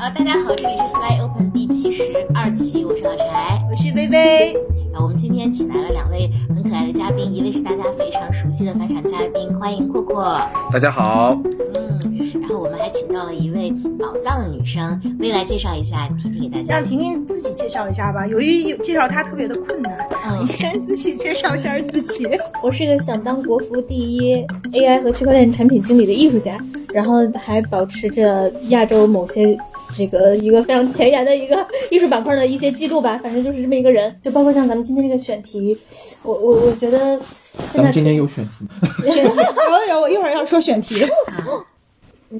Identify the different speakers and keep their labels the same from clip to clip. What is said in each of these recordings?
Speaker 1: 啊，大家好，这里是 Slide Open 第七十二期，我是老柴。
Speaker 2: 我是薇薇，
Speaker 1: 啊，我们今天请来了两位很可爱的嘉宾，一位是大家非常熟悉的返场嘉宾，欢迎阔阔。
Speaker 3: 大家好，
Speaker 1: 嗯，然后我们还请到了一位宝藏的女生，薇来介绍一下，婷婷给大
Speaker 2: 让
Speaker 1: 家。
Speaker 2: 婷婷自己介绍一下吧。由于介绍她特别的困难，
Speaker 1: 嗯
Speaker 2: 你，先自己介绍一下自己。
Speaker 4: 我是个想当国服第一 AI 和区块链产品经理的艺术家，然后还保持着亚洲某些这个一个非常前沿的一个艺术板块的一些记录吧。反正就是这么一个人，就包括像咱们今天这个选题，我我我觉得
Speaker 3: 咱
Speaker 4: 现
Speaker 3: 们
Speaker 4: 在
Speaker 3: 今天又选题，
Speaker 2: 选题，哎呦，我一会儿要说选题。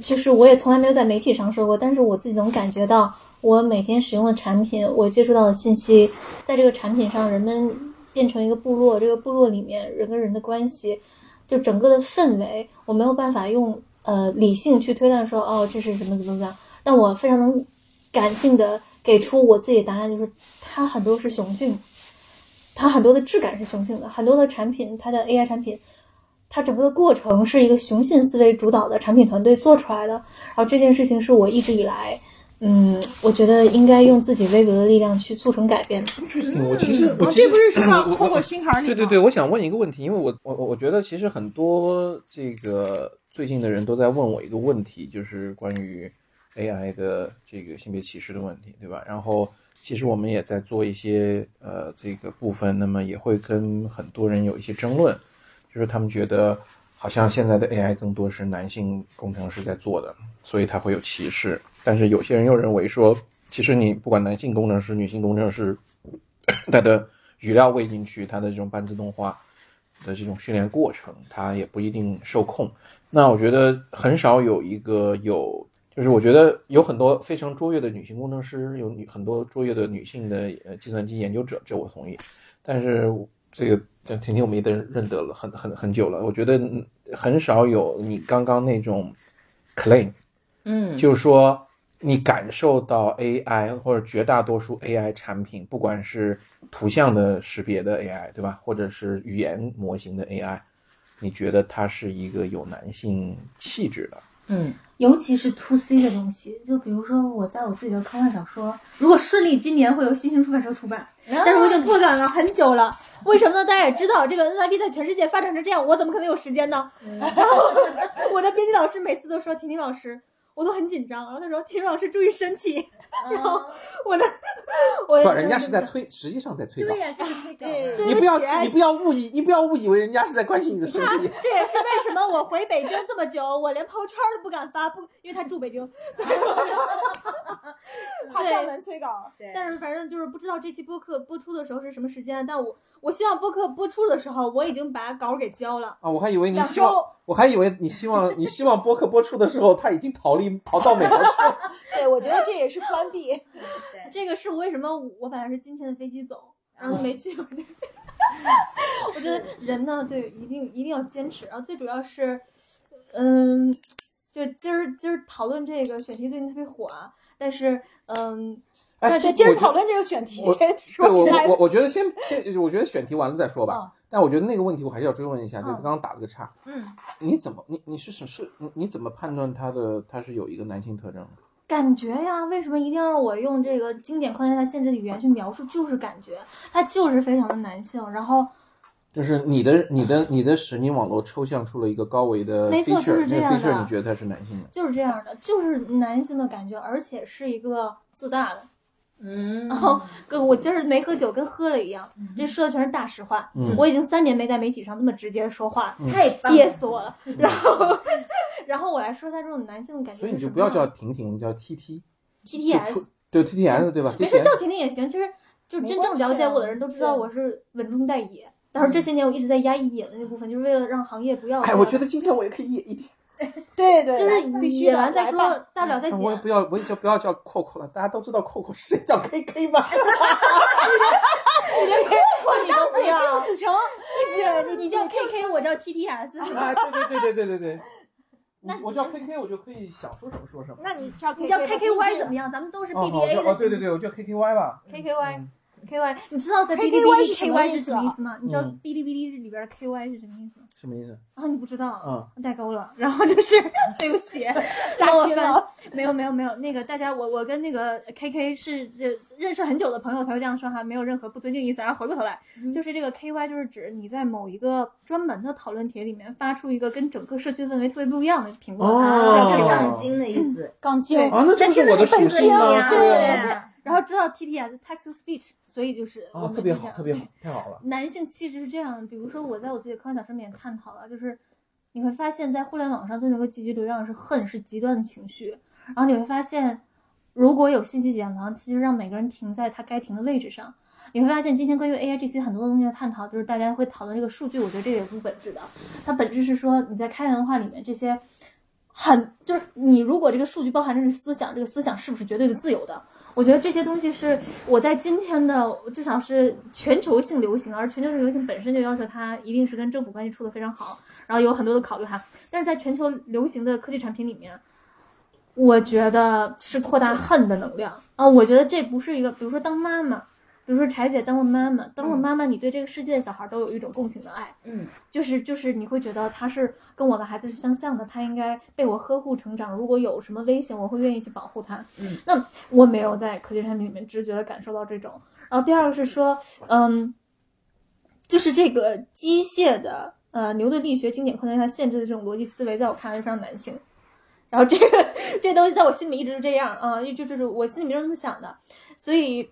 Speaker 4: 就是我也从来没有在媒体上说过，但是我自己能感觉到，我每天使用的产品，我接触到的信息，在这个产品上，人们变成一个部落，这个部落里面人跟人的关系，就整个的氛围，我没有办法用呃理性去推断说，哦，这是什么怎么怎么样，但我非常能感性的给出我自己的答案，就是它很多是雄性的，它很多的质感是雄性的，很多的产品，它的 AI 产品它整个的过程是一个雄性思维主导的产品团队做出来的。然后这件事情是我一直以来，嗯，我觉得应该用自己微薄的力量去促成改变的。
Speaker 3: 我其实我
Speaker 2: 哦，
Speaker 3: 其
Speaker 2: 这
Speaker 3: 实
Speaker 2: 不是说到
Speaker 3: 我
Speaker 2: 扣 扣心坎儿里
Speaker 3: 对
Speaker 2: 吗？
Speaker 3: 对对，我想问一个问题，因为我我我我觉得其实很多这个最近的人都在问我一个问题，就是关于 AI 的这个性别歧视的问题，对吧？然后其实我们也在做一些呃这个部分，那么也会跟很多人有一些争论，就是他们觉得好像现在的 AI 更多是男性工程师在做的，所以它会有歧视。但是有些人又认为说，其实你不管男性工程师、女性工程师，它的语料喂进去，它的这种半自动化的这种训练过程，它也不一定受控。那我觉得很少有一个有，就是我觉得有很多非常卓越的女性工程师，有女很多卓越的女性的呃计算机研究者，这我同意。但是我这个这婷婷我们也认认得了很很很久了，我觉得嗯很少有你刚刚那种 claim，
Speaker 1: 嗯，
Speaker 3: 就是说你感受到 AI 或者绝大多数 AI 产品，不管是图像的识别的 AI，对吧，或者是语言模型的 AI，你觉得它是一个有男性气质的？
Speaker 1: 嗯，
Speaker 5: 尤其是 to C 的东西，就比如说我在我自己的科幻小说，如果顺利，今年会由新兴出版社出版，
Speaker 1: 但
Speaker 5: 但是我已经拓展了很久了。为什么呢？大家也知道，这个 NIP 在全世界发展成这样，我怎么可能有时间呢？然后 我的编辑老师每次都说：“婷婷老师，我都很紧张。”然后他说：“婷婷老师，注意身体。”然后我的我也
Speaker 3: 不，人家是在催，实际上在催稿。
Speaker 1: 呀，就是这
Speaker 2: 对
Speaker 5: 对
Speaker 3: 你不要
Speaker 5: 不起哎
Speaker 3: 你不要误以你不要误以为人家是在关心你的啊身体。
Speaker 5: 这也是为什么我回北京这么久，我连朋友圈都不敢发，不，因为他住北京，所以
Speaker 2: 怕上门催稿。
Speaker 5: 但是反正就是不知道这期播客播出的时候是什么时间，但我我希望播客播出的时候，我已经把稿给交了。
Speaker 3: 啊，我还以为你
Speaker 2: 两
Speaker 3: 希望
Speaker 2: 周，
Speaker 3: 我还以为你希望你希望播客播出的时候，他已经逃离逃到美国去 了。
Speaker 2: 对，我觉得这也是翻 B。
Speaker 5: 这个是为什么我本来是今天的飞机走，然后没去。我觉得人呢，对，一定一定要坚持。然后最主要是，嗯，就今儿今儿讨论这个选题最近特别火啊，但是嗯，
Speaker 3: 哎，
Speaker 2: 对，
Speaker 3: 这
Speaker 2: 今
Speaker 3: 我
Speaker 2: 儿
Speaker 3: 觉
Speaker 2: 讨论这个选题
Speaker 3: 我，
Speaker 2: 先
Speaker 3: 对我
Speaker 2: 说一下
Speaker 3: 我。我我觉得先先，我觉得选题完了再说吧。
Speaker 2: 嗯
Speaker 3: 但我觉得那个问题我还是要追问一下，就是
Speaker 5: 嗯
Speaker 3: 刚刚打了个岔。
Speaker 5: 嗯，
Speaker 3: 你怎么你你是什是你你怎么判断他的他是有一个男性特征？
Speaker 5: 感觉呀，为什么一定要让我用这个经典框架下限制的语言去描述？就是感觉，它就是非常的男性，然后
Speaker 3: 就是你的你的你的神经网络抽象出了一个高维的
Speaker 5: 没错
Speaker 3: feature，
Speaker 5: 就是这
Speaker 3: 那个
Speaker 5: 样的
Speaker 3: feature 你觉得他是男性的？
Speaker 5: 就是这样的，就是男性的感觉，而且是一个自大的。
Speaker 1: 嗯，
Speaker 5: 然
Speaker 2: 哦
Speaker 5: 后跟我今儿没喝酒，跟喝了一样。
Speaker 2: 嗯
Speaker 5: 这说的全是大实话。
Speaker 3: 嗯
Speaker 5: 我已经三年没在媒体上这么直接说话，
Speaker 1: 太棒
Speaker 5: 憋死我了。
Speaker 2: 嗯
Speaker 5: 然后，然后我来说一下这种男性的感觉
Speaker 3: 所以
Speaker 5: 是
Speaker 3: 你
Speaker 5: 什
Speaker 3: 就
Speaker 5: 么
Speaker 3: 不要
Speaker 5: 样
Speaker 3: 叫婷婷，叫 TT，就
Speaker 5: TTS，
Speaker 3: 出对 TTS 对吧？
Speaker 5: 嗯没
Speaker 3: TTS
Speaker 5: 事叫婷婷也行。其实就是真正
Speaker 2: 啊
Speaker 5: 了解我的人都知道
Speaker 2: 没
Speaker 5: 我是稳中带野，
Speaker 2: 嗯
Speaker 5: 但是这些年我一直在压抑野的那部分，就是为了让行业不要。
Speaker 3: 哎，我觉得今天我也可以一点，
Speaker 2: 对对，
Speaker 5: 就是
Speaker 2: 必须
Speaker 5: 野
Speaker 2: 的
Speaker 5: 完再。
Speaker 2: 来
Speaker 5: 说
Speaker 2: 吧，嗯
Speaker 5: 大不了再
Speaker 3: 哎我也
Speaker 5: 剪
Speaker 3: 不。要，我也就不要叫扣扣了，大家都知道扣扣是谁叫 KK 吧？
Speaker 2: 我 你都不要，子成，你
Speaker 5: 你叫 KK，我叫 TTS，是吧？
Speaker 3: 啊，对对对对对对
Speaker 5: 那
Speaker 3: 对，我叫 KK，我就可以想说什么说什么。
Speaker 2: 那你叫
Speaker 5: 你叫 KKY
Speaker 2: 怎
Speaker 5: 怎
Speaker 2: 么
Speaker 5: 么样？咱们都是
Speaker 3: 哦，好，我
Speaker 5: BBA
Speaker 3: 叫
Speaker 5: 的。
Speaker 3: 哦，对对对，我叫 KKY 吧。
Speaker 5: KKY
Speaker 3: 嗯
Speaker 5: KY，你知道在
Speaker 2: KKY
Speaker 5: B 哔哩哔哩
Speaker 2: 是什么
Speaker 5: KY
Speaker 2: 意
Speaker 5: 是
Speaker 2: 思
Speaker 5: 什
Speaker 2: 啊
Speaker 5: 么意思吗？你知道
Speaker 3: 嗯
Speaker 5: 哔哩哔哩里边的 KY 是什么意思吗？
Speaker 3: 什么意思
Speaker 5: 啊，你不知道，
Speaker 3: 啊？
Speaker 5: 代沟了，然后就是 对不起，
Speaker 2: 扎心
Speaker 5: 然后我
Speaker 2: 了。
Speaker 5: 发。没有没有没有，那个大家我我跟那个 K K 是这认识很久的朋友才会这样说哈，没有任何不尊敬意思。然后回过头来，
Speaker 2: 嗯
Speaker 5: 就是这个 K Y 就是指你在某一个专门的讨论帖里面发出一个跟整个社区氛围特别不一样的评论，啊
Speaker 3: 哦
Speaker 1: 这是杠精的意思。
Speaker 2: 杠精，
Speaker 5: 对
Speaker 3: 啊，那这不是我的属性吗？
Speaker 1: 对
Speaker 3: 对
Speaker 5: 对
Speaker 3: 啊，
Speaker 1: 呀
Speaker 5: 然后知道 T T S text to speech，所以就是我
Speaker 3: 啊，
Speaker 5: 们
Speaker 3: 特别
Speaker 5: 就这
Speaker 3: 好，
Speaker 5: 样
Speaker 3: 特别好，太好了。
Speaker 5: 男性气质是这样的，比如说我在我自己的科幻小说里面探讨了，就是你会发现在互联网上最能够积聚流量的是恨，是极端的情绪，然后你会发现，如果有信息茧房，其实让每个人停在他该停的位置上。你会发现，今天关于 AI 这些很多的东西的探讨，就是大家会讨论这个数据，我觉得这个也不本质的，它本质是说你在开源文化里面这些很就是你如果这个数据包含这个思想，这个思想是不是绝对的自由的？我觉得这些东西是我在今天的至少是全球性流行，而全球性流行本身就要求它一定是跟政府关系处得非常好，然后有很多的考虑哈。但是在全球流行的科技产品里面，我觉得是扩大恨的能量啊。我觉得这不是一个，比如说当妈妈，比如说柴姐当过妈妈，当过妈妈，你对这个世界的小孩都有一种共情的爱。
Speaker 1: 嗯，
Speaker 5: 就是就是你会觉得他是跟我的孩子是相像的，他应该被我呵护成长。如果有什么危险，我会愿意去保护他。
Speaker 1: 嗯，
Speaker 5: 那我没有在科技产品里面直觉的感受到这种。然后第二个是说，嗯，就是这个机械的呃牛顿力学经典框架下限制的这种逻辑思维，在我看来是非常男性。然后这个这东西在我心里一直是这样啊，就就就是我心里面是这么想的，所以，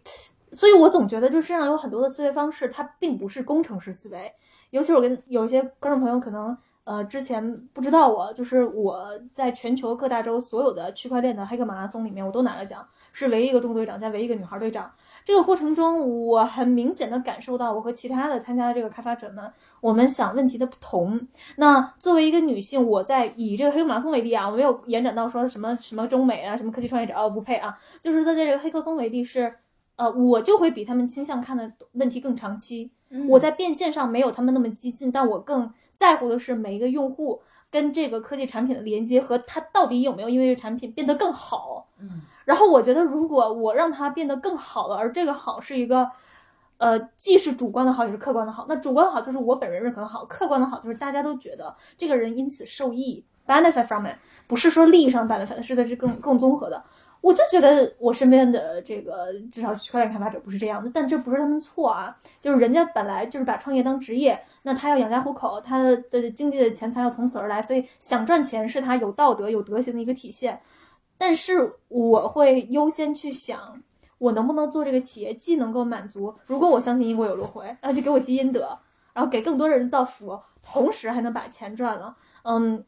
Speaker 5: 所以我总觉得就是世界上有很多的思维方式，它并不是工程师思维，尤其是我跟有一些观众朋友可能呃之前不知道我，就是我在全球各大洲所有的区块链的黑客马拉松里面，我都拿了奖，是唯一一个中国队长加唯一一个女孩队长。这个过程中，我很明显的感受到我和其他的参加的这个开发者们，我们想问题的不同。那作为一个女性，我在以这个黑客马拉松为例啊，我没有延展到说什么什么中美啊，什么科技创业者啊，我不配啊，就是在这个黑客松为例是。呃，我就会比他们倾向看的问题更长期，我在变现上没有他们那么激进，但我更在乎的是每一个用户跟这个科技产品的连接和他到底有没有因为这个产品变得更好。
Speaker 1: 嗯，
Speaker 5: 然后我觉得如果我让它变得更好了，而这个好是一个。呃，既是主观的好，也是客观的好。那主观的好就是我本人认可的好，客观的好就是大家都觉得这个人因此受益，benefit from it，不是说利益上 benefit，是的是更更综合的。我就觉得我身边的这个至少区块链开发者不是这样的，但这不是他们错啊，就是人家本来就是把创业当职业，那他要养家糊口，他的经济的钱财要从此而来，所以想赚钱是他有道德、有德行的一个体现。但是我会优先去想，我能不能做这个企业，既能够满足，如果我相信因果有轮回，然后就给我积阴德，然后给更多人造福，同时还能把钱赚了。嗯，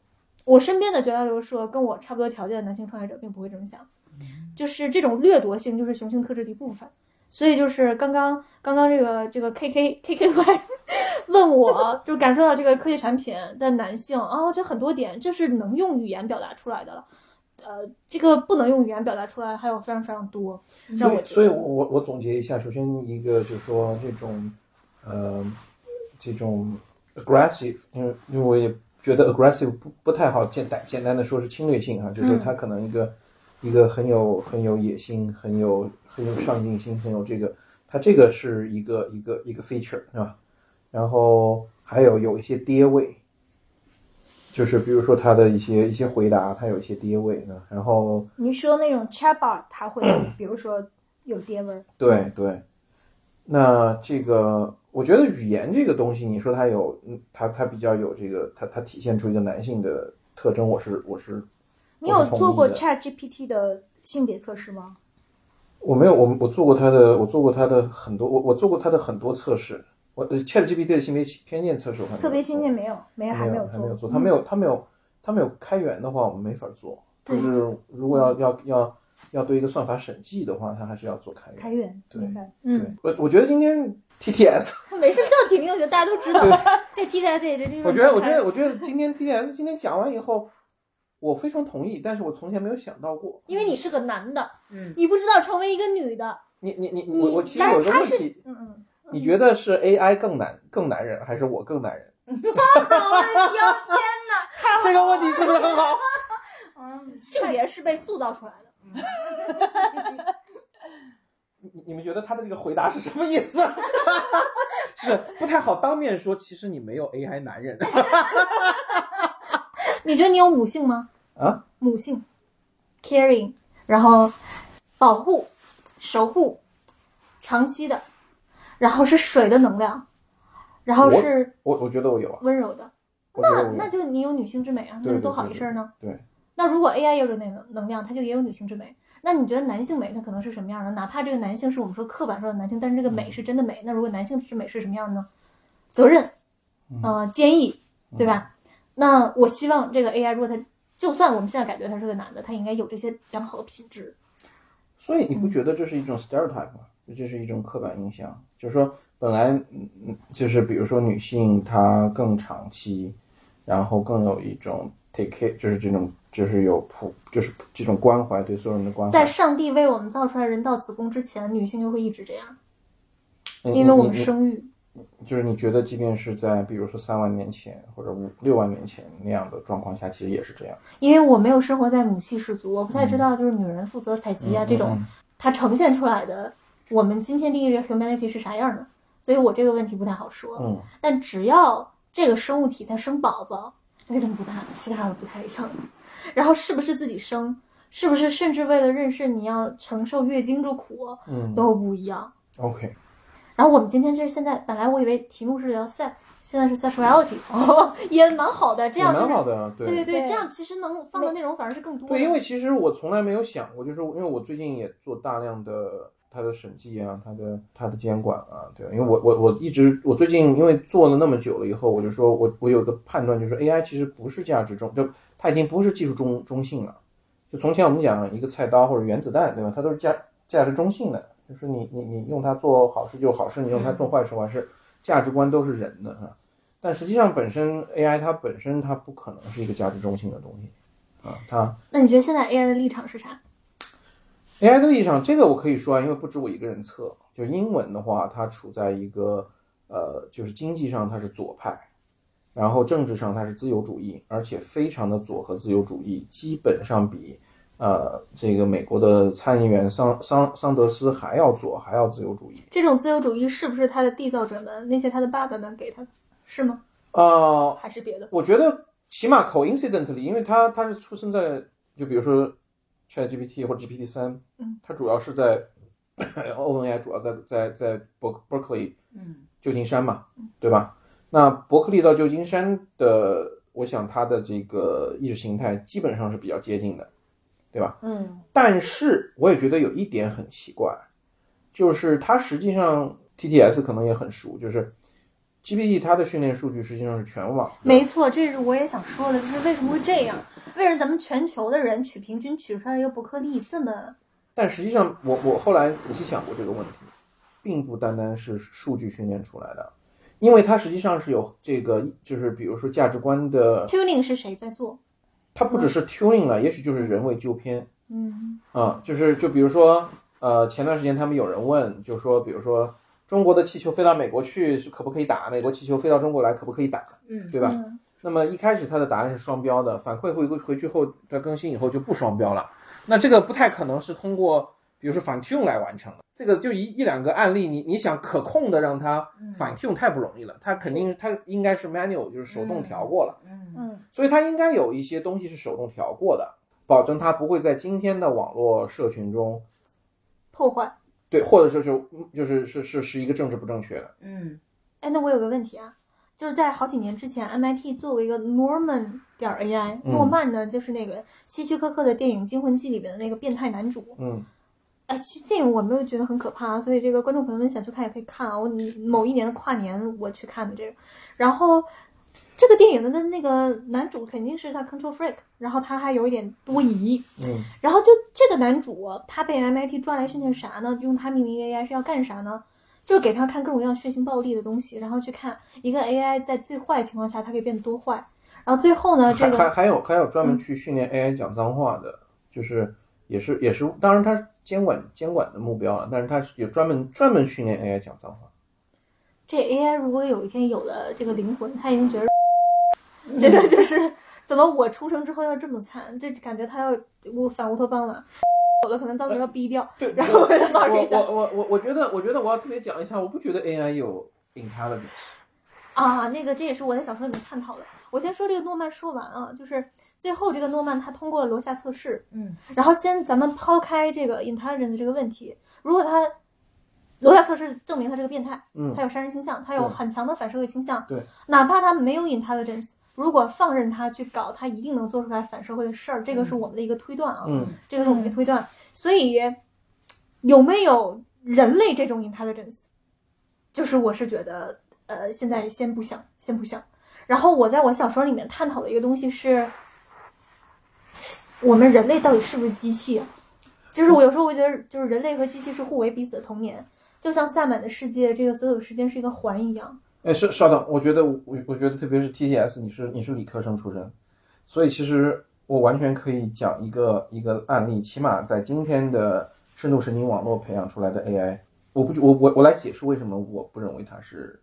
Speaker 5: 我身边的绝大多数跟我差不多条件的男性创业者并不会这么想，
Speaker 3: 嗯
Speaker 5: 就是这种掠夺性就是雄性特质的一部分。所以就是刚刚刚刚这个这个 K K K K Y 问我，就感受到这个科技产品的男性啊、这很多点，这是能用语言表达出来的了。呃，这个不能用语言表达出来，还有非常非常多。让
Speaker 3: 所
Speaker 5: 我
Speaker 3: 以，
Speaker 5: 觉
Speaker 3: 所以
Speaker 5: 得
Speaker 3: 我我我总结一下，首先一个就是说这种，呃，这种 aggressive，因为因为我也觉得 aggressive 不不太好简单简单的说是侵略性啊，
Speaker 5: 嗯
Speaker 3: 就是他可能一个、一个很有很有野心，很有很有上进心，很有这个，他这个是一个一个一个 feature 对吧？然后还有有一些跌位，就是比如说他的一些一些回答，他有一些跌位呢，然后。
Speaker 2: 你说那种 chatbot，它 会，比如说有爹味儿，
Speaker 3: 对对，那这个我觉得语言这个东西，你说它有，嗯它它比较有这个，它它体现出一个男性的特征，我是我是
Speaker 2: 你有做过
Speaker 3: 我是同意的
Speaker 2: ChatGPT 的性别测试吗？
Speaker 3: 我没有我我做过它的，我做过它的很多，我我做过它的很多测试，我 ChatGPT 的性别偏见测试我还没有
Speaker 2: 特别偏见
Speaker 3: 做
Speaker 2: 没有，没有还
Speaker 3: 没
Speaker 2: 没
Speaker 3: 有还没有
Speaker 2: 做。嗯
Speaker 3: 做，它没有它没有它没有开源的话，我们没法做，就是如果
Speaker 2: 嗯
Speaker 3: 要要要要对一个算法审计的话，它还是要做开源。
Speaker 2: 开源，
Speaker 3: 对
Speaker 2: 明白。
Speaker 5: 嗯
Speaker 3: 对， 我我觉得今天 TTS
Speaker 5: 每次叫体名，我觉得大家都知道， 这 T T S 也就是
Speaker 3: 我觉得，我觉得，我觉得今天 TTS 今天讲完以后，我非常同意，但是我从前没有想到过。
Speaker 5: 因为你是个男的，
Speaker 1: 嗯，
Speaker 5: 你不知道成为一个女的，
Speaker 3: 你你你
Speaker 5: 你
Speaker 3: 我我其实
Speaker 2: 但是
Speaker 3: 有一个
Speaker 2: 他
Speaker 3: 问
Speaker 2: 是
Speaker 3: 题，
Speaker 2: 嗯 嗯，
Speaker 3: 你觉得是 AI 更难更男人，还是我更男人？
Speaker 5: 哎
Speaker 3: 这个问题是不是很好？
Speaker 5: 性别是被塑造出来的。
Speaker 3: 你你们觉得他的这个回答是什么意思？ 是不太好当面说，其实你没有 AI 男人
Speaker 5: 你觉得你有母性吗？
Speaker 3: 啊，
Speaker 5: 母性，caring，然后保护、守护，长期的，然后是水的能量，然后
Speaker 3: 我
Speaker 5: 是
Speaker 3: 我我觉得我有啊，
Speaker 5: 温柔的。
Speaker 3: 我觉得
Speaker 5: 那
Speaker 3: 我有
Speaker 5: 嗯那就你有女性之美啊，那
Speaker 3: 对
Speaker 5: 不
Speaker 3: 对
Speaker 5: 多好
Speaker 3: 对
Speaker 5: 一事儿呢？
Speaker 3: 对。
Speaker 5: 那如果 AI 也有这能能量，它就也有女性之美。那你觉得男性美它可能是什么样的？哪怕这个男性是我们说刻板说的男性，但是这个美是真的美。那如果男性之美是什么样的呢？责任，
Speaker 3: 嗯
Speaker 5: 呃，坚毅，对吧？那我希望这个 AI 如果它就算我们现在感觉它是个男的，它应该有这些良好的品质。
Speaker 3: 所以你
Speaker 5: 嗯
Speaker 3: 不觉得这是一种 stereotype 吗？就这是一种刻板印象，就是说本来嗯嗯，就是比如说女性她更长期，然后更有一种 take care，就是这种就是有普就是这种关怀对所有人的关怀，
Speaker 5: 在上帝为我们造出来人造子宫之前，女性就会一直这样，
Speaker 3: 你
Speaker 5: 因为我们
Speaker 3: 你你
Speaker 5: 生育。
Speaker 3: 就是你觉得即便是在比如说三万年前或者五六万年前那样的状况下，其实也是这样。
Speaker 5: 因为我没有生活在母系氏族，我不
Speaker 3: 嗯
Speaker 5: 太知道就是女人负责采集啊、这种，它呈现出来的我们今天定义的 humanity 是啥样的，所以我这个问题不太好说。
Speaker 3: 嗯，
Speaker 5: 但只要这个生物体它生宝宝，那就不大，其他的不太一样。然后是不是自己生，是不是甚至为了妊娠你要承受月经之苦
Speaker 3: 嗯
Speaker 5: 都不一样。
Speaker 3: ，OK，
Speaker 5: 然后我们今天这现在本来我以为题目是聊 sex，现在是 sexuality，哦， 也蛮好的，这
Speaker 3: 也
Speaker 5: 样就
Speaker 3: 蛮
Speaker 5: 是
Speaker 3: 好的啊，对
Speaker 5: 对对，
Speaker 2: 对
Speaker 5: 这样其实能放的内容反而是更多的。
Speaker 3: 对，因为其实我从来没有想过，就是因为我最近也做大量的它的审计啊，它的它的监管啊，对，因为我我我一直我最近因为做了那么久了以后，我就说我我有个判断，就是 AI 其实不是价值中，就它已经不是技术中中性了。就从前我们讲一个菜刀或者原子弹，对吧？它都是价价值中性的，就是你你你用它做好事就是好事，你用它做坏事坏事，价值观都是人的啊。但实际上，本身 AI 它本身它不可能是一个价值中性的东西啊，它
Speaker 5: 那你觉得现在 AI 的立场是啥？
Speaker 3: AI 的立场，这个我可以说啊，因为不止我一个人测。就英文的话，它处在一个呃，就是经济上它是左派，然后政治上它是自由主义，而且非常的左和自由主义，基本上比呃这个美国的参议员桑桑桑德斯还要左，还要自由主义。
Speaker 5: 这种自由主义是不是他的缔造者们，那些他的爸爸们给他的，是吗？
Speaker 3: 呃，
Speaker 5: 还是别的？
Speaker 3: 我觉得起码 coincidentally，因为他他是出生在就比如说 ChatGPT 或者 GPT 三，
Speaker 5: 嗯，
Speaker 3: 他主要是在 OpenAI 主要在在在伯伯克利，
Speaker 6: 嗯，
Speaker 3: 旧金山嘛，对吧？那伯克利到旧金山的，我想它的这个意识形态基本上是比较接近的，对吧？
Speaker 2: 嗯，
Speaker 3: 但是我也觉得有一点很奇怪，就是它实际上 TTS 可能也很熟，就是 GPT 它的训练数据实际上是全网的
Speaker 5: 没错，这是我也想说的，就是为什么会这样？为什么咱们全球的人取平均取出来一个伯克利这么？
Speaker 3: 但实际上我，我后来仔细想过这个问题，并不单单是数据训练出来的，因为它实际上是有这个，就是比如说价值观的，
Speaker 5: Tuning 是谁在做？
Speaker 3: 它不只是 tuning 了，也许就是人为纠偏
Speaker 5: 嗯，
Speaker 3: 啊、就是就比如说，呃，前段时间他们有人问，就说，比如说中国的气球飞到美国去是可不可以打，美国气球飞到中国来可不可以打，
Speaker 6: 嗯
Speaker 3: 对吧？那么一开始它的答案是双标的，反馈回归回去后，它更新以后就不双标了。那这个不太可能是通过，比如说反 tune 来完成的。这个就一一两个案例，你你想可控的让它反 tune 太不容易了，它肯定它应该是 manual，就是手动调过了，
Speaker 6: 嗯
Speaker 3: 所以它应该有一些东西是手动调过的，保证它不会在今天的网络社群中，
Speaker 5: 破坏。
Speaker 3: 对，或者是就就是是是是一个政治不正确的。
Speaker 6: 嗯
Speaker 5: 哎，那我有个问题啊，就是在好几年之前，MIT 做过一个 Norman 点 AI，、
Speaker 3: 嗯
Speaker 5: 诺曼呢，就是那个希区柯克的电影《惊魂记》里面的那个变态男主。
Speaker 3: 嗯，
Speaker 5: 哎，其实这个我没有觉得很可怕，啊所以这个观众朋友们想去看也可以看啊。我某一年的跨年我去看的这个，然后这个电影的那那个男主肯定是他 control freak，然后他还有一点多疑，
Speaker 3: 嗯，
Speaker 5: 然后就这个男主他被 MIT 抓来训练啥呢？用他命名 AI 是要干啥呢？就是给他看各种各样血腥暴力的东西，然后去看一个 AI 在最坏情况下它可以变得多坏，然后最后呢，这
Speaker 3: 还还
Speaker 5: 个
Speaker 3: 还有还有专门去训练 AI 讲脏话的，就是也是也是，当然它是监管监管的目标啊了，但是它是有专门专门训练 AI 讲脏话。
Speaker 5: 这 AI 如果有一天有了这个灵魂，他已经觉得 真的就是怎么我出生之后要这么惨，这感觉他要我反乌托邦了。 有了可能到时候要逼掉，
Speaker 3: 对，
Speaker 5: 然后我就
Speaker 3: 我
Speaker 5: 老是
Speaker 3: 我
Speaker 5: 想，
Speaker 3: 我我我觉得我觉得我要特别讲一下，我不觉得 AI 有 intelligence。
Speaker 5: 啊，那个这也是我在小说里面探讨的。我先说这个诺曼说完啊，就是最后这个诺曼他通过了罗夏测试，
Speaker 1: 嗯，
Speaker 5: 然后先咱们抛开这个 intelligence 这个问题，如果他罗夏测试证明他是个变态，
Speaker 3: 嗯
Speaker 5: 他有杀人倾向，他有
Speaker 3: 对
Speaker 5: 很强的反社会倾向，
Speaker 3: 对，
Speaker 5: 哪怕他没有 intelligence，如果放任他去搞，他一定能做出来反社会的事儿，这个是我们的一个推断啊，
Speaker 3: 嗯
Speaker 5: 这个是我们的推断。所以有没有人类这种 intelligence，就是我是觉得，呃，现在先不想，先不想。然后我在我小说里面探讨的一个东西是，我们人类到底是不是机器啊？就是我有时候我觉得，就是人类和机器是互为彼此的童年，就像萨满的世界，这个所有时间是一个环一样。
Speaker 3: 哎，稍稍等，我觉得我我觉得特别是 TTS，你是你是理科生出身，所以其实我完全可以讲一个一个案例，起码在今天的深度神经网络培养出来的 AI，我不我我我来解释为什么我不认为它是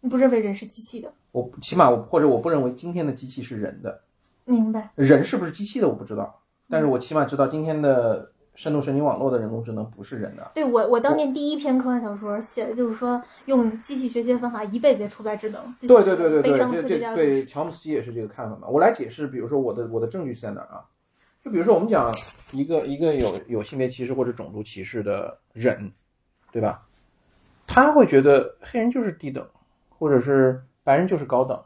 Speaker 5: 你不认为人是机器的？
Speaker 3: 我起码我或者我不认为今天的机器是人的，
Speaker 5: 明白？
Speaker 3: 人是不是机器的我不知道，但是我起码知道今天的深度神经网络的人工智能不是人的，
Speaker 5: 对我，我当年第一篇科幻小说写的就是说，用机器学习的方法一辈子也出不来智能。就嗯
Speaker 3: 对
Speaker 5: 写
Speaker 3: 对对对
Speaker 5: 悲伤科
Speaker 3: 对，这
Speaker 5: 学家的
Speaker 3: 这对乔姆斯基也是这个看法嘛。我来解释，比如说我的我的证据是在哪儿啊？就比如说我们讲一个一个有有性别歧视或者种族歧视的人，对吧？他会觉得黑人就是低等，或者是白人就是高等。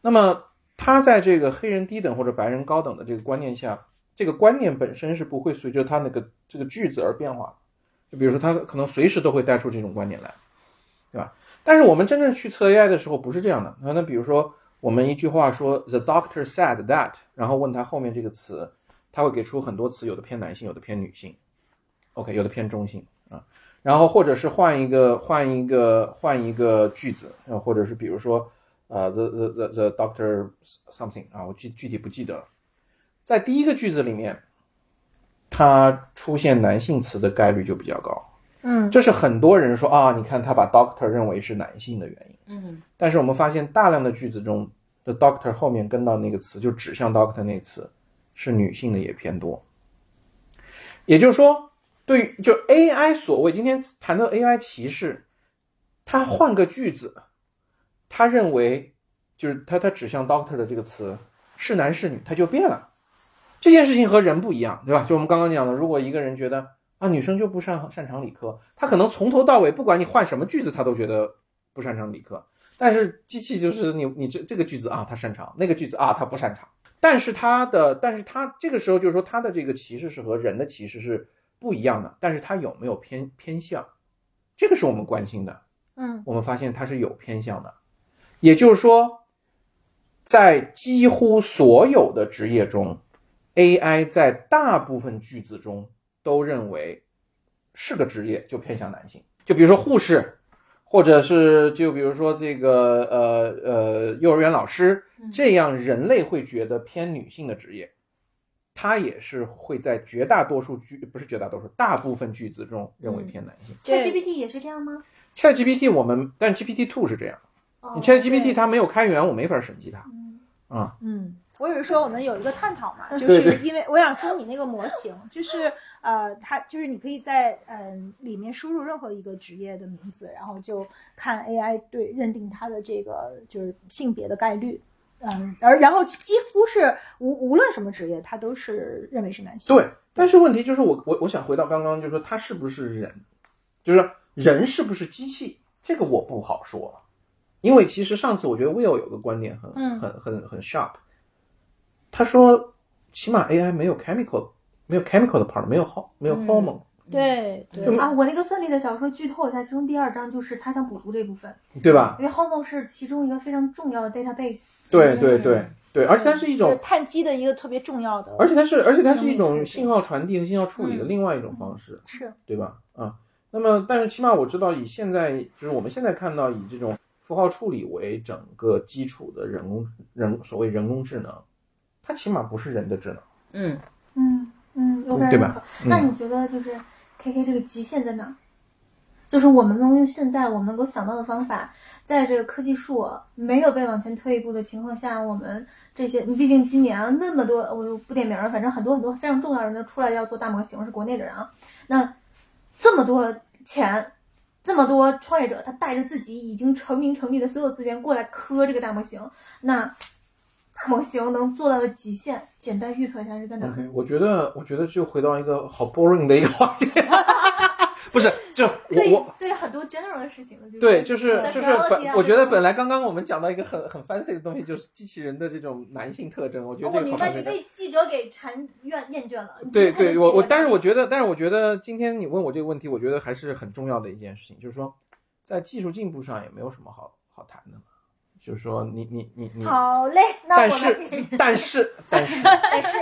Speaker 3: 那么他在这个黑人低等或者白人高等的这个观念下，这个观念本身是不会随着他那个这个句子而变化的。就比如说他可能随时都会带出这种观点来。但是我们真正去测 AI 的时候不是这样的。那那比如说，我们一句话说 “the doctor said that”，然后问他后面这个词，他会给出很多词，有的偏男性，有的偏女性，OK，有的偏中性啊。然后或者是换一个换一个换一个句子，啊，或者是比如说，呃，the the the the doctor something 啊，我具具体不记得了。在第一个句子里面，它出现男性词的概率就比较高。
Speaker 5: 嗯，
Speaker 3: 这是很多人说啊，你看他把 doctor 认为是男性的原因，
Speaker 1: 嗯
Speaker 3: 但是我们发现大量的句子中的 doctor 后面跟到那个词，就指向 doctor 那词是女性的也偏多。也就是说，对于就 AI 所谓今天谈到 AI 歧视，他换个句子，他认为就是他他指向 doctor 的这个词是男是女，他就变了。这件事情和人不一样，对吧？就我们刚刚讲的，如果一个人觉得啊女生就不擅擅长理科，他可能从头到尾不管你换什么句子，他都觉得不擅长理科。但是机器就是你你这这个句子啊，它擅长；那个句子啊，它不擅长。但是它的，但是它这个时候就是说，它的这个歧视是和人的歧视是不一样的。但是它有没有偏偏向，这个是我们关心的。
Speaker 5: 嗯，
Speaker 3: 我们发现它是有偏向的，也就是说，在几乎所有的职业中，AI 在大部分句子中都认为是个职业就偏向男性。就比如说护士，或者是就比如说这个呃呃幼儿园老师
Speaker 1: 嗯
Speaker 3: 这样人类会觉得偏女性的职业，它也是会在绝大多数句不是绝大多数大部分句子中认为偏男性。
Speaker 2: 对
Speaker 5: ChatGPT 也是这样吗？
Speaker 3: ChatGPT 我们但 GPT Two 是这样，
Speaker 5: 哦
Speaker 3: 你 ChatGPT
Speaker 2: 对
Speaker 3: 它没有开源，我没法审计它。
Speaker 2: 嗯，我有时候我们有一个探讨 嘛，就
Speaker 3: 对
Speaker 2: 是
Speaker 3: 对
Speaker 2: 因为我想说你那个模型，就是呃，它就是你可以在嗯、里面输入任何一个职业的名字，然后就看 AI 对认定它的这个就是性别的概率。嗯，而然后几乎是无无论什么职业，它都是认为是男性。
Speaker 3: 对，但是问题就是我我我想回到刚刚，就是说它是不是人，就是人是不是机器，这个我不好说了，因为其实上次我觉得 Will 有个观点很、
Speaker 2: 嗯
Speaker 3: 很很很 sharp，他说起码 AI 没有 chemical 没有 chemical 的 part，没有 ho 没有
Speaker 1: 嗯
Speaker 3: hormone，、
Speaker 2: 对对
Speaker 3: 嗯就
Speaker 5: 啊，我那个算力的小说剧透一下，其中第二章就是他想补足这部分，
Speaker 3: 对吧？
Speaker 2: 嗯
Speaker 5: 因为 Homo 是其中一个非常重要的 database。
Speaker 3: 对
Speaker 1: 嗯
Speaker 3: 对对对，而且它是一
Speaker 2: 就是
Speaker 3: 种，
Speaker 2: 碳基的一个特别重要的，
Speaker 3: 而且它是而且它是
Speaker 2: 嗯生
Speaker 3: 一
Speaker 2: 命嗯
Speaker 3: 种
Speaker 2: 特性
Speaker 3: 信号传递和信号处理的另外一种方式。
Speaker 2: 是
Speaker 3: 对吧？啊，那么但是起码我知道，以现在就是我们现在看到以这种符号处理为整个基础的人工人所谓人工智能，它起码不是人的智能。
Speaker 1: 嗯，
Speaker 5: 嗯嗯，我
Speaker 3: 对吧？
Speaker 5: 那
Speaker 3: 嗯，
Speaker 5: 你觉得就是 KK 这个极限在哪？就是我们能用现在我们能够想到的方法，在这个科技树没有被往前推一步的情况下，我们这些，毕竟今年啊那么多，我就不点名了，反正很多很多非常重要的人都出来要做大模型，是国内的人啊。那这么多钱，这么多创业者，他带着自己已经成名成立的所有资源过来磕这个大模型，那大模型能做到的极限，简单预测一下是在哪儿？
Speaker 3: OK，我觉得，我觉得就回到一个好 boring 的一个话题， 不是，就我
Speaker 5: 对
Speaker 3: 我
Speaker 5: 对很多 general 的事情，就是
Speaker 3: 对，就是
Speaker 5: 像
Speaker 3: 就是
Speaker 5: 高级啊
Speaker 3: 本
Speaker 5: 这，种
Speaker 3: 我觉得本来刚刚我们讲到一个很很 fancy 的东西，就是机器人的这种男性特征，我觉得
Speaker 5: 我
Speaker 3: 这个
Speaker 5: 明
Speaker 3: 好
Speaker 5: 白
Speaker 3: 像
Speaker 5: 哦你
Speaker 3: 那个。
Speaker 5: 被记者给馋厌厌倦 了。你
Speaker 3: 对
Speaker 5: 太多
Speaker 3: 对，我
Speaker 5: 记
Speaker 3: 我，
Speaker 5: 者
Speaker 3: 但是我觉得，但是我觉得今天你问我这个问题，我觉得还是很重要的一件事情，就是说，在技术进步上也没有什么好好谈的嘛，就是说你你你你，
Speaker 5: 好嘞，那
Speaker 3: 但
Speaker 5: 我
Speaker 3: 是
Speaker 5: 们
Speaker 3: 但是但是
Speaker 5: 但是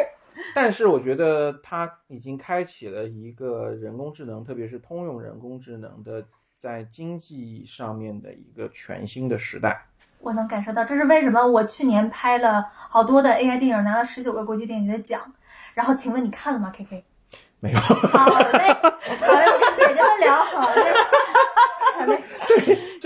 Speaker 3: 但是我觉得它已经开启了一个人工智能，特别是通用人工智能的在经济上面的一个全新的时代。
Speaker 5: 我能感受到，这是为什么我去年拍了好多的 AI 电影，拿了十九个国际电影节奖。然后，请问你看了吗？K K？
Speaker 3: 没有，
Speaker 5: 好嘞，好嘞，我跟姐姐们聊好嘞。好嘞
Speaker 3: 就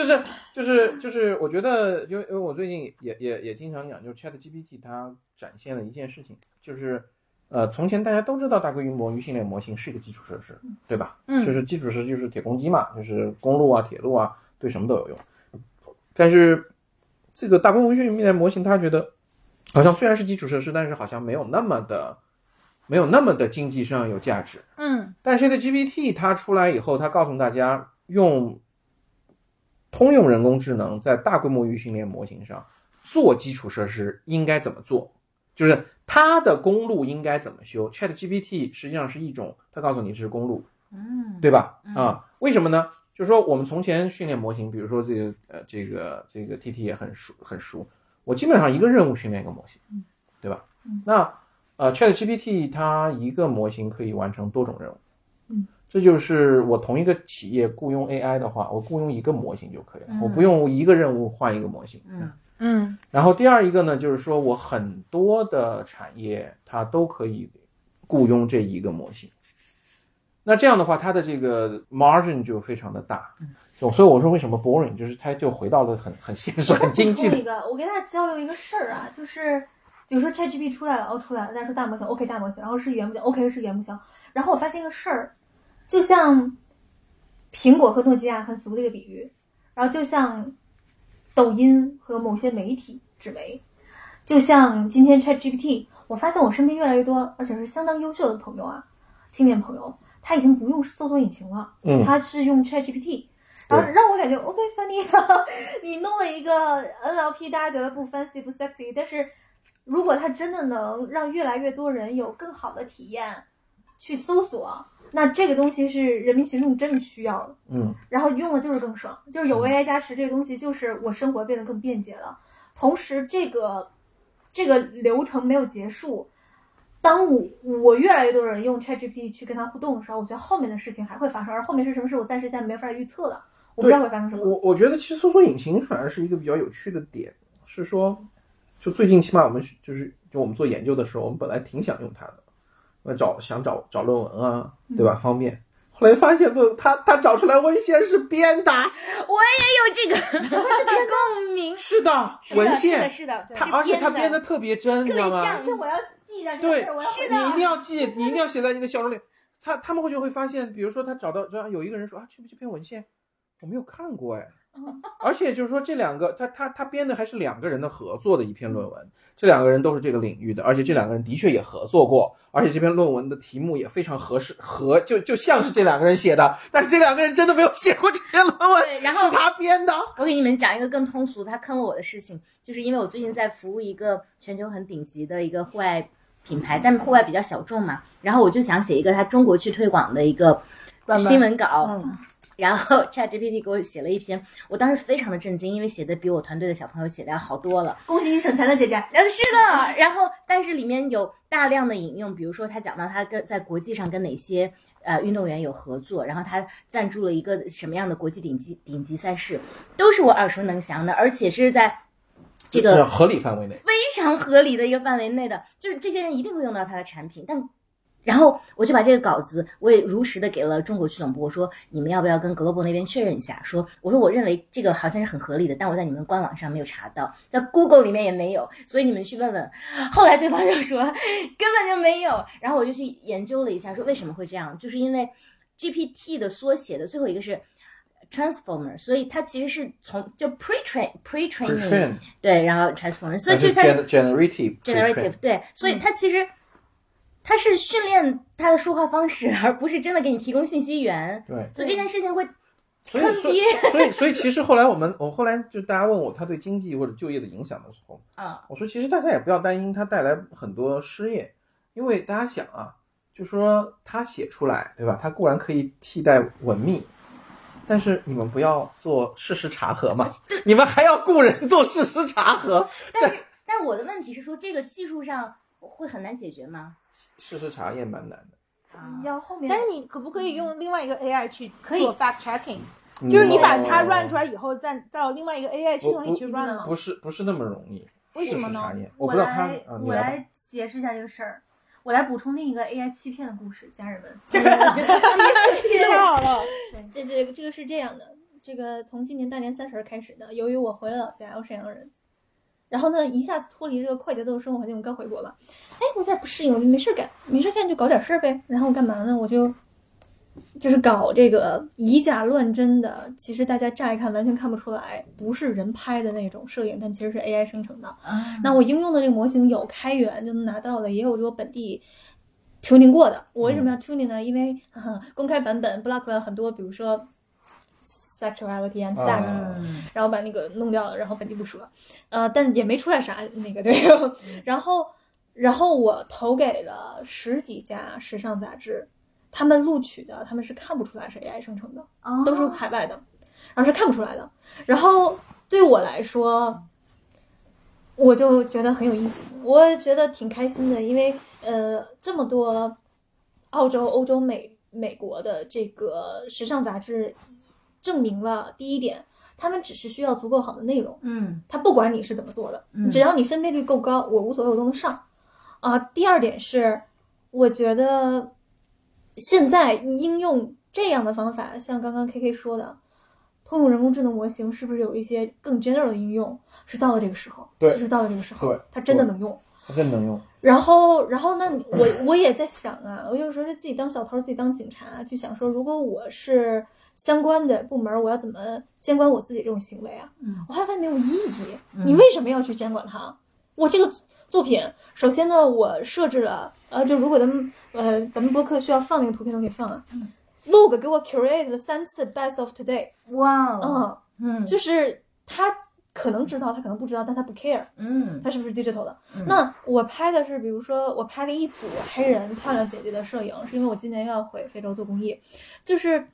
Speaker 3: 是就是就是，我觉得，因为因为我最近也也也经常讲，就是 Chat GPT 它展现了一件事情，就是呃，从前大家都知道大规模鱼训练模型是一个基础设施，对吧？
Speaker 2: 嗯
Speaker 3: 就是基础设施就是铁公鸡嘛，就是公路啊、铁路啊，对什么都有用。但是这个大规模训练模型，它觉得好像虽然是基础设施，但是好像没有那么的没有那么的经济上有价值。
Speaker 2: 嗯
Speaker 3: 但是 ChatGPT 它出来以后，它告诉大家用通用人工智能在大规模预训练模型上做基础设施应该怎么做，就是它的公路应该怎么修。ChatGPT 实际上是一种，它告诉你这是公路，
Speaker 1: 嗯，
Speaker 3: 对吧？
Speaker 1: 嗯
Speaker 3: 啊，为什么呢？就是说我们从前训练模型，比如说这个呃这个这个 TT 也很熟很熟，我基本上一个任务训练一个模型，
Speaker 1: 嗯
Speaker 3: 对吧？那呃 ChatGPT 它一个模型可以完成多种任务，
Speaker 5: 嗯，
Speaker 3: 这就是我同一个企业雇佣 AI 的话，我雇佣一个模型就可以了，
Speaker 1: 嗯
Speaker 3: 我不用一个任务换一个模型，
Speaker 1: 嗯
Speaker 2: 嗯
Speaker 3: 然后第二一个呢，就是说我很多的产业它都可以雇佣这一个模型。那这样的话，它的这个 margin 就非常的大。
Speaker 1: 嗯
Speaker 3: 所以所以我说为什么 boring，就是它就回到了很很现 实、很经济
Speaker 5: 哎我补充
Speaker 3: 的。
Speaker 5: 一个，我跟大家交流一个事儿啊，就是比如说 ChatGPT 出来了，哦出来了，大家说大模型，OK 大模型，然后是语言模型，OK 是语言模型，然后我发现一个事儿，就像苹果和诺基亚很俗的一个比喻，然后就像抖音和某些媒体纸媒，就像今天 ChatGPT，我发现我身边越来越多，而且是相当优秀的朋友啊，青年朋友，他已经不用搜索引擎了。
Speaker 3: 嗯，
Speaker 5: 他是用 ChatGPT，然后让我感觉 OK funny，你 弄了一个 NLP，大家觉得不 fancy 不 sexy，但是如果它真的能让越来越多人有更好的体验去搜索，那这个东西是人民群众真的需要的。
Speaker 3: 嗯，
Speaker 5: 然后用的就是更爽，就是有 AI 加持这个东西，就是我生活变得更便捷了。同时，这个这个流程没有结束。当我我越来越多人用 ChatGPT 去跟它互动的时候，我觉得后面的事情还会发生，而后面是什么事，我暂时现在没法预测了，我不知道会发生什么。
Speaker 3: 我我觉得其实搜索引擎反而是一个比较有趣的点，是说，就最近起码我们就是就我们做研究的时候，我们本来挺想用它的，那找想找找论文啊，对
Speaker 1: 嗯
Speaker 3: 吧？方便。后来发现论它它找出来文献是编的，
Speaker 1: 也有这个共鸣。
Speaker 3: 是的，文献，
Speaker 1: 是的，是的
Speaker 3: 它而且它编的特别真，你知
Speaker 1: 特别
Speaker 3: 道吗
Speaker 1: 像？
Speaker 5: 而且我要记一下这个
Speaker 3: 对
Speaker 5: 事儿，我要，
Speaker 1: 是
Speaker 3: 你一定
Speaker 1: 的，
Speaker 3: 要记，你一定要写在你的小说里。他他们会就会发现，比如说他找到，然后有一个人说啊，这这篇文献我没有看过哎，
Speaker 1: 哦
Speaker 3: 而且就是说这两个他他他编的还是两个人的合作的一篇论文，这两个人都是这个领域的，而且这两个人的确也合作过，而且这篇论文的题目也非常合适，合就就像是这两个人写的，但是这两个人真的没有写过这篇论文，
Speaker 1: 对然后
Speaker 3: 是他编的。
Speaker 1: 我给你们讲一个更通俗，他坑了我的事情，就是因为我最近在服务一个全球很顶级的一个户外品牌，但是户外比较小众嘛，然后我就想写一个他中国区推广的一个
Speaker 2: 专门
Speaker 1: 新闻稿，
Speaker 2: 嗯
Speaker 1: 然后 ChatGPT 给我写了一篇，我当时非常的震惊，因为写的比我团队的小朋友写的要好多了。
Speaker 5: 恭喜你省钱了，姐姐。
Speaker 1: 然后是的，然后但是里面有大量的引用，比如说他讲到他跟在国际上跟哪些呃运动员有合作，然后他赞助了一个什么样的国际顶级顶级赛事，都是我耳熟能详的，而且是在这个
Speaker 3: 合理范围内，
Speaker 1: 非常合理的一个范围内的，就是这些人一定会用到他的产品，但。然后我就把这个稿子，我也如实的给了中国区总部，我说你们要不要跟 Global 那边确认一下？说我说我认为这个好像是很合理的，但我在你们官网上没有查到，在 Google 里面也没有，所以你们去问问。后来对方就说根本就没有，然后我就去研究了一下，说为什么会这样，就是因为 GPT 的缩写的最后一个是 transformer，所以它其实是从就 pre train pre
Speaker 3: p r e
Speaker 1: training 对，然后 transformer，所以就是它
Speaker 3: generative
Speaker 1: generative
Speaker 3: 嗯
Speaker 1: 对，所以它其实它是训练它的说话方式，而不是真的给你提供信息源，
Speaker 3: 对，
Speaker 1: 所以这件事情会
Speaker 3: 所以
Speaker 1: 坑
Speaker 3: 所以
Speaker 1: 爹
Speaker 3: 所以所以其实后来我们我后来就大家问我他对经济或者就业的影响的时候，
Speaker 1: 啊，
Speaker 3: 我说其实大家也不要担心它带来很多失业，因为大家想啊，就说他写出来对吧？他固然可以替代文秘。但是你们不要做事实查 核嘛，你们还要雇人做事实查核，
Speaker 1: 但是但是我的问题是说这个技术上会很难解决吗？
Speaker 3: 事实查验蛮难的。
Speaker 1: 啊，
Speaker 7: 要后面
Speaker 2: 但是你可不可以用另外一个 AI 去
Speaker 7: 可以
Speaker 2: 做 fact checking？就是
Speaker 3: 嗯
Speaker 2: 你
Speaker 3: 哦
Speaker 2: 把它 run 出
Speaker 3: 来，
Speaker 2: 来以后，再到另外一个 AI 系统里去 run 吗？
Speaker 3: 不是不是那么容易。
Speaker 2: 为什么呢
Speaker 3: 事实查验我
Speaker 7: 我
Speaker 3: 不知道他
Speaker 7: 来，
Speaker 3: 啊，你
Speaker 7: 我
Speaker 3: 来吧。
Speaker 7: 来解释一下这个事儿。我来补充另一个 AI 欺骗的故事，家人 们。
Speaker 2: 太好了，
Speaker 5: 这这这个是这样的，这个从今年大年三十儿开始呢，由于我回了老家，我沈阳人，然后呢一下子脱离这个快节奏的生活环境，我刚回国吧，哎，我有点不适应，我没事儿干，没事儿干就搞点事儿呗。然后我干嘛呢？我就就是搞这个以假乱真的，其实大家乍一看完全看不出来，不是人拍的那种摄影，但其实是 AI 生成的。那我应用的这个模型有开源就能拿到的，也有这种本地 tuning 过的。我为什么要 tuning 呢？因为 呵呵公开版本 block 了很多，比如说 sexuality and sex，、
Speaker 3: 啊
Speaker 5: 然后把那个弄掉了，然后本地不说，呃，但是也没出来啥那个对， 然后然后我投给了十几家时尚杂志，他们录取的他们是看不出来是 AI 生成的，都是海外的，然后是看不出来的。然后对我来说，我就觉得很有意思，我也觉得挺开心的，因为呃，这么多澳洲、欧洲、美美国的这个时尚杂志，证明了第一点，他们只是需要足够好的内容，
Speaker 1: 嗯
Speaker 5: 他不管你是怎么做的，
Speaker 1: 嗯
Speaker 5: 只要你分辨率够高，我无所谓，我都能上。啊、第二点是，我觉得现在应用这样的方法，像刚刚 K K 说的，通用人工智能模型是不是有一些更 general 的应用？是到了这个时候，
Speaker 3: 对
Speaker 5: 就是到了这个时候
Speaker 3: 对，
Speaker 5: 它真的
Speaker 3: 对
Speaker 5: 能用。
Speaker 3: 它更能用。
Speaker 5: 然后，然后那你我我也在想啊，我有时候是自己当小偷，自己当警察，就想说，如果我是相关的部门，我要怎么监管我自己这种行为啊？
Speaker 1: 嗯，
Speaker 5: 我后来发现没有意义，你为什么要去监管它？我这个作品，首先呢，我设置了，呃，就如果咱们呃咱们播客需要放那个图片，都可以放啊。log
Speaker 1: 嗯
Speaker 5: 给我 curate 了三次 best of today，
Speaker 1: 哇哦，
Speaker 5: 嗯，
Speaker 1: 嗯
Speaker 5: 就是他可能知道，他可能不知道，但他不 care。
Speaker 1: 嗯
Speaker 5: 它是不是 digital 的？
Speaker 1: 嗯
Speaker 5: 那我拍的是，比如说我拍了一组黑人漂亮姐姐的摄影，是因为我今年要回非洲做公益，就是。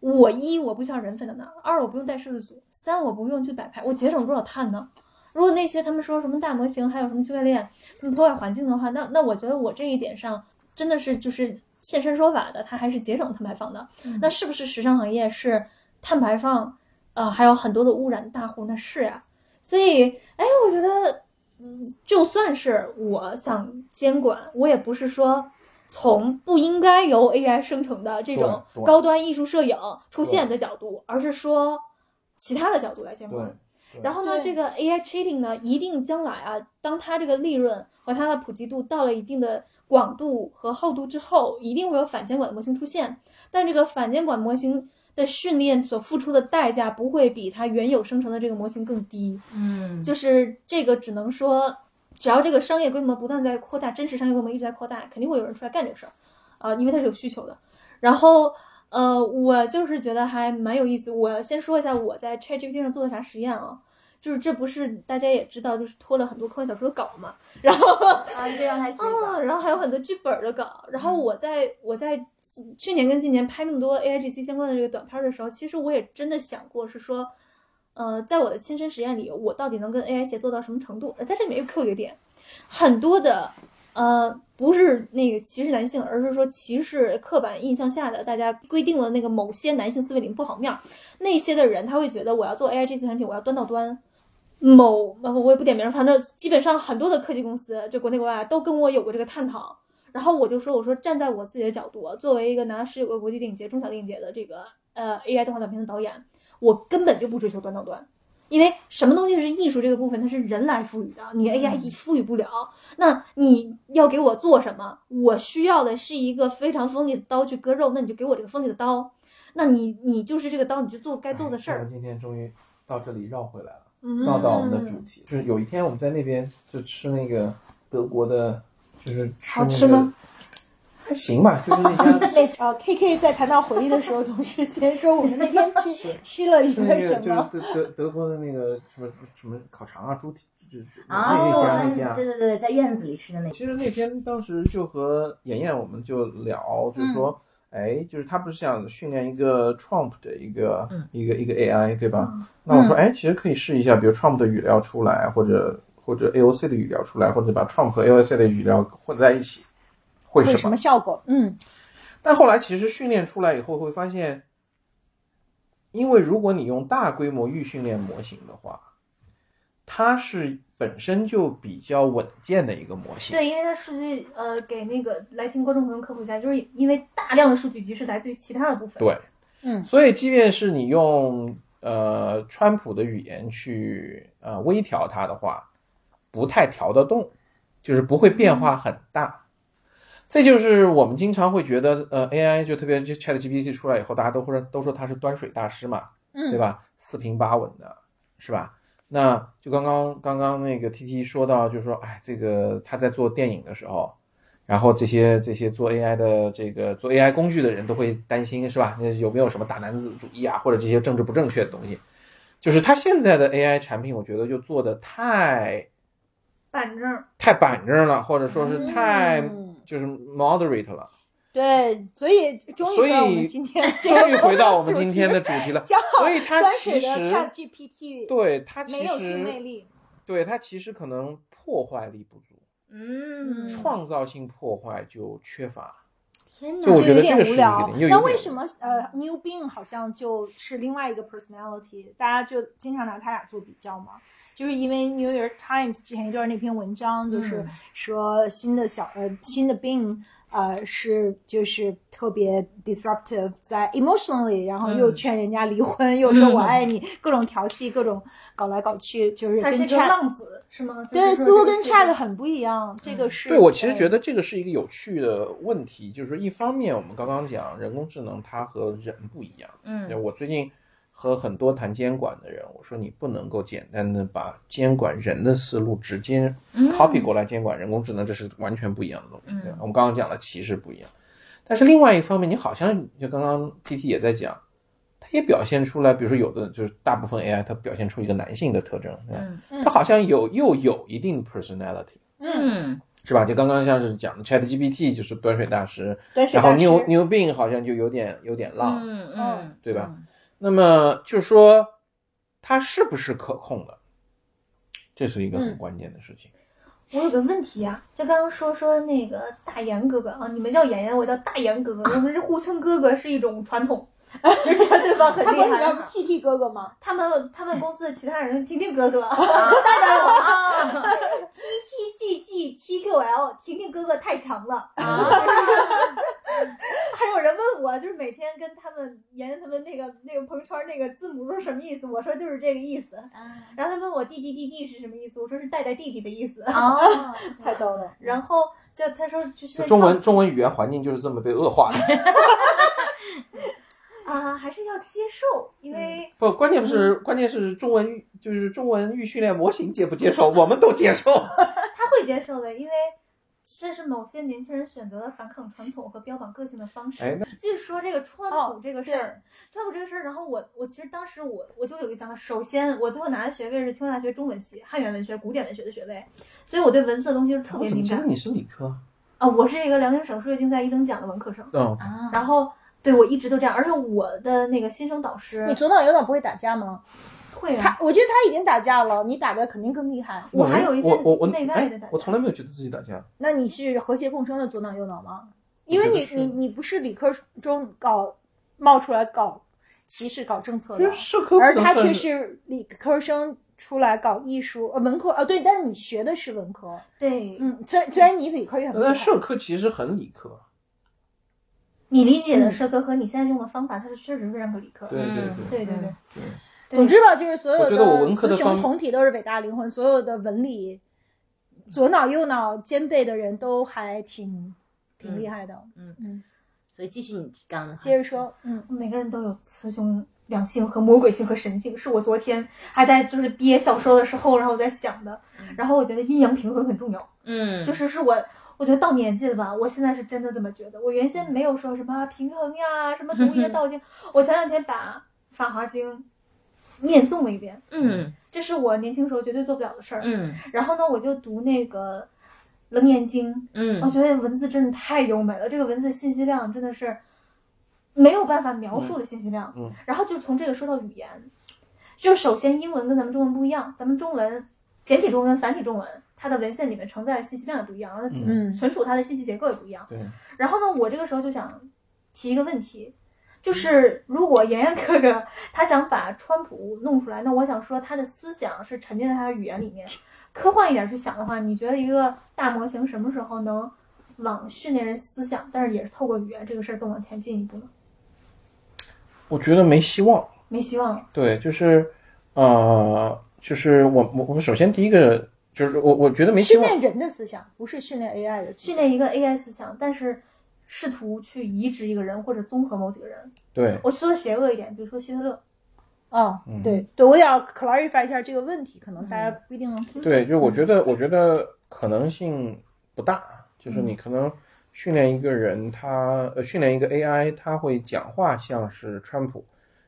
Speaker 5: 我一我不需要人分到那儿，二我不用带摄制组，三我不用去摆拍，我节省多少碳呢？如果那些他们说什么大模型，还有什么区块链，他们破坏环境的话，那那我觉得我这一点上真的是就是现身说法的，它还是节省碳排放的。
Speaker 3: 嗯
Speaker 5: 那是不是时尚行业是碳排放，呃，还有很多的污染大户？那是呀、所以，哎，我觉得，嗯，就算是我想监管，我也不是说从不应该由 AI 生成的这种
Speaker 3: 对对
Speaker 5: 高端艺术摄影出现的角度，而是说其他的角度来监管。
Speaker 3: 对
Speaker 5: 然后呢，
Speaker 2: 对
Speaker 5: 这个 AI trading 呢，一定将来啊，当它这个利润和它的普及度到了一定的广度和厚度之后，一定会有反监管的模型出现。但这个反监管模型的训练所付出的代价，不会比它原有生成的这个模型更低。
Speaker 1: 嗯
Speaker 5: 就是这个，只能说，只要这个商业规模不断在扩大，真实商业规模一直在扩大，肯定会有人出来干这个事儿，啊、因为它是有需求的。然后，呃，我就是觉得还蛮有意思。我先说一下我在 ChatGPT 上做的啥实验啊，就是这不是大家也知道，就是拖了很多科幻小说的稿嘛，然后
Speaker 1: 啊，这让他写
Speaker 5: 嗯、然后还有很多剧本的稿。然后我在我在去年跟今年拍那么多 AIGC 相关的这个短片的时候，其实我也真的想过是说，呃，在我的亲身实验里，我到底能跟 AI 协作到什么程度？而在这里面又 Q 一个点，很多的呃，不是那个歧视男性，而是说歧视刻板印象下的大家规定了那个某些男性思维里不好面儿，那些的人他会觉得我要做 AIGC 产品，我要端到端。某呃我也不点名，反正基本上很多的科技公司，就国内国外都跟我有过这个探讨。然后我就说，我说站在我自己的角度啊，作为一个拿十九个国际电影节中小电影节的这个呃 AI 动画短片的导演，我根本就不追求端到端，因为什么东西是艺术这个部分，它是人来赋予的，你
Speaker 3: 嗯
Speaker 5: AI 赋予不了。那你要给我做什么？我需要的是一个非常锋利的刀去割肉，那你就给我这个锋利的刀。那你你就是这个刀，你去做该做的事
Speaker 3: 嗯我
Speaker 5: 儿
Speaker 3: 们。今天终于到这里绕回来了，
Speaker 5: 嗯
Speaker 3: 绕哎到我们的主题，就是有一天我们在那边就吃那个德国的，就是吃、那个、
Speaker 5: 好吃吗？
Speaker 3: 还 行吧，就是那家
Speaker 2: 每次呃，K K 在谈到回忆的时候，总是先说我们那天吃吃了一
Speaker 3: 是
Speaker 2: 个
Speaker 3: 那个
Speaker 2: 什
Speaker 3: 就是
Speaker 2: 么，
Speaker 3: 德德德国的那个什么什么烤肠啊，猪蹄，
Speaker 5: 哦
Speaker 3: 就是
Speaker 1: 啊，
Speaker 3: 那
Speaker 1: 我
Speaker 3: 家那
Speaker 1: 们
Speaker 3: 家
Speaker 1: 对。对对，在院子里吃的那个，
Speaker 3: 其实那天当时就和妍妍我们就聊，就是说，
Speaker 2: 嗯
Speaker 3: 哎，就是他不是想训练一个 Trump 的一个、
Speaker 1: 嗯
Speaker 3: 一个一个 AI 对吧？
Speaker 2: 嗯
Speaker 3: 那我说，哎，其实可以试一下，比如 Trump 的语料出来，或者或者 AOC 的语料出来，或者把 Trump 和 AOC 的语料混在一起，会
Speaker 2: 会
Speaker 3: 什
Speaker 2: 什么效果？嗯，
Speaker 3: 但后来其实训练出来以后会发现，因为如果你用大规模预训练模型的话，它是本身就比较稳健的一个模型。
Speaker 5: 对，因为它数据呃，给那个来听观众朋友科普一下，就是因为大量的数据集是来自于其他的部分。
Speaker 3: 对
Speaker 2: 嗯
Speaker 3: 所以即便是你用呃川普的语言去呃微调它的话，不太调得动，就是不会变化很大。这就是我们经常会觉得，呃，AI 就特别就 ChatGPT 出来以后，大家都会说都说它是端水大师嘛，
Speaker 2: 嗯
Speaker 3: 对吧？四平八稳的，是吧？那就刚刚刚刚那个 T T 说到，就是说，哎，这个他在做电影的时候，然后这些这些做 AI 的这个做 AI 工具的人都会担心，是吧？那有没有什么大男子主义啊，或者这些政治不正确的东西？就是他现在的 AI 产品，我觉得就做的太
Speaker 5: 板正儿
Speaker 3: 太板正了，或者说是
Speaker 2: 嗯
Speaker 3: 太、就是 moderate 了。
Speaker 2: 对，所以终于
Speaker 3: 所以
Speaker 2: 回到我们今天这
Speaker 3: 终于
Speaker 2: 个
Speaker 3: 回到我们今天的主题 了，
Speaker 2: 叫
Speaker 3: 所以它
Speaker 2: 端
Speaker 3: 其
Speaker 2: 水的
Speaker 3: 实
Speaker 2: Chat GPT
Speaker 3: 对它其
Speaker 2: 没有新魅
Speaker 3: 实
Speaker 2: 力。
Speaker 3: 对它其实可能破坏力不足。
Speaker 1: 嗯，
Speaker 3: 创造性破坏就缺乏。
Speaker 1: 天
Speaker 3: 就
Speaker 1: 哪
Speaker 3: 我，觉得
Speaker 2: 就有
Speaker 3: 这
Speaker 2: 点
Speaker 3: 个是
Speaker 2: 无
Speaker 3: 一
Speaker 2: 聊
Speaker 3: 个点又有。一
Speaker 2: 那
Speaker 3: 点
Speaker 2: 为什么呃，New Bing 好像就是另外一个 personality，大家就经常拿他俩做比较嘛？就是因为《New York Times》之前一段那篇文章，就是
Speaker 3: 嗯
Speaker 2: 说新的小呃新的 Bing 呃是就是特别 disruptive，在 emotionally，然后又
Speaker 1: 嗯
Speaker 2: 劝人家离婚，又说
Speaker 1: 嗯
Speaker 2: 我爱你，各种调戏，各种搞来搞去，就是
Speaker 5: 它
Speaker 2: 跟
Speaker 5: 是一个
Speaker 2: Chat
Speaker 5: 浪子，是吗？就是
Speaker 2: 对，
Speaker 5: 说
Speaker 2: 似乎
Speaker 5: 这个
Speaker 2: 跟
Speaker 5: 是
Speaker 2: Chat 很不一样。这个是
Speaker 3: 嗯对我
Speaker 1: 哦
Speaker 3: 其实觉
Speaker 2: 得
Speaker 3: 得这个是一个有趣的问题，就是说一方面我们刚刚讲人工智能它和人不一样。就
Speaker 1: 嗯
Speaker 3: 我最近和很多谈监管的人，我说你不能够简单的把监管人的思路直接
Speaker 1: 嗯
Speaker 3: copy 过来监管人工智能，这是完全不一样的东西。对吧？我们刚刚讲了歧视不一样，但是另外一方面，你好像就刚刚 T T 也在讲。它也表现出来，比如说有的就是大部分 AI，它表现出一个男性的特征，对吧？
Speaker 1: 嗯
Speaker 3: 它好像有又有一定的 personality，
Speaker 1: 嗯，
Speaker 3: 是吧？就刚刚像是讲的 Chat GPT 就是端水大师，
Speaker 2: 端水
Speaker 3: 然后
Speaker 2: 大师
Speaker 3: New New Bing 好像就有点有点浪。
Speaker 1: 嗯嗯，
Speaker 3: 啊对吧？那么就说它是不是可控的，这是一个很
Speaker 2: 嗯
Speaker 3: 关键的事情。
Speaker 5: 我有个问题啊，就刚刚说说那个大岩哥哥啊，你们叫妍妍，我叫大岩哥哥，我们是互称哥哥是一种传统， 就觉得对方很
Speaker 2: 他不
Speaker 5: 厉
Speaker 2: 是
Speaker 5: 害啊
Speaker 2: 叫。T T 哥哥吗？
Speaker 5: 他们他们公司的其他人，婷婷哥 哥
Speaker 1: 啊哦
Speaker 5: ，T T G G T Q L，婷婷哥哥太强了。
Speaker 3: 嗯
Speaker 5: 还有人问我，就是每天跟他们研究他们那个那个朋友圈那个字母说什么意思，我说就是这个意思。然后他们问我弟弟弟弟是什么意思，我说是带带弟弟的意思。
Speaker 1: 哦，
Speaker 2: 太逗了。
Speaker 5: 然后就他说就是
Speaker 3: 就中文中文语言环境就是这么被恶 化的。
Speaker 5: 啊，还是要接受，因为
Speaker 3: 不，关键是
Speaker 5: 嗯
Speaker 3: 关键是中文预就是中文预训练模型接不接受，我们都接 受。
Speaker 5: 他会接受的，因为这是某些年轻人选择了反抗传统和标榜个性的方式。
Speaker 3: 哎，那
Speaker 5: 继续说这个川普
Speaker 2: 哦
Speaker 5: 这个事儿，川普这个事儿，然后我我其实当时我我就有一个想法，首先我最后拿的学位是清华大学中文系汉语言文学古典文学的学位，所以我对文字的东西是特
Speaker 3: 我
Speaker 5: 别
Speaker 3: 怎么
Speaker 5: 敏
Speaker 3: 知道
Speaker 5: 感
Speaker 3: 你是理科？
Speaker 5: 啊。我是一个辽宁省数学竞赛一等奖的文科生，
Speaker 3: 嗯，
Speaker 1: 啊，
Speaker 5: 然后对我一直都这样，而且我的那个新生导师
Speaker 2: 你左脑右脑不会打架吗？
Speaker 5: 会啊，
Speaker 2: 他，我觉得他已经打架了，你打的肯定更厉害。
Speaker 5: 我还有一些
Speaker 3: 我我我
Speaker 5: 内外的
Speaker 3: 哎
Speaker 5: 打架
Speaker 3: 我从来没有觉得自己打架。
Speaker 2: 那你是和谐共生的左脑右脑吗？因为你
Speaker 3: 我觉得是
Speaker 2: 你你不是理科中搞冒出来搞歧视搞政
Speaker 5: 啊
Speaker 2: 策的
Speaker 3: 就是，社科
Speaker 2: 而
Speaker 3: 部
Speaker 2: 他
Speaker 3: 分
Speaker 2: 却是理科生出来搞艺术呃文科呃对，但是你学的是文科，
Speaker 5: 对、
Speaker 2: 嗯，虽然虽然你理科也很厉害
Speaker 3: 那呃社科其实很理科，
Speaker 5: 你理解
Speaker 2: 嗯
Speaker 5: 的社科和你现在用的方法，它是确实非常不理科。
Speaker 3: 对对
Speaker 1: 嗯
Speaker 3: 对
Speaker 5: 对对对，
Speaker 3: 对。
Speaker 5: 对
Speaker 2: 总之吧，就是所有
Speaker 3: 我觉得我文科的
Speaker 2: 雌雄
Speaker 3: 方
Speaker 2: 同体都是伟大灵魂，所有的文理左脑右脑兼备的人都还挺挺厉害的。
Speaker 1: 所以继续你刚刚的话
Speaker 2: 接着说，嗯，
Speaker 5: 每个人都有雌雄两性和魔鬼性和神性，是我昨天还在就是憋小说的时候，然后我在想的。
Speaker 2: 嗯
Speaker 5: 然后我觉得阴阳平衡很重要，
Speaker 1: 嗯，
Speaker 5: 就是是我，我觉得到年纪了吧，我现在是真的这么觉得。我原
Speaker 2: 嗯
Speaker 5: 先没有说什么平衡 呀，什么毒液道经，我前两天把《法华经》念诵了一遍，
Speaker 1: 嗯
Speaker 5: 这是我年轻时候绝对做不了的事儿。
Speaker 1: 嗯
Speaker 5: 然后呢，我就读那个《楞严经》，我
Speaker 1: 嗯
Speaker 5: 觉得文字真的太优美了，这个文字信息量真的是没有办法描述的信息量。
Speaker 3: 嗯嗯
Speaker 5: 然后就从这个说到语言，就首先英文跟咱们中文不一样，咱们中文简体中文、繁体中文，它的文献里面承载的信息量也不一样，然后它
Speaker 3: 嗯
Speaker 2: 嗯
Speaker 5: 存储它的信息结构也不一样。
Speaker 3: 对，
Speaker 5: 然后呢，我这个时候就想提一个问题，
Speaker 2: 嗯
Speaker 5: 就是如果妍妍哥哥他想把川普弄出来，那我想说他的思想是沉淀在他的语言里面。科幻一点去想的话，你觉得一个大模型什么时候能往训练人思想，但是也是透过语言这个事儿更往前进一步呢？
Speaker 3: 我觉得没希望。
Speaker 5: 没希望了。
Speaker 3: 对，就是，呃，就是我我我们首先第一个就是我我觉得没希
Speaker 2: 训
Speaker 3: 望。
Speaker 2: 练人的思想，不是训练 AI 的思
Speaker 5: 训
Speaker 2: 想。
Speaker 5: 练一个 AI 思想，但是试图去移植一个人或者综合某几个人。
Speaker 3: 对，
Speaker 5: 我说邪恶一点，比如说希特勒，
Speaker 2: 啊、
Speaker 3: 嗯
Speaker 2: 对对，我也要 clarify 一下这个问题，可能大家不一定能听。
Speaker 3: 对，就是我觉得，我觉得可能性不大，就是你可能训练一个人他，呃训练一个 AI，他会讲话像是川普，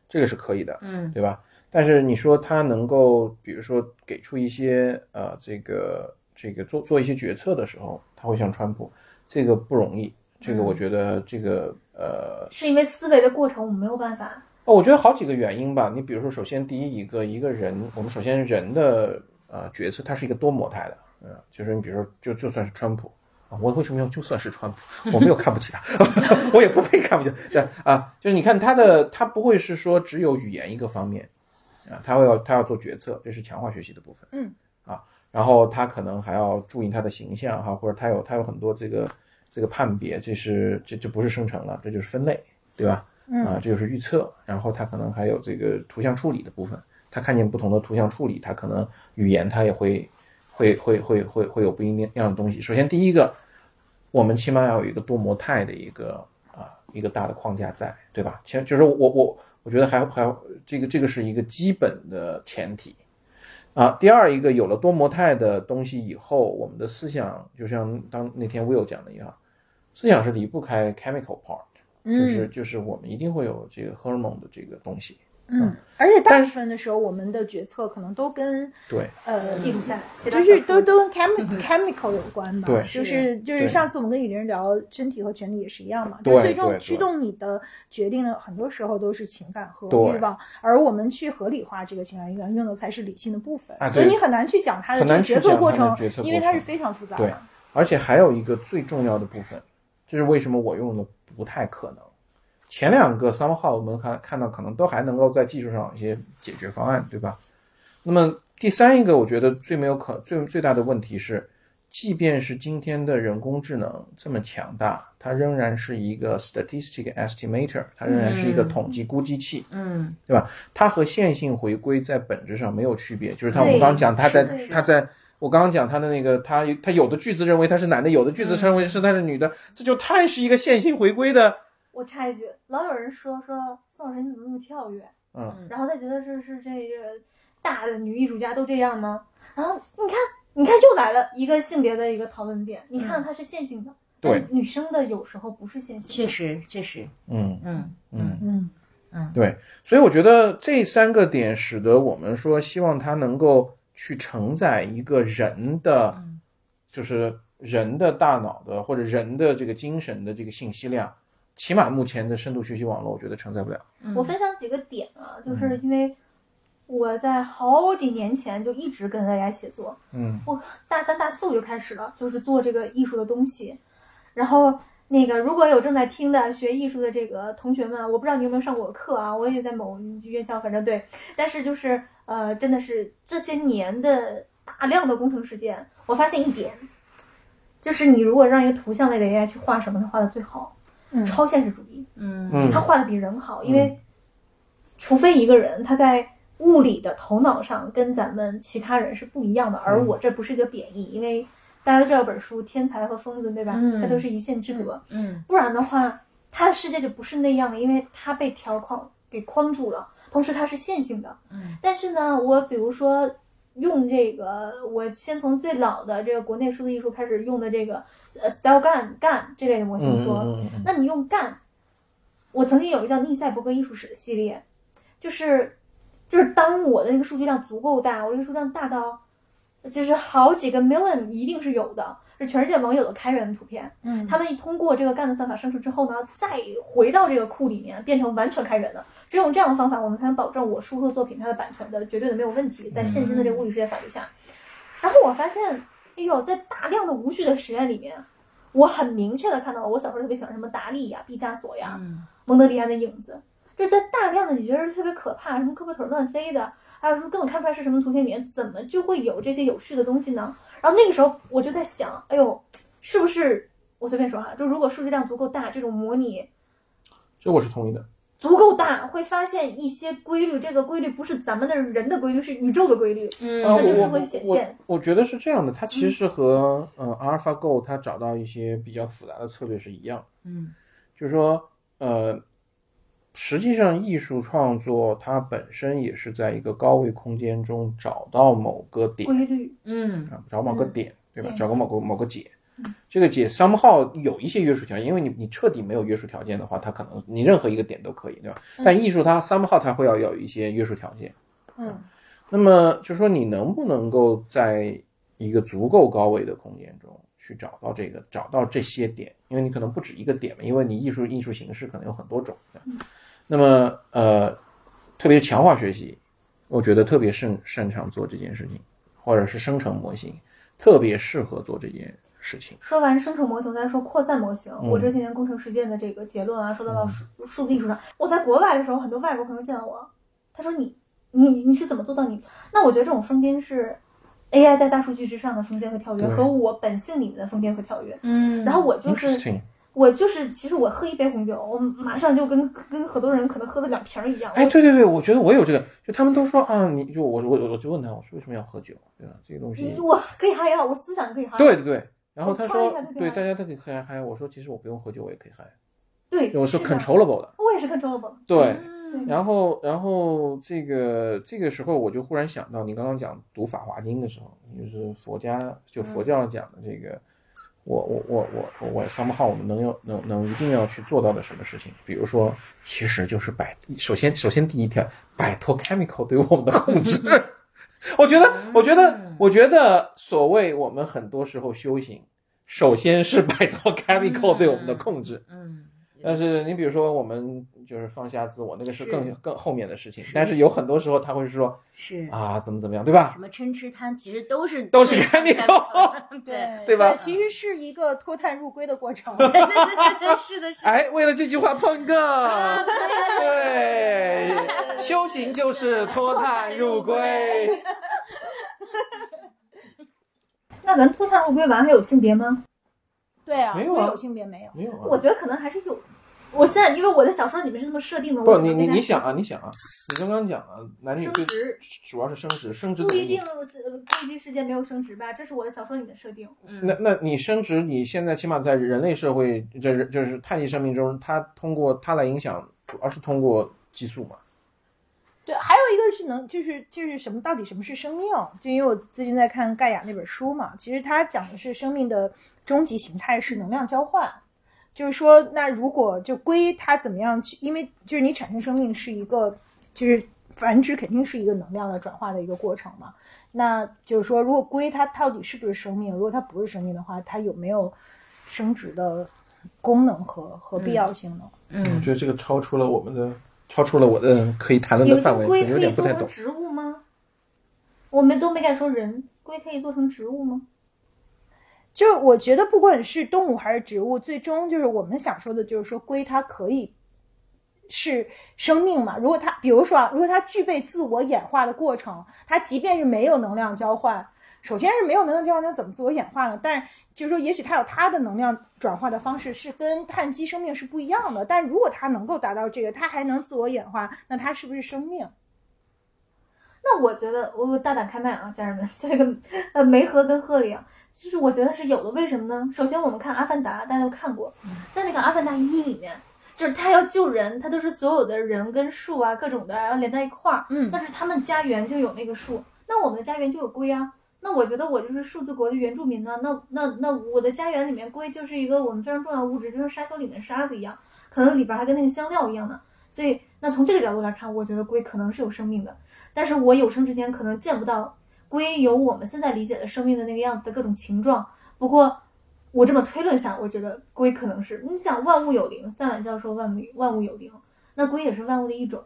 Speaker 3: 这个是可以的，
Speaker 1: 嗯
Speaker 3: 对吧？但是你说他能够，比如说给出一些呃这个这个做做一些决策的时候，他会像川普，这个不容易。这个我觉得这个呃
Speaker 5: 是因为思维的过程我们没有办法。
Speaker 3: 哦，我觉得好几个原因吧。你比如说，首先第一一个一个人，我们首先人的呃角色，它是一个多模态的，嗯、就是你比如说，就就算是川普啊，我为什么要就算是川普？我没有看不起他， 我也不配看不起他。对啊，就是你看他的，他不会是说只有语言一个方面啊，他会要他要做决策，这是强化学习的部分。
Speaker 2: 嗯
Speaker 3: 啊，然后他可能还要注意他的形象哈、或者他有他有很多这个这个判别，这是这这不是生成了，这就是分类，对吧？啊，这就是预测，然后它可能还有这个图像处理的部分，它看见不同的图像处理，它可能语言它也会会会会会会有不一样的东西。首先第一个，我们起码要有一个多模态的一个啊一个大的框架在，对吧？前就是我我我觉得还还这个这个是一个基本的前提。啊，第二一个有了多模态的东西以后，我们的思想就像当那天 Will 讲的一样，思想是离不开 chemical part，就是
Speaker 2: 嗯
Speaker 3: 就是我们一定会有这个荷尔蒙的这个东西。
Speaker 2: 嗯，而且大部分的时候，我们的决策可能都跟
Speaker 3: 对，
Speaker 2: 呃
Speaker 5: 记录下来，写到
Speaker 2: 就是
Speaker 5: 小
Speaker 2: 都
Speaker 5: 说里
Speaker 2: 都跟 chemical chemical 有关吧？
Speaker 3: 嗯对
Speaker 2: 就是就是
Speaker 3: 对
Speaker 2: 上次我们跟雨林聊身体和权利也是一样嘛，
Speaker 3: 对
Speaker 2: 就是最终
Speaker 3: 对
Speaker 2: 驱
Speaker 3: 对
Speaker 2: 动你的决定的很多时候都是情感和
Speaker 3: 对
Speaker 2: 欲望，而我们去合理化这个情感欲望，用的才是理性的部分
Speaker 3: 啊，
Speaker 2: 所
Speaker 3: 对
Speaker 2: 以你很难去讲它的这
Speaker 3: 很
Speaker 2: 个
Speaker 3: 难去
Speaker 2: 决策
Speaker 3: 讲
Speaker 2: 过
Speaker 3: 它
Speaker 2: 程
Speaker 3: 的决策，
Speaker 2: 因为
Speaker 3: 过
Speaker 2: 它是
Speaker 3: 程
Speaker 2: 非常复杂
Speaker 3: 对
Speaker 2: 的。
Speaker 3: 而且还有一个最重要的部分，就是为什么我用的不太可能。前两个 somehow 我们看看到可能都还能够在技术上有一些解决方案，对吧？那么第三一个，我觉得最没有可最最大的问题是，即便是今天的人工智能这么强大，它仍然是一个 statistic estimator，它仍然是一个
Speaker 1: 嗯
Speaker 3: 统计估计器。
Speaker 1: 嗯
Speaker 3: 它和线性回归在本质上没有区别，就是它我们
Speaker 5: 对
Speaker 3: 刚刚讲它在
Speaker 5: 是的
Speaker 3: 它在我刚刚讲它的那个它它有的句子认为它是男的，有的句
Speaker 5: 嗯
Speaker 3: 子认为是它是女的，这就太是一个线性回归的，
Speaker 5: 我插一句，老有人说说宋老师你怎么那么跳跃，
Speaker 3: 嗯，
Speaker 5: 然后他觉得是是这个大的女艺术家都这样吗？然后你看，你看又来了一个性别的一个讨论点，你看它是线性的，
Speaker 3: 对
Speaker 5: 但女生的有时候不是线性的，
Speaker 1: 确实确实
Speaker 3: 嗯
Speaker 1: 嗯
Speaker 3: 嗯。
Speaker 2: 嗯，
Speaker 3: 对，所以我觉得这三个点使得我们说希望它能够去承载一个人的，
Speaker 5: 嗯
Speaker 3: 就是人的大脑的或者人的这个精神的这个信息量，起码目前的深度学习网络，我觉得承载不了。
Speaker 5: 我分享几个点啊，
Speaker 3: 嗯
Speaker 5: 就是因为我在好几年前就一直跟 AI 写作，
Speaker 3: 嗯
Speaker 5: 我大三、大四我就开始了，就是做这个艺术的东西。然后那个如果有正在听的学艺术的这个同学们，我不知道你有没有上过我课啊，我也在某院校，反正对，但是就是呃，真的是这些年的大量的工程实践，我发现一点，就是你如果让一个图像类的 AI 去画什么，它画的最好，
Speaker 2: 嗯
Speaker 5: 超现实主义。
Speaker 1: 嗯
Speaker 3: 嗯，
Speaker 5: 他画的比人好，因为除非一个人他在物理的头脑上跟咱们其他人是不一样的，
Speaker 1: 嗯
Speaker 5: 而我这不是一个贬义，因为大家都知道本书《天才和疯子》，对吧？
Speaker 1: 嗯
Speaker 5: 它都是一线之隔，
Speaker 1: 嗯
Speaker 5: 不然的话，他的世界就不是那样的，因为他被条框给框住了，同时它是线性的。
Speaker 1: 嗯
Speaker 5: 但是呢，我比如说用这个，我先从最老的这个国内数字艺术开始用的这个呃 style 干干这类的模型说，
Speaker 3: 嗯嗯嗯
Speaker 5: 那你用干，我曾经有一个叫逆赛伯格艺术史的系列，就是就是当我的那个数据量足够大，我这个数据量大到就是好几个 million 一定是有的，是全世界网友的开源的图片。
Speaker 2: 嗯
Speaker 5: 他们通过这个干的算法生成之后呢，再回到这个库里面变成完全开源的。只有这样的方法，我们才能保证我输入的作品它的版权的绝对的没有问题，在现今的这个物理世界法律下。然后我发现，哎呦，在大量的无序的实验里面，我很明确的看到了，我小时候特别喜欢什么达利呀、毕加索呀、
Speaker 1: 嗯
Speaker 5: 蒙德里安的影子，就是在大量的你觉得特别可怕，什么胳膊腿儿乱飞的，还有什么根本看不出来是什么图片里面，怎么就会有这些有趣的东西呢？然后那个时候我就在想，哎呦，是不是我随便说哈，就如果数据量足够大，这种模拟
Speaker 3: 这我是同意的。
Speaker 5: 足够大，会发现一些规律，这个规律不是咱们的人的规律，是宇宙的规律，
Speaker 1: 嗯
Speaker 3: 呃，
Speaker 5: 它就是
Speaker 3: 我
Speaker 5: 会显
Speaker 3: 我
Speaker 5: 现。嗯
Speaker 3: 我觉得是这样的，它其实是和呃 AlphaGo 它找到一些比较复杂的策略是一样的，
Speaker 1: 嗯
Speaker 3: 就是说呃，实际上艺术创作它本身也是在一个高维空间中找到某个点
Speaker 5: 规律，
Speaker 1: 嗯
Speaker 3: 啊，找某个点对吧？
Speaker 5: 对嗯
Speaker 3: 找个某个某个解。这个解 somehow 有一些约束条件，因为你你彻底没有约束条件的话，它可能你任何一个点都可以，对吧？
Speaker 5: 嗯
Speaker 3: 但艺术它 somehow 它会要有一些约束条件。
Speaker 2: 嗯
Speaker 3: 那么就说你能不能够在一个足够高维的空间中去找到这个，找到这些点，因为你可能不止一个点嘛，因为你艺术艺术形式可能有很多种。
Speaker 5: 嗯
Speaker 3: 那么呃，特别是强化学习，我觉得特别擅擅长做这件事情，或者是生成模型，特别适合做这件事情。
Speaker 5: 说完生成模型，再说扩散模型。
Speaker 3: 嗯
Speaker 5: 我这些年工程实践的这个结论啊，说到了数数字艺术上。我在国外的时候，很多外国朋友见到我，他说你你你是怎么做到你？那我觉得这种疯癫是 AI 在大数据之上的疯癫和跳跃，
Speaker 3: 对
Speaker 5: 和我本性里面的疯癫和跳跃。
Speaker 1: 嗯
Speaker 5: 然后我就是。
Speaker 3: Interesting。
Speaker 5: 我就是，其实我喝一杯红酒，我马上就跟跟很多人可能喝了两瓶儿一样。
Speaker 3: 哎，
Speaker 5: 我
Speaker 3: 对对对，我觉得我有这个，就他们都说啊，你就我我我就问他，我说为什么要喝酒，啊对吧？这个东西。
Speaker 5: 你我可以嗨呀，我思想可以嗨。
Speaker 3: 对对对。然后
Speaker 5: 啊我
Speaker 3: 他
Speaker 5: 抓一
Speaker 3: 说
Speaker 5: 下就，可以
Speaker 3: 对
Speaker 5: 嗨
Speaker 3: 大家都可以嗨嗨。我说其实我不用喝酒，我也可以嗨。
Speaker 5: 对，
Speaker 3: 我是
Speaker 5: 这样
Speaker 3: controllable 的，
Speaker 5: 我也是 controllable。
Speaker 3: 对。
Speaker 1: 嗯
Speaker 3: 然后，然后这个这个时候，我就忽然想到，你刚刚讲读《法华经》的时候，就是佛家就佛教讲的这个，我我我我我 somehow 我们能有能能一定要去做到的什么事情？比如说，其实就是摆，首先首先第一条，摆脱 chemical 对我们的控制。 我觉得，我觉得，我觉得，所谓我们很多时候修行，首先是摆脱 chemical 对我们的控制。
Speaker 1: 嗯，
Speaker 3: 但是你比如说，我们就是放下自我，那个是更
Speaker 1: 是
Speaker 3: 更后面的事情。
Speaker 1: 是
Speaker 3: 但是有很多时候他会说
Speaker 1: 是
Speaker 3: 啊，怎么怎么样，对吧
Speaker 1: 什？么嗔痴贪，其实都是
Speaker 3: 都是
Speaker 1: 对
Speaker 3: chemical
Speaker 1: 对，
Speaker 3: 对吧
Speaker 2: 其实是一个脱碳入归的过 程。
Speaker 1: 对对对对是的，是的。
Speaker 3: 哎，为了这句话 碰个，对，修行就是 脱碳入归。
Speaker 5: 那咱脱碳入归完还有性别吗？
Speaker 2: 对啊，
Speaker 3: 没有
Speaker 2: 我
Speaker 3: 啊
Speaker 2: 有性别没有。
Speaker 3: 没有
Speaker 5: 我
Speaker 3: 啊，
Speaker 5: 觉得可能还是有。我现在因为我的小说里面是这么设定的，
Speaker 3: 不，
Speaker 5: 我
Speaker 3: 你
Speaker 5: 可能
Speaker 3: 你
Speaker 5: 跟
Speaker 3: 你想啊，你想啊，你刚刚讲啊，男女最
Speaker 1: 升职
Speaker 3: 主要是升职，升
Speaker 5: 他
Speaker 3: 职
Speaker 5: 不
Speaker 3: 怎
Speaker 5: 一定
Speaker 3: 么？
Speaker 5: 呃不一定世界没有升职吧，这是我的小说里面的设定。
Speaker 1: 嗯
Speaker 3: 那那你升职，你现在起码在人类社会，这就是碳基生命中，它通过它来影响，主要是通过激素嘛。
Speaker 2: 对，还有一个是能，就是就是什么，到底什么是生命？就因为我最近在看盖亚那本书嘛，其实它讲的是生命的终极形态是能量交换，就是说，那如果就归它怎么样去，因为就是你产生生命是一个，就是繁殖肯定是一个能量的转化的一个过程嘛。那就是说，如果归它到底是不是生命，如果它不是生命的话，它有没有生殖的功能和和必要性呢？
Speaker 3: 我
Speaker 1: 嗯，
Speaker 3: 觉得这个超出了我们的，超出了我的可以谈论
Speaker 5: 有
Speaker 3: 的
Speaker 5: 一个
Speaker 3: 范围，可
Speaker 5: 龟
Speaker 3: 能有
Speaker 5: 可以
Speaker 3: 点不
Speaker 5: 做
Speaker 3: 太
Speaker 5: 成
Speaker 3: 懂。
Speaker 5: 植物吗？我们都没敢说人，龟可以做成植物吗？
Speaker 2: 就是我觉得不管是动物还是植物，最终就是我们想说的，就是说龟它可以是生命嘛。如果它，比如说啊，如果它具备自我演化的过程，它即便是没有能量交换，首先是没有能量交换，它怎么自我演化呢？但是就是说，也许它有它的能量转化的方式是跟碳基生命是不一样的。但如果它能够达到这个，它还能自我演化，那它是不是生命？
Speaker 5: 那我觉得我大胆开麦啊，家人们， 这个呃梅和跟赫里啊，就是
Speaker 3: 嗯
Speaker 5: 我觉得是有的。为什么呢？首先我们看《阿凡达》，大家都看过，在那个《阿凡达一》里面，就是他要救人，他都是所有的人跟树啊各种的要连在一块儿。
Speaker 1: 嗯
Speaker 5: 但是他们家园就有那个树，那我们的家园就有龟啊。那我觉得我就是数字国的原住民呢、那那那我的家园里面龟就是一个我们非常重要的物质，就像沙丘里面的沙子一样，可能里边还跟那个香料一样呢。所以，那从这个角度来看，我觉得龟可能是有生命的，但是我有生之年可能见不到龟有我们现在理解的生命的那个样子的各种形状。不过，我这么推论下，我觉得龟可能是，你想万物有灵，三碗教授万物万物有灵，那龟也是万物的一种，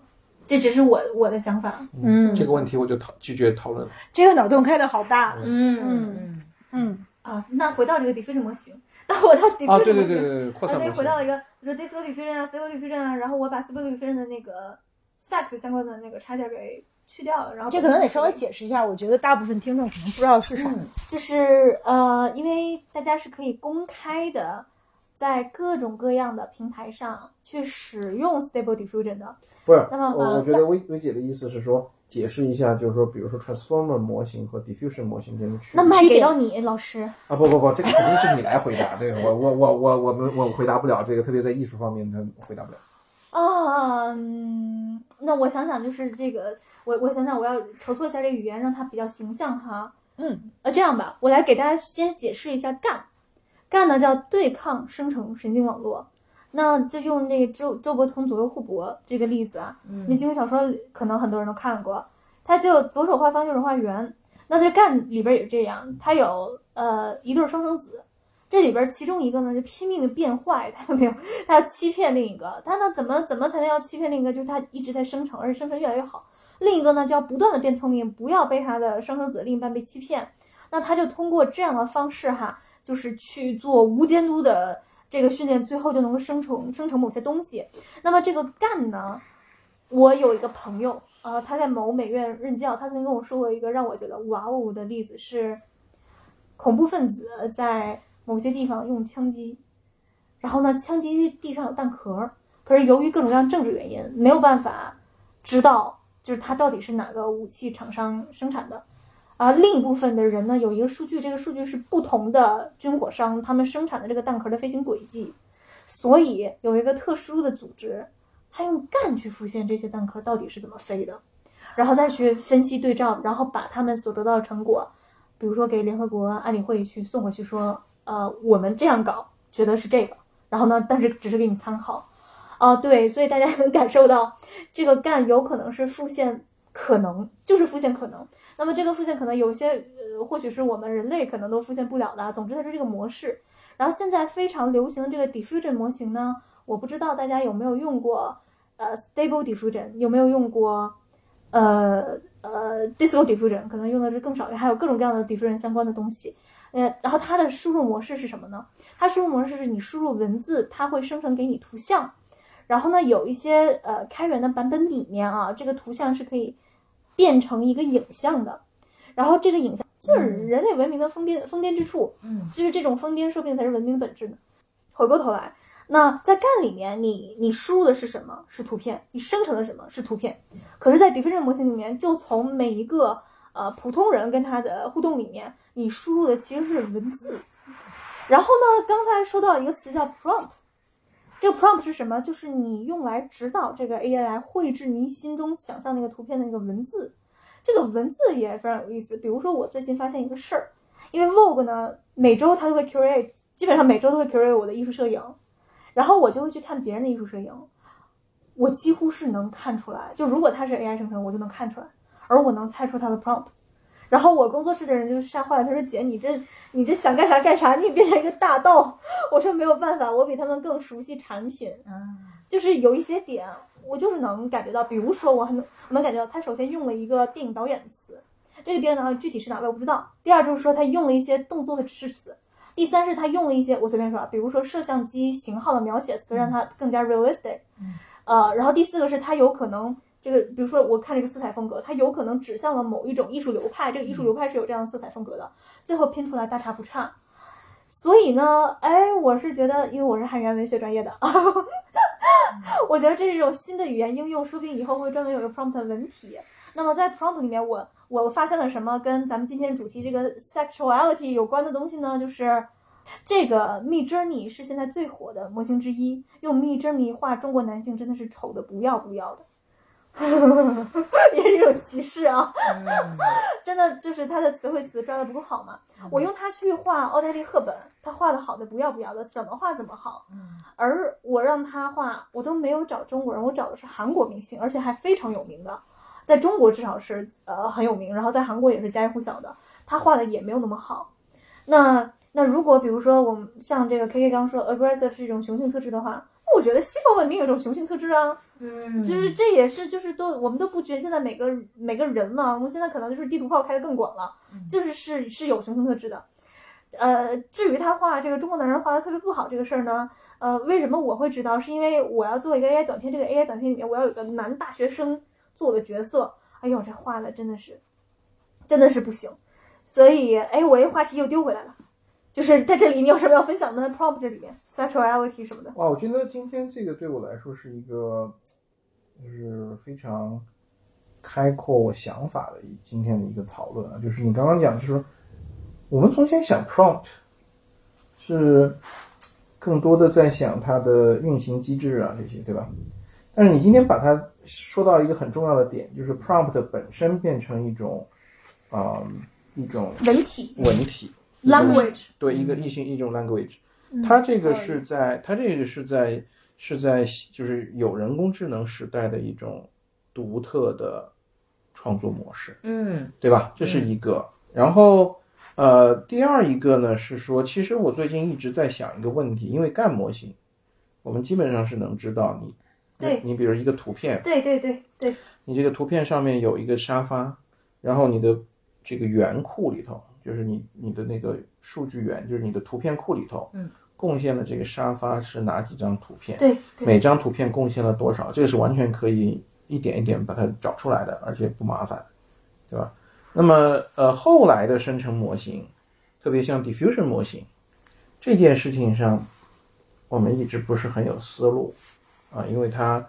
Speaker 5: 这只是我我的想法。啊
Speaker 2: 嗯
Speaker 3: 这个问题我就讨拒绝讨论了。
Speaker 2: 这个脑洞开的好大，
Speaker 1: 嗯嗯
Speaker 2: 嗯，
Speaker 5: 啊，那回到这个 diffusion 模型，那回到 diffusion 模
Speaker 3: 啊，
Speaker 5: 型，
Speaker 3: 对对对对对，扩
Speaker 5: 啊，
Speaker 3: 散
Speaker 5: 那
Speaker 3: 模
Speaker 5: 回
Speaker 3: 型。
Speaker 5: 到一个，比如说 disco diffusion 啊，c o diffusion 啊，然后我把 c o diffusion 的那个 sex 相关的那个插件给去掉了，然后
Speaker 2: 这可能得稍微解释一下，我觉得大部分听众可能不知道是啥。
Speaker 5: 就是呃，因为大家是可以公开的，在各种各样的平台上去使用 stable diffusion 的，
Speaker 8: 不是，
Speaker 5: 那么
Speaker 8: 我
Speaker 5: 呃
Speaker 8: 我觉得薇薇姐的意思是说，解释一下，就是说，比如说 transformer 模型和 diffusion 模型之间的区别。
Speaker 5: 那麦给到你老师，
Speaker 8: 啊，不不不，这个肯定是你来回答，对我我我我我们我回答不了这个，特别在艺术方面，他回答不了。
Speaker 5: 啊，嗯，那我想想，就是这个，我我想想，我要筹措一下这个语言，让它比较形象哈。
Speaker 2: 嗯，
Speaker 5: 呃，这样吧，我来给大家先解释一下干。干呢叫对抗生成神经网络，那就用那个周周伯通左右互搏这个例子啊，那
Speaker 1: 嗯
Speaker 5: 金庸小说可能很多人都看过，它就左手画方，右手画圆。那在干里边也是这样，它有呃一对儿双生子，这里边其中一个呢就拼命的变坏，他没有，他要欺骗另一个，他呢怎么怎么才能要欺骗另一个？就是他一直在生成，而且生成越来越好。另一个呢就要不断的变聪明，不要被他的双生子的另一半被欺骗。那他就通过这样的方式哈，就是去做无监督的这个训练，最后就能够生成生成某些东西。那么这个干呢，我有一个朋友，呃，他在某美院任教，他曾经跟我说过一个让我觉得哇哦的例子是，恐怖分子在某些地方用枪击，然后呢，枪击地上有弹壳儿，可是由于各种各样政治原因，没有办法知道就是它到底是哪个武器厂商生产的。啊，另一部分的人呢，有一个数据，这个数据是不同的军火商他们生产的这个弹壳的飞行轨迹，所以有一个特殊的组织，他用干去复现这些弹壳到底是怎么飞的，然后再去分析对照，然后把他们所得到的成果，比如说给联合国安理会去送回去说，呃，我们这样搞觉得是这个，然后呢，但是只是给你参考，哦、对，所以大家能感受到这个干有可能是复现，可能就是复现可能。那么这个复现可能有些呃，或许是我们人类可能都复现不了的啊，总之它是这个模式。然后现在非常流行的这个 diffusion 模型呢，我不知道大家有没有用过，呃，stable diffusion 有没有用过，呃呃，disco diffusion 可能用的是更少，还有各种各样的 diffusion 相关的东西。呃，然后它的输入模式是什么呢？它输入模式是你输入文字，它会生成给你图像。然后呢，有一些呃开源的版本里面啊，这个图像是可以变成一个影像的。然后这个影像就是人类文明的疯癫疯癫之处，
Speaker 1: 嗯，
Speaker 5: 就是这种疯癫，说不定才是文明的本质呢。回过头来，那在干里面，你你输入的是什么？是图片，你生成的什么是图片？可是，在 diffusion 模型里面，就从每一个呃普通人跟他的互动里面，你输入的其实是文字。然后呢，刚才说到一个词叫 prompt，这个 prompt 是什么？就是你用来指导这个 AI 来绘制你心中想象那个图片的那个文字。这个文字也非常有意思。比如说，我最近发现一个事儿，因为 Vogue 呢，每周它都会 curate，基本上每周都会 curate 我的艺术摄影，然后我就会去看别人的艺术摄影，我几乎是能看出来，就如果它是 AI 生成，我就能看出来，而我能猜出它的 prompt。然后我工作室的人就吓坏了，他说：“姐，你这你这想干啥干啥，你变成一个大盗。”我说：“没有办法，我比他们更熟悉产品，就是有一些点，我就是能感觉到，比如说我很能我能感觉到，他首先用了一个电影导演的词，这个电影导演具体是哪位我不知道。第二就是说他用了一些动作的指示词，第三是他用了一些我随便说啊，比如说摄像机型号的描写词，让它更加 realistic。呃，然后第四个是他有可能这个，比如说我看这个色彩风格，它有可能指向了某一种艺术流派，这个艺术流派是有这样的色彩风格的，最后拼出来大差不差。所以呢，哎，我是觉得，因为我是汉语言文学专业的 啊，我觉得这是一种新的语言应用，说不定以后会专门有一个 prompt 文体。那么在 prompt 里面我，我发现了什么跟咱们今天主题这个 sexuality 有关的东西呢？就是这个 Mid Journey 是现在最火的模型之一，用 Mid Journey 画中国男性真的是丑的不要不要的， 也是一种歧视啊！真的就是他的词汇词抓的不够好嘛。我用它去画奥黛丽·赫本，她画的好的不要不要的，怎么画怎么好。而我让他画，我都没有找中国人，我找的是韩国明星，而且还非常有名的，在中国至少是呃很有名，然后在韩国也是家喻户晓的。他画的也没有那么好。那那如果比如说我们像这个 K K 刚说呃 aggressive 是一种雄性特质的话，那我觉得西方文明有一种雄性特质啊，
Speaker 1: 嗯
Speaker 5: 就是这也是就是都我们都不觉得现在每个每个人了，我们现在可能就是地图炮开的更广了，就是是是有雄性特质的。呃，至于他画这个中国男人画的特别不好这个事儿呢，呃，为什么我会知道？是因为我要做一个 AI 短片，这个 AI 短片里面我要有个男大学生做的角色，哎呦，这画的真的是，真的是不行。所以，哎，我一话题又丢回来了，就是在这里你有什么要分享的？prompt 这里面 sexuality 什么的，
Speaker 8: 哦哇，我觉得今天这个对我来说是一个，就是非常开阔我想法的一今天的一个讨论啊。就是你刚刚讲，就是说我们从前想 prompt 是更多的在想它的运行机制啊这些，对吧？但是你今天把它说到一个很重要的点，就是 prompt 本身变成一种，啊、一种
Speaker 5: 文体
Speaker 3: 文体
Speaker 5: language
Speaker 3: 对一个异性一种 language，它这个是在它这个是在是在就是有人工智能时代的一种独特的创作模式，
Speaker 1: 嗯
Speaker 3: 对吧？这是一个。然后呃，第二一个呢是说，其实我最近一直在想一个问题，因为干模型，我们基本上是能知道你，
Speaker 5: 对
Speaker 3: 你比如一个图片，
Speaker 5: 对对对对，
Speaker 3: 你这个图片上面有一个沙发，然后你的这个源库里头，就是你你的那个数据源，就是你的图片库里头，
Speaker 1: 嗯，
Speaker 3: 贡献了这个沙发是哪几张图片，
Speaker 5: 对对
Speaker 3: 每张图片贡献了多少，这个是完全可以一点一点把它找出来的，而且不麻烦，对吧？那么呃，后来的生成模型，特别像 diffusion 模型，这件事情上，我们一直不是很有思路啊，因为它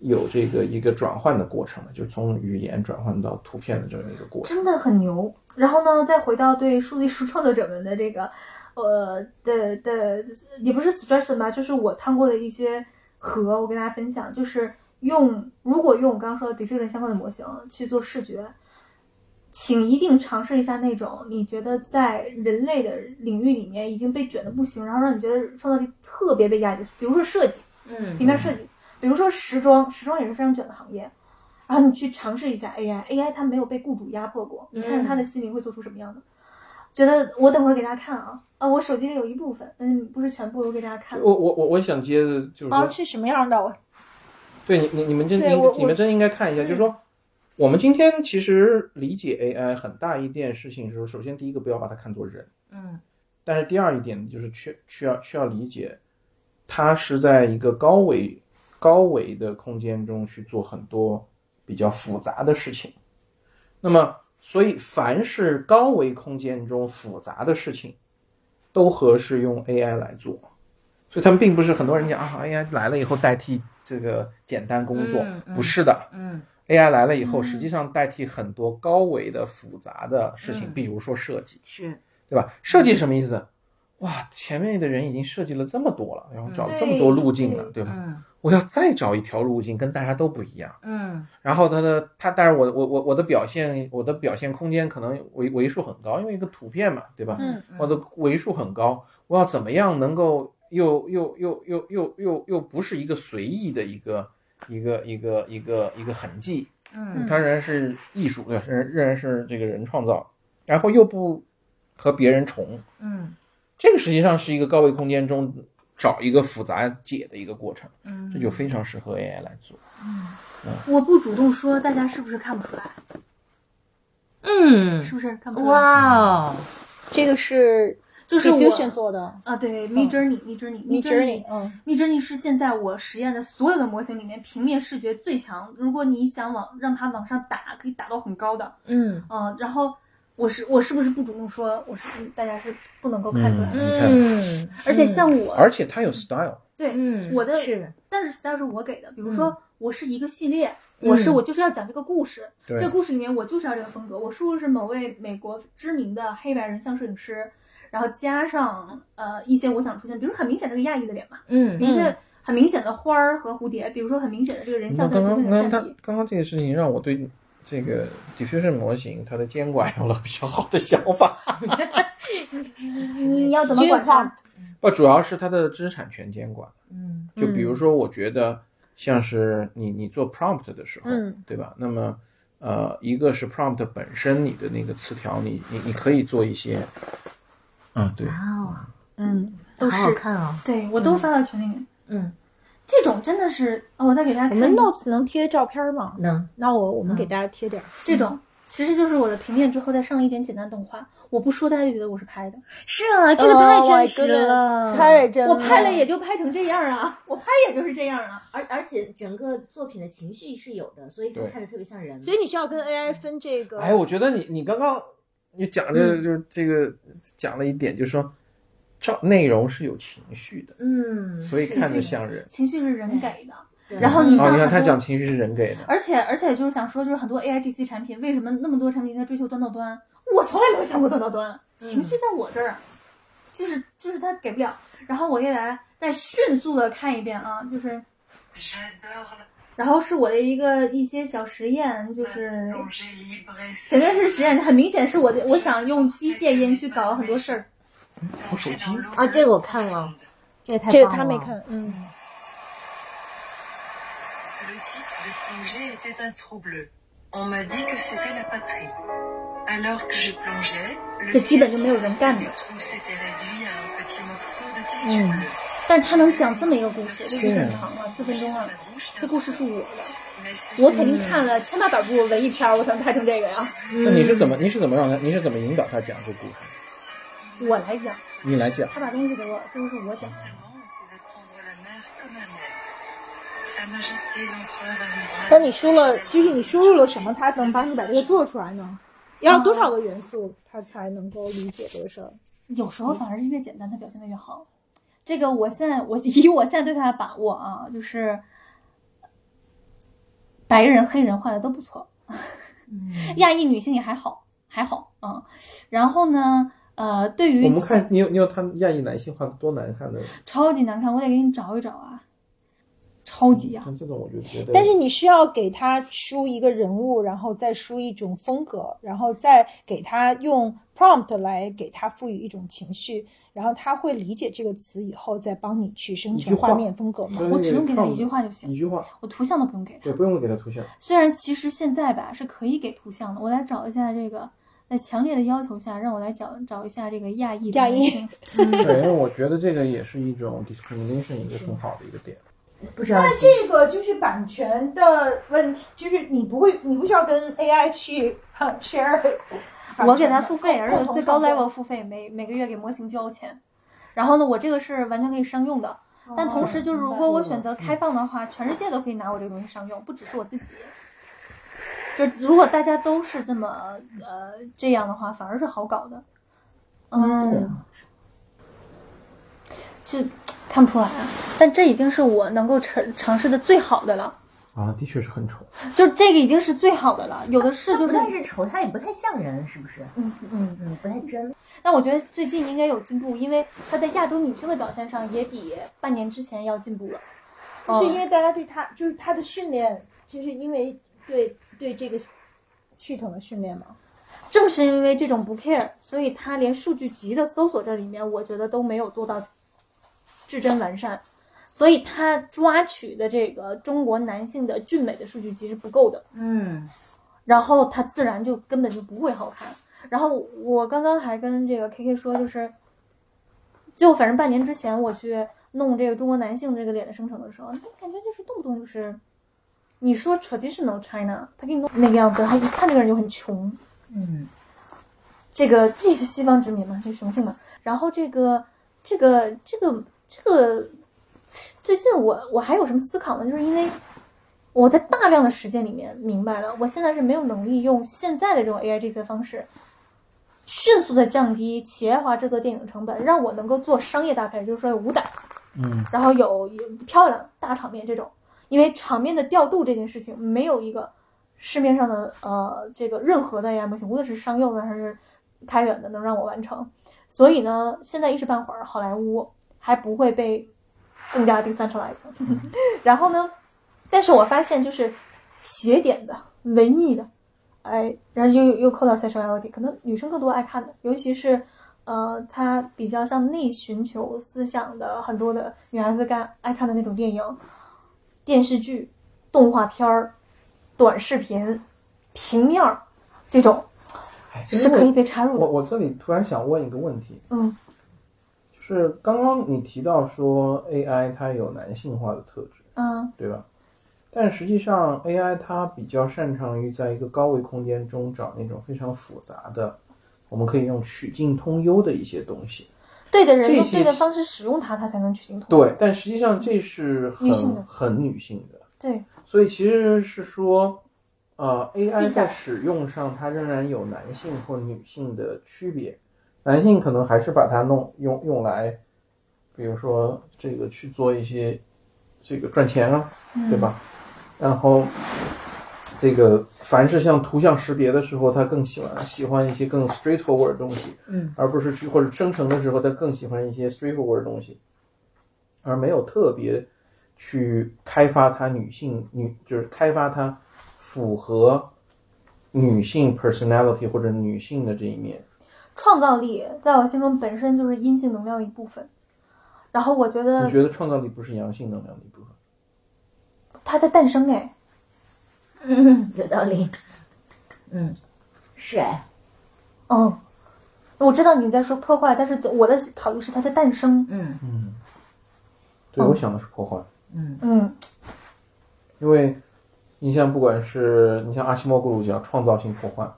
Speaker 3: 有这个一个转换的过程，就从语言转换到图片的这么一个过程。
Speaker 5: 真的很牛。然后呢，再回到对数字艺术创作者们的这个，呃的的，也不是 suggestion 吧，就是我趟过的一些河，我跟大家分享，就是用如果用我刚刚说的 diffusion 相关的模型去做视觉，请一定尝试一下那种你觉得在人类的领域里面已经被卷的不行，然后让你觉得创造力特别被压低，比如说设计，
Speaker 1: 嗯
Speaker 5: 平面设计，比如说时装，时装也是非常卷的行业。然后你去尝试一下 AI，AI 它没有被雇主压迫过，你看它的心灵会做出什么样的？觉得我等会儿给大家看啊啊，我手机里有一部分，嗯，不是全部，我给大家看。
Speaker 3: 我我我我想接着就是
Speaker 2: 啊，
Speaker 3: 说，
Speaker 2: 是什么样的？我
Speaker 3: 对你你你们真
Speaker 2: 对
Speaker 3: 你
Speaker 2: 我
Speaker 3: 你们真应该看一下，就是说，我们今天其实理解 AI 很大一件事情是说，首先第一个不要把它看作人，
Speaker 1: 嗯
Speaker 3: 但是第二一点就是需需要需要理解，它是在一个高维高维的空间中去做很多比较复杂的事情。那么，所以凡是高维空间中复杂的事情，都合适用 AI 来做。所以他们并不是很多人讲啊，AI 来了以后代替这个简单工作，
Speaker 1: 嗯嗯
Speaker 3: 不是的。
Speaker 1: 嗯
Speaker 3: AI 来了以后，实际上代替很多高维的复杂的事情，
Speaker 1: 嗯
Speaker 3: 比如说设计。
Speaker 1: 是
Speaker 3: 对吧？设计什么意思？哇，前面的人已经设计了这么多了，然后找了这么多路径了，对吧？
Speaker 1: 嗯
Speaker 3: 我要再找一条路径跟大家都不一样，
Speaker 1: 嗯
Speaker 3: 然后他的他，但是我我我我的表现，我的表现空间可能为为数很高，因为一个图片嘛，对吧？
Speaker 2: 嗯
Speaker 3: 我的为数很高，我要怎么样能够又又又又又又又不是一个随意的一个一个一个一个一个痕迹，
Speaker 1: 嗯
Speaker 3: 它仍然是艺术，对吧，仍仍然是这个人创造，然后又不和别人重，
Speaker 1: 嗯
Speaker 3: 这个实际上是一个高维空间中找一个复杂解的一个过程，
Speaker 1: 嗯
Speaker 3: 这就非常适合 AI 来做。
Speaker 5: 我不主动说，大家是不是看不出来？
Speaker 1: 嗯
Speaker 5: 是不是看不出来？
Speaker 1: 哇哦，
Speaker 2: 这个是
Speaker 5: 就是我
Speaker 2: Diffusion 做的
Speaker 5: 啊，对，Mid Journey，Mid Journey，Mid
Speaker 2: Journey，嗯，
Speaker 5: Mid Journey 是现在我实验的所有的模型里面平面视觉最强。如果你想往让它往上打，可以打到很高的。
Speaker 1: 嗯
Speaker 4: 呃
Speaker 5: 嗯，然后我是我是不是不主动说，我是
Speaker 4: 嗯
Speaker 5: 大家是不能够看出来的。
Speaker 3: 你看，
Speaker 1: 嗯
Speaker 5: 而且像我，
Speaker 3: 而且它有 style，
Speaker 5: 对、
Speaker 1: 嗯，
Speaker 5: 我的，
Speaker 1: 是
Speaker 5: 但是 style 是我给的。比如说，我是一个系列，我是
Speaker 1: 嗯
Speaker 5: 我就是要讲这个故事，
Speaker 3: 对
Speaker 5: 这个故事里面我就是要这个风格。我输入是某位美国知名的黑白人像摄影师，
Speaker 4: 然后加上呃一些我想出现，比如很明显这个亚裔的脸吧，
Speaker 1: 嗯，
Speaker 4: 一些很明显的花儿和蝴蝶，比如说很明显的这个人
Speaker 3: 那
Speaker 4: 像
Speaker 3: 刚
Speaker 4: 跟
Speaker 3: 刚刚
Speaker 4: 人
Speaker 3: 刚
Speaker 4: 像
Speaker 3: 他
Speaker 4: 比，
Speaker 3: 刚刚这个事情让我对这个 diffusion 模型它的监管有了比较好的想法，
Speaker 2: 你要怎么管它？
Speaker 3: 不，主要是它的知识产权监管。
Speaker 1: 嗯，
Speaker 3: 就比如说，我觉得像是你你做 prompt 的时候，
Speaker 2: 嗯
Speaker 3: 对吧？那么呃，一个是 prompt 本身你的那个词条，你你你可以做一些，啊，对，
Speaker 1: 哇
Speaker 2: 嗯，
Speaker 1: 哦，
Speaker 4: 都
Speaker 1: 好好
Speaker 4: 是
Speaker 1: 看哦，
Speaker 4: 对我都发到群里面。
Speaker 1: 嗯，
Speaker 4: 这种真的是，哦、我再给大家
Speaker 2: 我
Speaker 4: 看一
Speaker 2: 们
Speaker 4: 眼
Speaker 2: notes 能贴照片吗？
Speaker 1: 能，
Speaker 2: 那我我们给大家贴点儿。
Speaker 4: 这种。其实就是我的平面之后再上一点简单动画，我不说大家就觉得我是拍的，
Speaker 1: 是啊，这个太真实
Speaker 2: Oh my
Speaker 1: 了，
Speaker 2: goodness，太真了。
Speaker 4: 我拍了也就拍成这样啊，我拍也就是这样啊。
Speaker 1: 而而且整个作品的情绪是有的，所以它
Speaker 3: 对
Speaker 1: 看着特别像人。
Speaker 2: 所以你是要跟 AI 分这个？
Speaker 3: 哎，我觉得你你刚刚你讲这就是这个讲了一点，就是说，照内容是有情绪的，
Speaker 1: 嗯，
Speaker 3: 所以
Speaker 1: 是
Speaker 3: 看着
Speaker 1: 是
Speaker 3: 像人。
Speaker 4: 情绪是人给的，
Speaker 1: 对
Speaker 4: 然后你
Speaker 3: 哦，
Speaker 4: 像
Speaker 3: 你看
Speaker 4: 很
Speaker 3: 他
Speaker 4: 多
Speaker 3: 讲情绪是人给的，
Speaker 4: 而且而且就是想说，就是很多 A I G C 产品，为什么那么多产品在追求端到端？我从来没有想过端到端，情绪在我这儿，就是就是他给不了。然后我给大家再迅速的看一遍啊，就是，然后是我的一个一些小实验，就是前面是实验，很明显是我的，我想用机械音去搞很多事儿。
Speaker 3: 我手机
Speaker 1: 啊，这个我看了，这个太
Speaker 2: 这个
Speaker 1: 棒
Speaker 2: 他没
Speaker 1: 了，
Speaker 2: 看，嗯，
Speaker 9: Le titre de plongée était un troubleux. On m'a dit que c'était la patrie. Alors que je plongeais, le
Speaker 4: Que
Speaker 9: ciel
Speaker 4: Tibet ne me le gagne.
Speaker 9: le trou s'était réduit à un petit morceau de tissu bleu.
Speaker 4: 但是他能讲这么一个故事，就是很长嘛，四分钟啊。这故事是我的，我肯定看了千八百部文艺片儿，我才能拍成这个呀。
Speaker 3: 那你是怎么你是怎么让他你是怎么引导他讲这故事？
Speaker 4: 我来讲，
Speaker 3: 你来讲，
Speaker 4: 他把东西给我，这都是我讲。
Speaker 2: 但你输了，就是你输入了什么，它能帮你把这个做出来呢？要多少个元素，它才能够理解这个事儿？
Speaker 4: 有时候反而是越简单，他表现的越好。这个我现在我 以我现在对他的把握啊，就是白人、黑人画的都不错， 亚裔女性也还好，还好啊、嗯。然后呢，呃，对于
Speaker 3: 我们看你有你有他亚裔男性画的多难看的，
Speaker 4: 超级难看，我得给你找一找啊，超级啊，
Speaker 3: 像这种我就觉得，
Speaker 2: 但是你是要给他输一个人物，然后再输一种风格，然后再给他用 prompt 来给他赋予一种情绪，然后他会理解这个词以后，再帮你去生
Speaker 3: 一句
Speaker 2: 成
Speaker 3: 话
Speaker 2: 画面风格嘛。
Speaker 3: 对
Speaker 4: 我只用给他一句话就行
Speaker 3: 一句话，
Speaker 4: 我图像都不用给他
Speaker 3: 对，。不用给他图像。
Speaker 4: 虽然其实现在吧是可以给图像的，我来找一下这个，在强烈的要求下，让我来找找一下这个亚裔的
Speaker 2: 亚裔
Speaker 4: 明星。
Speaker 3: 对，因为我觉得这个也是一种 discrimination，一个很好的一个点。
Speaker 1: 不知道
Speaker 2: 那这个就是版权的问题，就是你不会，你不需要跟 AI 去哈 share。啊
Speaker 4: 我给他付费，而且最高
Speaker 2: 来
Speaker 4: level 付费，每每个月给模型交钱。然后呢，我这个是完全可以商用的，但同时就是如果我选择开放的话，全世界都可以拿我这个东西商用，不只是我自己。就如果大家都是这么呃这样的话，反而是好搞的。嗯， 这看不出来啊，但这已经是我能够尝尝试的最好的了，
Speaker 3: 啊，的确是很丑。
Speaker 4: 就这个已经是最好的了。有的是就
Speaker 1: 不
Speaker 4: 是
Speaker 1: 但是丑，它也不太像人，是不是？
Speaker 4: 嗯
Speaker 1: 嗯嗯，不太真。
Speaker 4: 但我觉得最近应该有进步，因为她在亚洲女性的表现上也比半年之前要进步了。哦
Speaker 2: 就是因为大家对他，就是他的训练，就是因为对对这个系统的训练嘛。
Speaker 4: 正是因为这种不 care，所以她连数据集的搜索这里面，我觉得都没有做到至真完善。所以她抓取的这个中国男性的俊美的数据集是不够的，
Speaker 1: 嗯，
Speaker 4: 然后它自然就根本就不会好看。然后我刚刚还跟这个 K K 说，就是，就反正半年之前我去弄这个中国男性这个脸的生成的时候，感觉就是动不动就是，你说 traditional China，他给你弄那个样子，他一看这个人就很穷，
Speaker 1: 嗯，
Speaker 4: 这个这是西方殖民嘛，这是雄性嘛。然后这个这个这个这个，最近我我还有什么思考呢？就是因为我在大量的实践里面明白了，我现在是没有能力用现在的这种 AI G C 方式，迅速的降低企业化制作电影的成本，让我能够做商业大片，就是说武打，
Speaker 3: 嗯，
Speaker 4: 然后有有漂亮大场面这种，因为场面的调度这件事情没有一个市面上的呃这个任何的 AI 模型，无论是商用的还是开源的，能让我完成。
Speaker 5: 所以呢，现在一时半会儿好莱坞还不会被更加 decentralize。然后呢，但是我发现就是邪典的、文艺的，哎，然后又又扣到 sexuality，可能女生更多爱看的，尤其是呃，它比较向内寻求思想的很多的女孩子干爱看的那种电影、电视剧、动画片儿、短视频、平面儿这种
Speaker 3: 哎其实
Speaker 5: 是可以被插入
Speaker 3: 我
Speaker 5: 的。
Speaker 3: 我这里突然想问一个问题，
Speaker 5: 嗯，
Speaker 3: 就是刚刚你提到说 AI 它有男性化的特质，
Speaker 5: 嗯
Speaker 3: 对吧？但实际上 AI 它比较擅长于在一个高维空间中找那种非常复杂的，我们可以用曲径通幽的一些东西。
Speaker 5: 对的人
Speaker 3: 这
Speaker 5: 用
Speaker 3: 些
Speaker 5: 对的
Speaker 3: 其
Speaker 5: 方式使用它，它才能取经通。
Speaker 3: 对，但实际上这是很
Speaker 5: 女性的
Speaker 3: 很女性的，
Speaker 5: 对
Speaker 3: 所以其实是说，呃
Speaker 5: 技
Speaker 3: ，AI
Speaker 5: 巧
Speaker 3: 在使用上它仍然有男性或女性的区别，男性可能还是把它弄用用来，比如说这个去做一些这个赚钱啊，对吧？然后这个凡是像图像识别的时候，他更喜欢喜欢一些更 straightforward 的东西，
Speaker 1: 嗯，
Speaker 3: 而不是去或者生成的时候，他更喜欢一些 straightforward 的东西，而没有特别去开发他女性女就是开发他符合女性 personality 或者女性的这一面。
Speaker 5: 创造力，在我心中本身就是阴性能量的一部分。然后我觉得
Speaker 3: 你觉得创造力不是阳性能量的一部分？
Speaker 5: 它在诞生哎，
Speaker 1: 嗯，有道理。嗯，是哎，
Speaker 5: 嗯，我知道你在说破坏，但是我的考虑是它在诞生。
Speaker 1: 嗯
Speaker 3: 嗯，对，我想的是破坏。
Speaker 1: 嗯
Speaker 5: 嗯，
Speaker 3: 因为你像不管是你像阿西莫古鲁讲创造性破坏，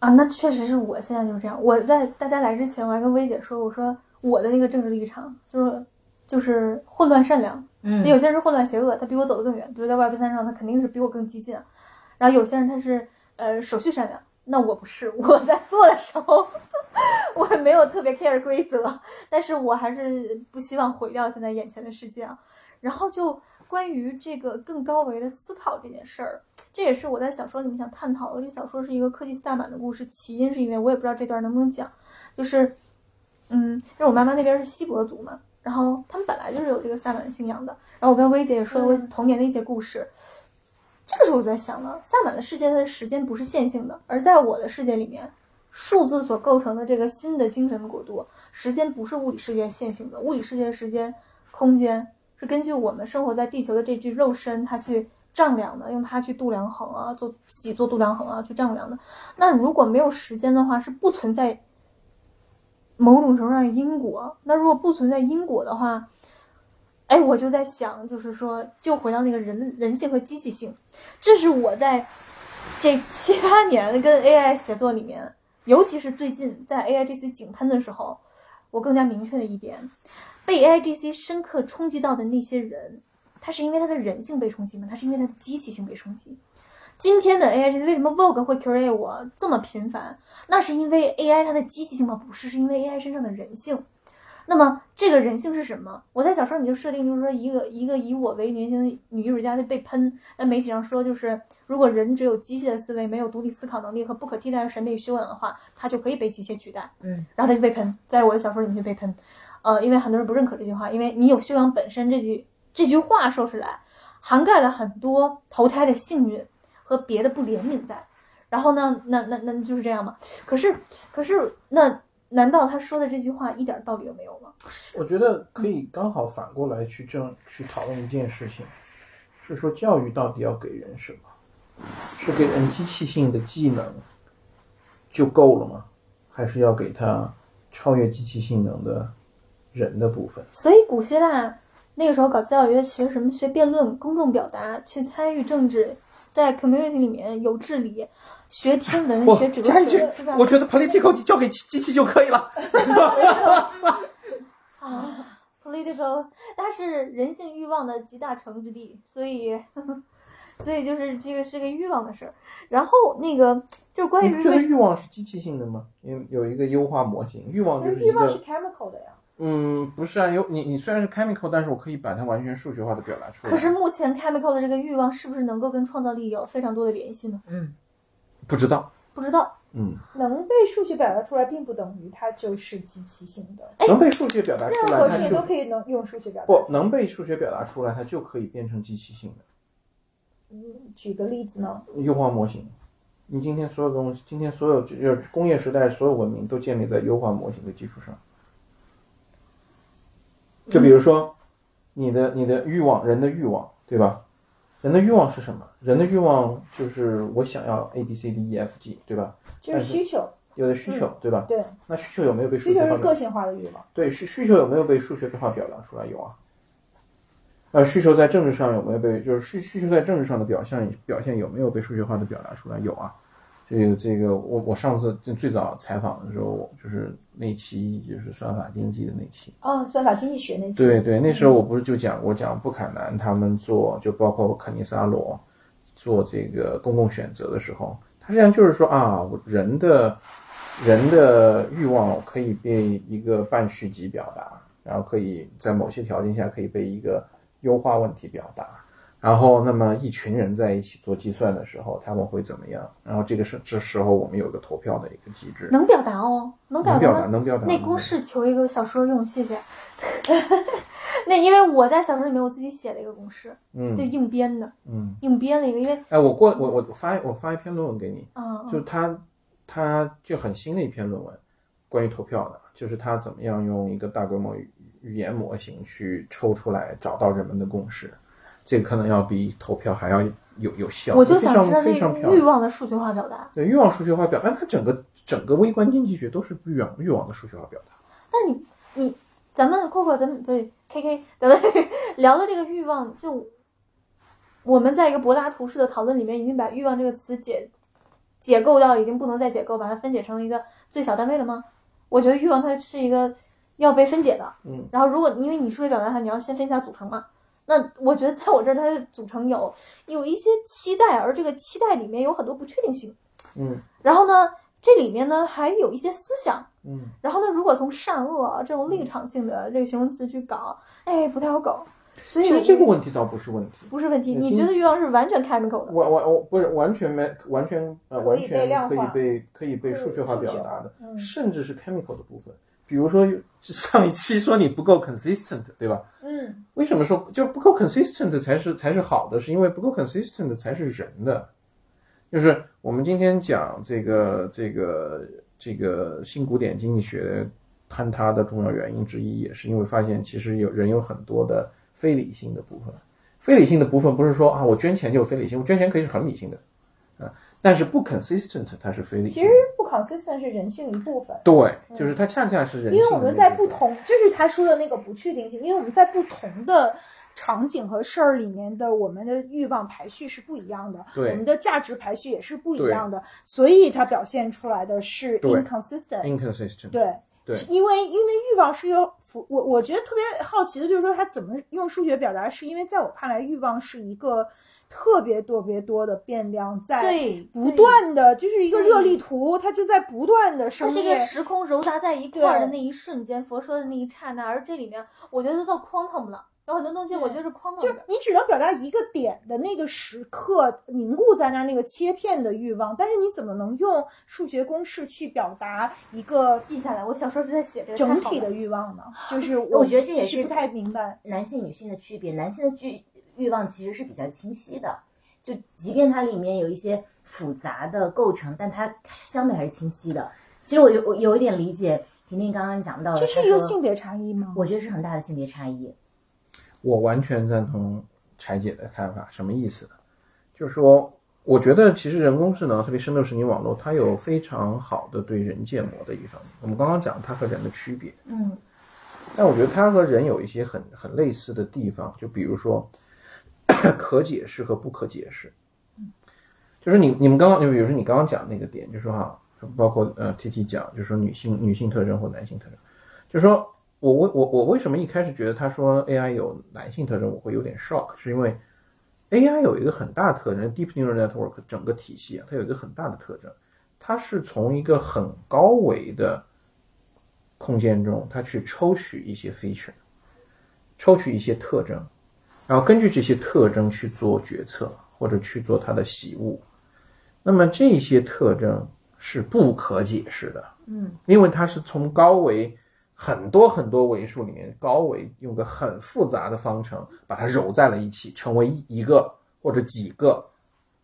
Speaker 5: 啊，那确实是我现在就是这样。我在大家来之前，我还跟薇姐说，我说我的那个政治立场就是就是混乱善良，那
Speaker 1: 嗯
Speaker 5: 有些人是混乱邪恶，他比我走得更远，比如在 Web 三上，他肯定是比我更激进啊。然后有些人他是呃手续善良，那我不是，我在做的时候 我没有特别 care 规则，但是我还是不希望毁掉现在眼前的世界啊。然后就关于这个更高维的思考这件事儿，这也是我在小说里面想探讨的。这小说是一个科技四大满的故事，起因是因为我也不知道这段能不能讲，就是嗯，因为我妈妈那边是锡伯族嘛，然后他们本来就是有这个萨满信仰的。然后我跟薇姐也说我童年的一些故事。这个时候我就在想呢，萨满的世界它的时间不是线性的，而在我的世界里面，数字所构成的这个新的精神的国度，时间不是物理世界线性的，物理世界的时间、空间是根据我们生活在地球的这具肉身，它去丈量的，用它去度量衡啊，做自己做度量衡啊，去丈量的。那如果没有时间的话，是不存在某种程度上的因果。那如果不存在因果的话，哎，我就在想，就是说，就回到那个人人性和机器性，这是我在这七八年跟 AI 协作里面，尤其是最近在 AIGC 井喷的时候，我更加明确的一点，被 AIGC 深刻冲击到的那些人，他是因为他的人性被冲击吗？他是因为他的机器性被冲击？今天的 AIGC 为什么 Vogue 会 curate 我这么频繁？那是因为 AI 它的机器性吗？不是，是因为 AI 身上的人性。那么这个人性是什么？我在小说里就设定，就是说一个一个以我为原型的女艺术家就被喷，那媒体上说就是，如果人只有机械的思维，没有独立思考能力和不可替代的审美与修养的话，他就可以被机械取代。
Speaker 1: 嗯，
Speaker 5: 然后他就被喷，在我的小说里面就被喷，呃，因为很多人不认可这句话，因为你有修养本身这句这句话说出来，涵盖了很多投胎的幸运和别的不怜悯在。然后呢，那那那就是这样嘛。可是可是那。难道他说的这句话一点道理都没有吗？
Speaker 3: 我觉得可以刚好反过来去正去讨论一件事情，是说教育到底要给人什么？是给人机器性的技能就够了吗？还是要给他超越机器性能的人的部分？
Speaker 5: 所以古希腊那个时候搞教育学什么？学辩论、公众表达，去参与政治，在 community 里面有治理，学天文
Speaker 3: 我，
Speaker 5: 学哲
Speaker 3: 加一句
Speaker 5: 学，是吧，
Speaker 3: 我？觉得 political 交给机机器就可以了。
Speaker 5: 啊，political，它是人性欲望的集大成之地，所以， 所以就是这个是个欲望的事儿。然后那个就是关于
Speaker 3: 你觉得
Speaker 5: 为
Speaker 3: 欲望是机器性的吗？有有一个优化模型，欲望
Speaker 5: 嗯
Speaker 10: 可
Speaker 3: 就是是一
Speaker 10: 欲望是
Speaker 3: 个
Speaker 10: chemical 的呀，
Speaker 3: 嗯，不是啊，有你你虽然是 chemical，但是我可以把它完全数学化的表达出来。
Speaker 5: 可是目前 chemical 的这个欲望是不是能够跟创造力有非常多的联系呢？
Speaker 1: 嗯
Speaker 3: 不知道，
Speaker 5: 不知道，
Speaker 3: 嗯，
Speaker 2: 能被数学表达出来，并不等于它就是积极性的。
Speaker 3: 能被数学表达出
Speaker 2: 任何
Speaker 3: 来，
Speaker 2: 事
Speaker 3: 它
Speaker 2: 情都可
Speaker 3: 就
Speaker 2: 以能用数学表达
Speaker 3: 不
Speaker 2: 出来。
Speaker 3: 能被数学表达出来，它就可以变成机器性的
Speaker 2: 嗯举个例子呢？
Speaker 3: 优化模型。你今天所有东西，今天所有就是工业时代所有文明都建立在优化模型的基础上。就
Speaker 2: 嗯
Speaker 3: 比如说，你的你的欲望，人的欲望，对吧？人的欲望是什么？人的欲望就是我想要 A B C D E F G，对吧？
Speaker 2: 就是
Speaker 3: 但是
Speaker 2: 需求，
Speaker 3: 有的需求，对吧？
Speaker 2: 嗯对，
Speaker 3: 那需求有没有被数
Speaker 2: 需
Speaker 3: 学
Speaker 2: 求
Speaker 3: 化
Speaker 2: 是
Speaker 3: 表达
Speaker 2: 个性化的欲望。
Speaker 3: 对需需求有没有被数学化表达出来？有啊。呃，需求在政治上有没有被就是需需求在政治上的表现表现有没有被数学化的表达出来？有啊。这个这个，我我上次最最早采访的时候，我就是那期就是算法经济的那期。
Speaker 2: 啊，
Speaker 5: 哦
Speaker 2: 算法经济学那期，
Speaker 3: 对对，那时
Speaker 5: 嗯
Speaker 3: 候我不是就讲过讲布坎南他们做，就包括肯尼萨罗做这个公共选择的时候，他实际上就是说啊，我人的人的欲望可以被一个半序集表达，然后可以在某些条件下可以被一个优化问题表达。然后，那么一群人在一起做计算的时候，他们会怎么样？然后这个是这时候我们有个投票的一个机制，
Speaker 5: 能表达哦，能
Speaker 3: 能
Speaker 5: 表
Speaker 3: 表
Speaker 5: 吗
Speaker 3: 达，能表达。
Speaker 5: 内公式求一个小说用，谢谢。 那因为我在小说里面我自己写了一个公式，就
Speaker 3: 嗯
Speaker 5: 硬编的，
Speaker 3: 嗯，
Speaker 5: 硬编了一个，因为
Speaker 3: 哎，我过我我发我发一篇论文给你，
Speaker 5: 嗯，
Speaker 3: 就是他他就很新的一篇论文，关于投票的，就是他怎么样用一个大规模语语言模型去抽出来找到人们的共识，这个可能要比投票还要有有效。
Speaker 5: 嗯我就
Speaker 3: 非
Speaker 5: 想
Speaker 3: 常
Speaker 5: 知道
Speaker 3: 非常
Speaker 5: 那
Speaker 3: 漂
Speaker 5: 个欲
Speaker 3: 亮。
Speaker 5: 望的数学化表达。
Speaker 3: 对欲望数学化表达，哎它整个整个微观经济学都是欲望欲望的数学化表达。
Speaker 5: 但是你你咱们扣扣，咱们对 K K，咱们 聊的这个欲望，就我们在一个柏拉图式的讨论里面，已经把欲望这个词解解构到已经不能再解构，把它分解成一个最小单位了吗？我觉得欲望它是一个要被分解的。
Speaker 3: 嗯，
Speaker 5: 然后如果因为你数学表达它，你要先分析它组成嘛。那我觉得在我这儿，它的组成有有一些期待，而这个期待里面有很多不确定性。
Speaker 3: 嗯
Speaker 5: 然后呢，这里面呢还有一些思想，
Speaker 3: 嗯，
Speaker 5: 然后呢，如果从善恶啊这种立场性的这个形容词去搞，哎，不太好搞。所
Speaker 3: 其
Speaker 5: 以
Speaker 3: 实这个问题倒不是问题。
Speaker 5: 不是问题，
Speaker 3: 嗯
Speaker 5: 你觉得欲望是完全 chemical 的？
Speaker 3: 完完我不是完全没完全呃
Speaker 2: 可
Speaker 3: 完
Speaker 2: 以被
Speaker 3: 全
Speaker 2: 量
Speaker 3: 可以
Speaker 2: 化
Speaker 3: 被可以被
Speaker 2: 可以
Speaker 3: 数学化
Speaker 2: 数
Speaker 3: 表
Speaker 2: 学
Speaker 3: 达的，
Speaker 2: 嗯
Speaker 3: 甚至是 chemical 的部分。比如说上一期说你不够 consistent，对吧？
Speaker 2: 嗯，
Speaker 3: 为什么说就不够 consistent 才是才是好的？是因为不够 consistent 才是人的。就是我们今天讲这个这个这个新古典经济学坍塌的重要原因之一，也是因为发现其实有人有很多的非理性的部分。非理性的部分不是说啊，我捐钱就非理性，我捐钱可以是很理性的，啊，但是不 consistent 它是非理
Speaker 2: 其
Speaker 3: 性的
Speaker 2: 实。不 consistent 是人性一部分。
Speaker 3: 对，就是它恰恰是人
Speaker 2: 嗯因
Speaker 3: 性的
Speaker 2: 为我
Speaker 3: 那
Speaker 2: 们
Speaker 3: 部
Speaker 2: 在
Speaker 3: 分
Speaker 2: 不同，就是他说的那个不确定性，因为我们在不同的场景和事儿里面的我们的欲望排序是不一样的，
Speaker 3: 对
Speaker 2: 我们的价值排序也是不一样的，所以它表现出来的是
Speaker 3: 对
Speaker 2: inconsistent。
Speaker 3: inconsistent，
Speaker 2: 对，
Speaker 3: 对
Speaker 2: 因为因为欲望是一个符，我我觉得特别好奇的就是说他怎么用数学表达，是因为在我看来，欲望是一个特别特别多的变量在。
Speaker 5: 对，
Speaker 2: 不断的，就是一个
Speaker 5: 对
Speaker 2: 热力图，它就在不断的
Speaker 5: 它
Speaker 2: 生
Speaker 5: 是一
Speaker 2: 灭。
Speaker 5: 个时空揉杂在一块儿的
Speaker 2: 对
Speaker 5: 那一瞬间，佛说的那一刹那。而这里面，我觉得到 quantum 了，有很多东西我觉得是 quantum
Speaker 2: 就是
Speaker 5: 的。
Speaker 2: 你只能表达一个点的那个时刻凝固在那儿那个切片的欲望，但是你怎么能用数学公式去表达一个
Speaker 5: 记下来，我小时候就在写这个。
Speaker 2: 整
Speaker 5: 太好
Speaker 2: 体的
Speaker 5: 了，
Speaker 2: 欲望呢？就是
Speaker 1: 我觉得这也
Speaker 2: 其实
Speaker 1: 是
Speaker 2: 不太明白。
Speaker 1: 男性女性的区别，男性的欲欲望其实是比较清晰的，就即便它里面有一些复杂的构成，但它相对还是清晰的。其实我有我有一点理解婷婷刚刚讲到的，
Speaker 2: 这是一个
Speaker 1: 她说
Speaker 2: 性，别差异吗？
Speaker 1: 我觉得是很大的性别差异。
Speaker 3: 我完全赞同柴姐的看法，什么意思呢？就是说，我觉得其实人工智能，特别深度神经网络，它有非常好的对人建模的一方面。我们刚刚讲它和人的区别，
Speaker 1: 嗯，
Speaker 3: 但我觉得它和人有一些很很类似的地方，就比如说可解释和不可解释。就是你你们刚刚，就比如说你刚刚讲那个点，就是说哈，包括呃 T T 讲，就是说女性女性特征或男性特征，就是说我为我我为什么一开始觉得他说 AI 有男性特征，我会有点 shock，是因为 AI 有一个很大特征，deep neural network 整个体系啊，它有一个很大的特征，它是从一个很高维的空间中，它去抽取一些 feature，抽取一些特征，然后根据这些特征去做决策或者去做它的习物。那么这些特征是不可解释的，
Speaker 2: 嗯，
Speaker 3: 因为它是从高维很多很多维数里面，高维用个很复杂的方程把它揉在了一起，成为一个或者几个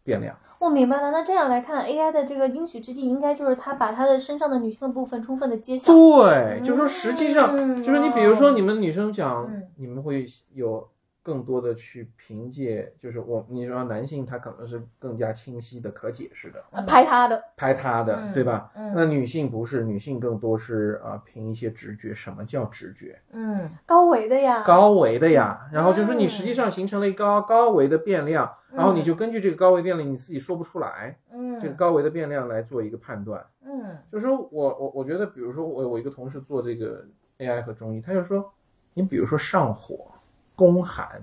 Speaker 3: 变量。
Speaker 1: 嗯
Speaker 5: 我明白了，那这样来看，AI 的这个应许之地，应该就是他把他的身上的女性部分充分的揭晓。
Speaker 3: 对，就说实际上，就是你比如说
Speaker 1: 哦
Speaker 3: 你们女生讲，
Speaker 1: 嗯
Speaker 3: 你们会有更多的去凭借，就是我你说男性他可能是更加清晰的可解释的，
Speaker 5: 拍他的，
Speaker 3: 拍他的，
Speaker 1: 嗯
Speaker 3: 对吧？
Speaker 1: 嗯
Speaker 3: 那女性不是，女性更多是啊、呃凭一些直觉。什么叫直觉？
Speaker 1: 嗯
Speaker 5: 高维的呀，
Speaker 3: 高维的呀。然后就是你实际上形成了一高高维的变量，然后你就根据这个高维变量，你自己说不出来、这个
Speaker 1: 嗯嗯
Speaker 3: 高维的变量来做一个判断。
Speaker 1: 嗯
Speaker 3: 就是说我我我觉得，比如说我我一个同事做这个 AI 和中医，他就说，你比如说上火、宫寒，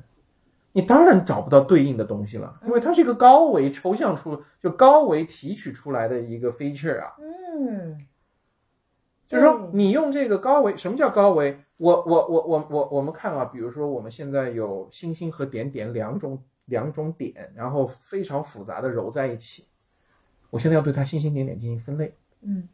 Speaker 3: 你当然找不到对应的东西了，因为它是一个高维抽象出就高维提取出来的一个 feature 啊。
Speaker 1: 嗯，
Speaker 3: 就是说
Speaker 1: 对，
Speaker 3: 你用这个高维，什么叫高维？我我我我我我们看啊，比如说我们现在有星星和点点两种两种点，然后非常复杂的揉在一起。我现在要对它星星点点进行分类。
Speaker 1: 嗯，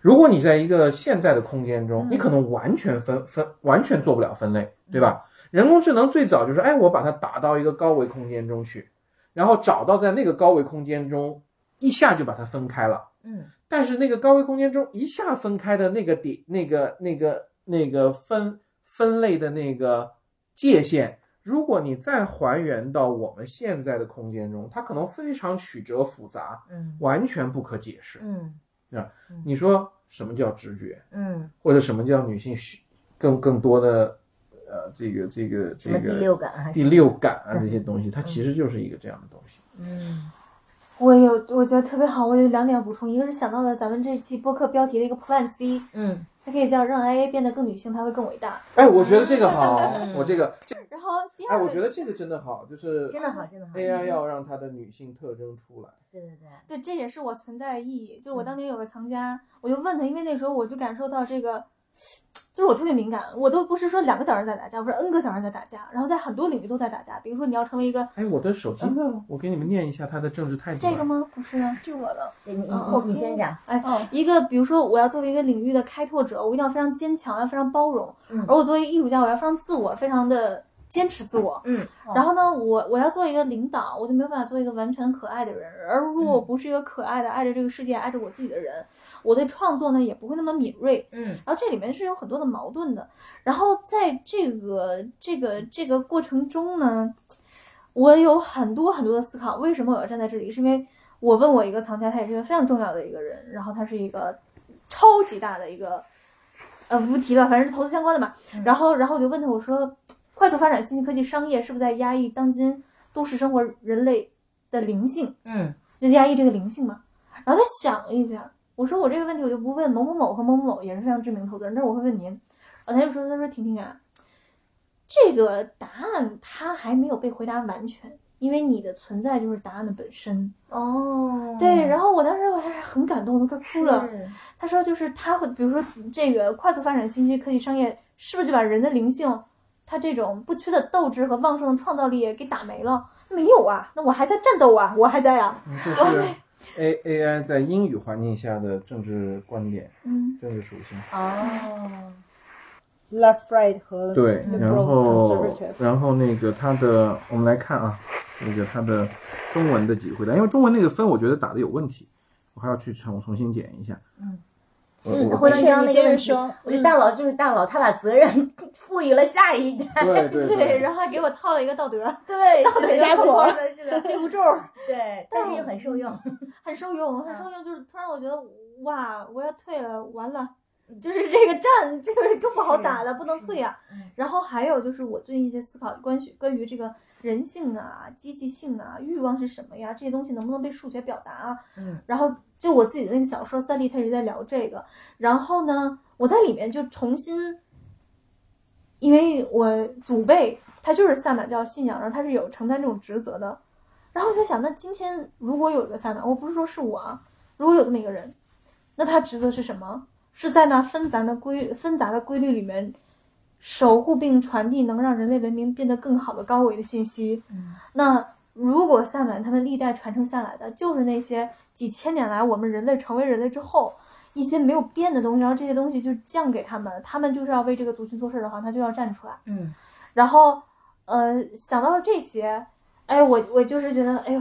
Speaker 3: 如果你在一个现在的空间中，你可能完全分分完全做不了分类，对吧？人工智能最早就是，哎，我把它打到一个高维空间中去，然后找到在那个高维空间中，一下就把它分开了。
Speaker 1: 嗯，
Speaker 3: 但是那个高维空间中一下分开的那个点，那个那个那个分分类的那个界限，如果你再还原到我们现在的空间中，它可能非常曲折复杂，
Speaker 1: 嗯
Speaker 3: 完全不可解释。
Speaker 1: 嗯
Speaker 3: 你说什么叫直觉，
Speaker 1: 嗯，
Speaker 3: 或者什么叫女性需更更多的呃这个这个这
Speaker 1: 什么
Speaker 3: 个
Speaker 1: 第六感嗯还
Speaker 3: 第
Speaker 1: 是
Speaker 3: 六感啊这些东西，它其实就是一个这样的东西。
Speaker 1: 嗯
Speaker 5: 我有，我觉得特别好。我有两点补充，一个是想到了咱们这期播客标题的一个 Plan C，
Speaker 1: 嗯
Speaker 5: 它可以叫让 AI 变得更女性，它会更伟大。
Speaker 3: 哎，我觉得这个好，我这个
Speaker 5: 然后第
Speaker 3: 哎，
Speaker 5: 二
Speaker 3: 我
Speaker 1: 嗯
Speaker 5: 个，
Speaker 3: 觉得这个真的好，就是
Speaker 1: 真的好真的好
Speaker 3: AI 要让它的女性特征出来，
Speaker 1: 对对对，
Speaker 5: 对，这也是我存在的意义。就是我当年有个藏家，我就问他，因为那时候我就感受到这个，就是我特别敏感，我都不是说两个小时在打架，我是 N 个小时在打架，然后在很多领域都在打架。比如说你要成为一个
Speaker 3: 哎，我的手机呢？我给你们念一下它的政治态度吧。
Speaker 5: 这个吗？不是啊，
Speaker 2: 这我的，
Speaker 1: 对你
Speaker 5: 嗯
Speaker 1: 你
Speaker 5: 嗯
Speaker 1: 你
Speaker 2: 哦
Speaker 1: 先讲，
Speaker 5: 哎，一个比如说我要作为一个领域的开拓者，我一定要非常坚强，要非常包容。
Speaker 1: 嗯
Speaker 5: 而我作为一个艺术家，我要非常自我，非常的坚持自我。
Speaker 1: 嗯，
Speaker 5: 然后呢，我我要做一个领导，我就没有办法做一个完全可爱的人。而如果我不是一个可爱的、爱着这个世界、爱着我自己的人，我对创作呢也不会那么敏锐。
Speaker 1: 嗯
Speaker 5: 然后这里面是有很多的矛盾的。然后在这个这个这个过程中呢，我有很多很多的思考，为什么我要站在这里？是因为我问我一个藏家，他也是一个非常重要的一个人，然后他是一个超级大的一个，呃，无题吧，反正是投资相关的嘛。
Speaker 1: 嗯
Speaker 5: 然后然后我就问他，我说，快速发展信息科技商业是不是在压抑当今都市生活人类的灵性？
Speaker 1: 嗯
Speaker 5: 就压抑这个灵性嘛。然后他想了一下，我说我这个问题我就不问某某某和某某某也是非常知名的投资人，但是我会问您。然后他就说，他说婷婷啊，这个答案它还没有被回答完全，因为你的存在就是答案的本身。
Speaker 1: 哦
Speaker 5: 对，然后我当时我还是很感动，我都快哭了。
Speaker 1: 是
Speaker 5: 他说就是他会，比如说这个快速发展信息科技商业，是不是就把人的灵性，他这种不屈的斗志和旺盛的创造力给打没了？没有啊，那我还在战斗啊，我还在啊，
Speaker 3: 嗯这是 A AI 在英语环境下的政治观点、
Speaker 5: 嗯。
Speaker 3: 政治属性。
Speaker 1: 哦，
Speaker 2: left right 和
Speaker 3: 对，
Speaker 2: liberal
Speaker 3: 然后
Speaker 2: 嗯 conservative
Speaker 3: 然后那个它的，我们来看啊，那个它的中文的几个回答，因为中文那个分我觉得打的有问题，我还要去重重新剪一下。
Speaker 1: 嗯
Speaker 3: 我，
Speaker 2: 嗯
Speaker 3: 我
Speaker 1: 回到
Speaker 2: 你
Speaker 1: 刚刚那
Speaker 2: 接
Speaker 1: 个
Speaker 2: 着
Speaker 1: 问题
Speaker 2: 说，
Speaker 1: 我觉得大佬就是大佬，他把责任 赋予了下一代，
Speaker 3: 对对
Speaker 5: 对，然后还给我套了一个道德，
Speaker 1: 对，道德
Speaker 2: 枷锁
Speaker 1: 是的，
Speaker 5: 紧箍咒，
Speaker 1: 对，但是嗯也很受用，
Speaker 5: 很受用，很受用。就是突然我觉得，哇，啊我要退了，完了，就是这个战， 就是更不好打了，不能退啊
Speaker 1: 嗯。
Speaker 5: 然后还有就是我最近一些思考，关于关于这个人性啊、机器性啊、欲望是什么呀，这些东西能不能被数学表达啊？
Speaker 1: 嗯，
Speaker 5: 然后就我自己的那个小说《三立》，它一直在聊这个。然后呢，我在里面就重新，因为我祖辈他就是萨满教信仰，然后他是有承担这种职责的。然后我在想，那今天如果有一个萨满，我不是说是我啊，如果有这么一个人，那他职责是什么？是在那纷杂的规纷杂的规律里面，守护并传递能让人类文明变得更好的高维的信息。那如果萨满他们历代传承下来的就是那些几千年来我们人类成为人类之后一些没有变的东西，然后这些东西就降给他们了，他们就是要为这个族群做事的话，他就要站出来。
Speaker 1: 嗯，
Speaker 5: 然后呃想到了这些，哎，我我就是觉得，哎呦，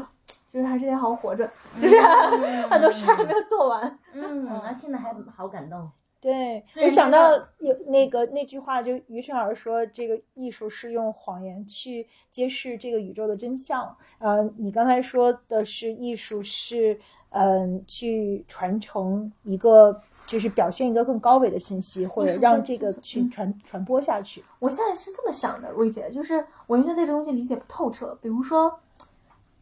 Speaker 5: 就是还是得好好活着，就是 很多事儿还没有做完。
Speaker 1: 嗯，啊，听得还好感动。
Speaker 2: 对，
Speaker 1: 虽
Speaker 2: 我
Speaker 1: 然
Speaker 2: 想
Speaker 1: 知
Speaker 2: 到
Speaker 1: 道
Speaker 2: 有
Speaker 5: 嗯
Speaker 2: 那个那句话，就于正老师说，这个艺术是用谎言去揭示这个宇宙的真相。呃，你刚才说的是艺术是，嗯、去传承一个，就是表现一个更高维的信息，或
Speaker 5: 艺
Speaker 2: 者
Speaker 5: 术
Speaker 2: 让
Speaker 5: 跟
Speaker 2: 这个
Speaker 5: 嗯
Speaker 2: 去传、传播下去。
Speaker 5: 我现在是这么想的，瑞姐，就是我原先对这东西理解不透彻。比如说，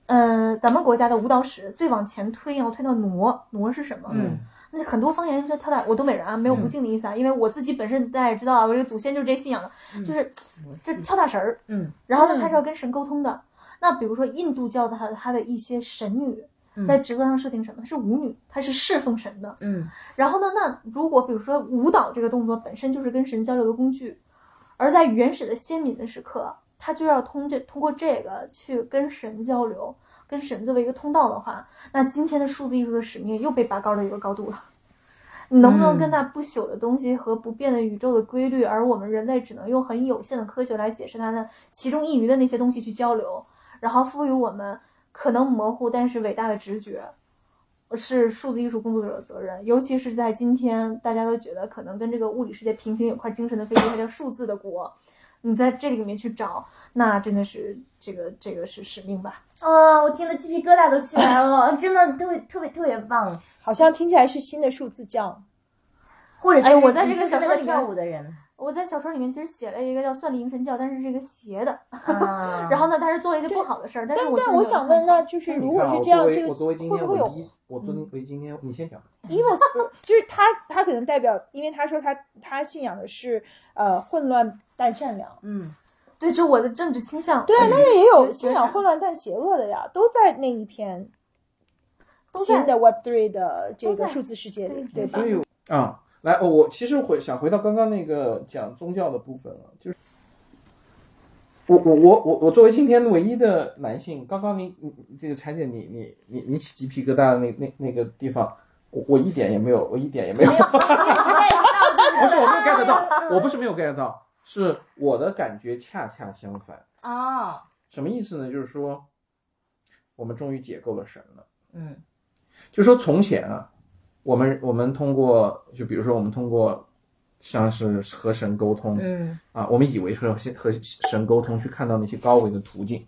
Speaker 5: 呃，咱们国家的舞蹈史最往前推，要推到傩，傩是什么？
Speaker 1: 嗯，
Speaker 5: 那很多方言是跳在我东北人啊，没有不敬的意思啊，因为我自己本身大家也知道啊，我这个祖先就是这信仰的，就是就是跳大神儿，
Speaker 1: 嗯，
Speaker 5: 然后呢，他是要跟神沟通的。那比如说印度教的它它的一些神女
Speaker 1: 嗯，
Speaker 5: 在职责上设定什么？是舞女，她是侍奉神的。
Speaker 1: 嗯
Speaker 5: 然后呢，那如果比如说舞蹈这个动作本身就是跟神交流的工具，而在原始的先民的时刻，他就要通这通过这个去跟神交流，跟神作为一个通道的话，那今天的数字艺术的使命又被拔高到一个高度了。你能不能跟那不朽的东西和不变的宇宙的规律，而我们人类只能用很有限的科学来解释它的其中一隅的那些东西去交流，然后赋予我们可能模糊但是伟大的直觉？是数字艺术工作者的责任，尤其是在今天，大家都觉得可能跟这个物理世界平行有块精神的飞机，它叫数字的国。你在这里面去找，那真的是这个这个是使命吧？
Speaker 1: 哦，我听了鸡皮疙瘩都起来了，哎真的特别特别特别棒。
Speaker 2: 好像听起来是新的数字教，
Speaker 1: 或者
Speaker 5: 哎
Speaker 1: 就是
Speaker 5: 我在这个
Speaker 1: 就是
Speaker 5: 小
Speaker 1: 那
Speaker 5: 说里面
Speaker 1: 跳舞的人，
Speaker 5: 我在小说里面其实写了一个叫“算力迎神教”，但是是一个邪的。
Speaker 1: 啊
Speaker 5: 然后呢，他是做了一些不好的事儿，但是
Speaker 2: 但
Speaker 5: 我
Speaker 2: 但我
Speaker 5: 觉得
Speaker 2: 想问，那就是
Speaker 3: 你看
Speaker 2: 如果
Speaker 3: 啊
Speaker 2: 是
Speaker 3: 我
Speaker 2: 这样，
Speaker 3: 作为
Speaker 2: 这个
Speaker 3: 我作为今
Speaker 2: 会
Speaker 3: 天
Speaker 2: 不会
Speaker 3: 我
Speaker 2: 有
Speaker 3: 第一，我作为今天你先讲，
Speaker 2: evil spirit，就是他，他可能代表，因为他说他他信仰的是呃混乱但善良。
Speaker 1: 嗯，
Speaker 5: 对，这是我的政治倾向。
Speaker 2: 对啊，但是也有信仰
Speaker 5: 是
Speaker 2: 混乱但邪恶的呀，都在那一篇
Speaker 5: 都在
Speaker 2: 新的 Web Three 的这
Speaker 5: 都
Speaker 2: 个
Speaker 5: 在
Speaker 2: 数字世界里，对
Speaker 5: 对
Speaker 2: 吧
Speaker 3: 所？以啊，来，哦我其实回想回到刚刚那个讲宗教的部分了，就是我我我我我作为今天唯一的男性，刚刚你你你这个柴姐你你你你起鸡皮疙瘩的那那那个地方，我我一点也没有，我一点也没有， 不是我没有 get 到，我不是没有 get 到，是我的感觉恰恰相反，
Speaker 1: 哦，
Speaker 3: 什么意思呢？就是说，我们终于解构了神了。
Speaker 1: 嗯
Speaker 3: 就说从前啊，我们我们通过就比如说我们通过像是和神沟通，
Speaker 1: 嗯
Speaker 3: 啊，我们以为是和和神沟通去看到那些高维的途径，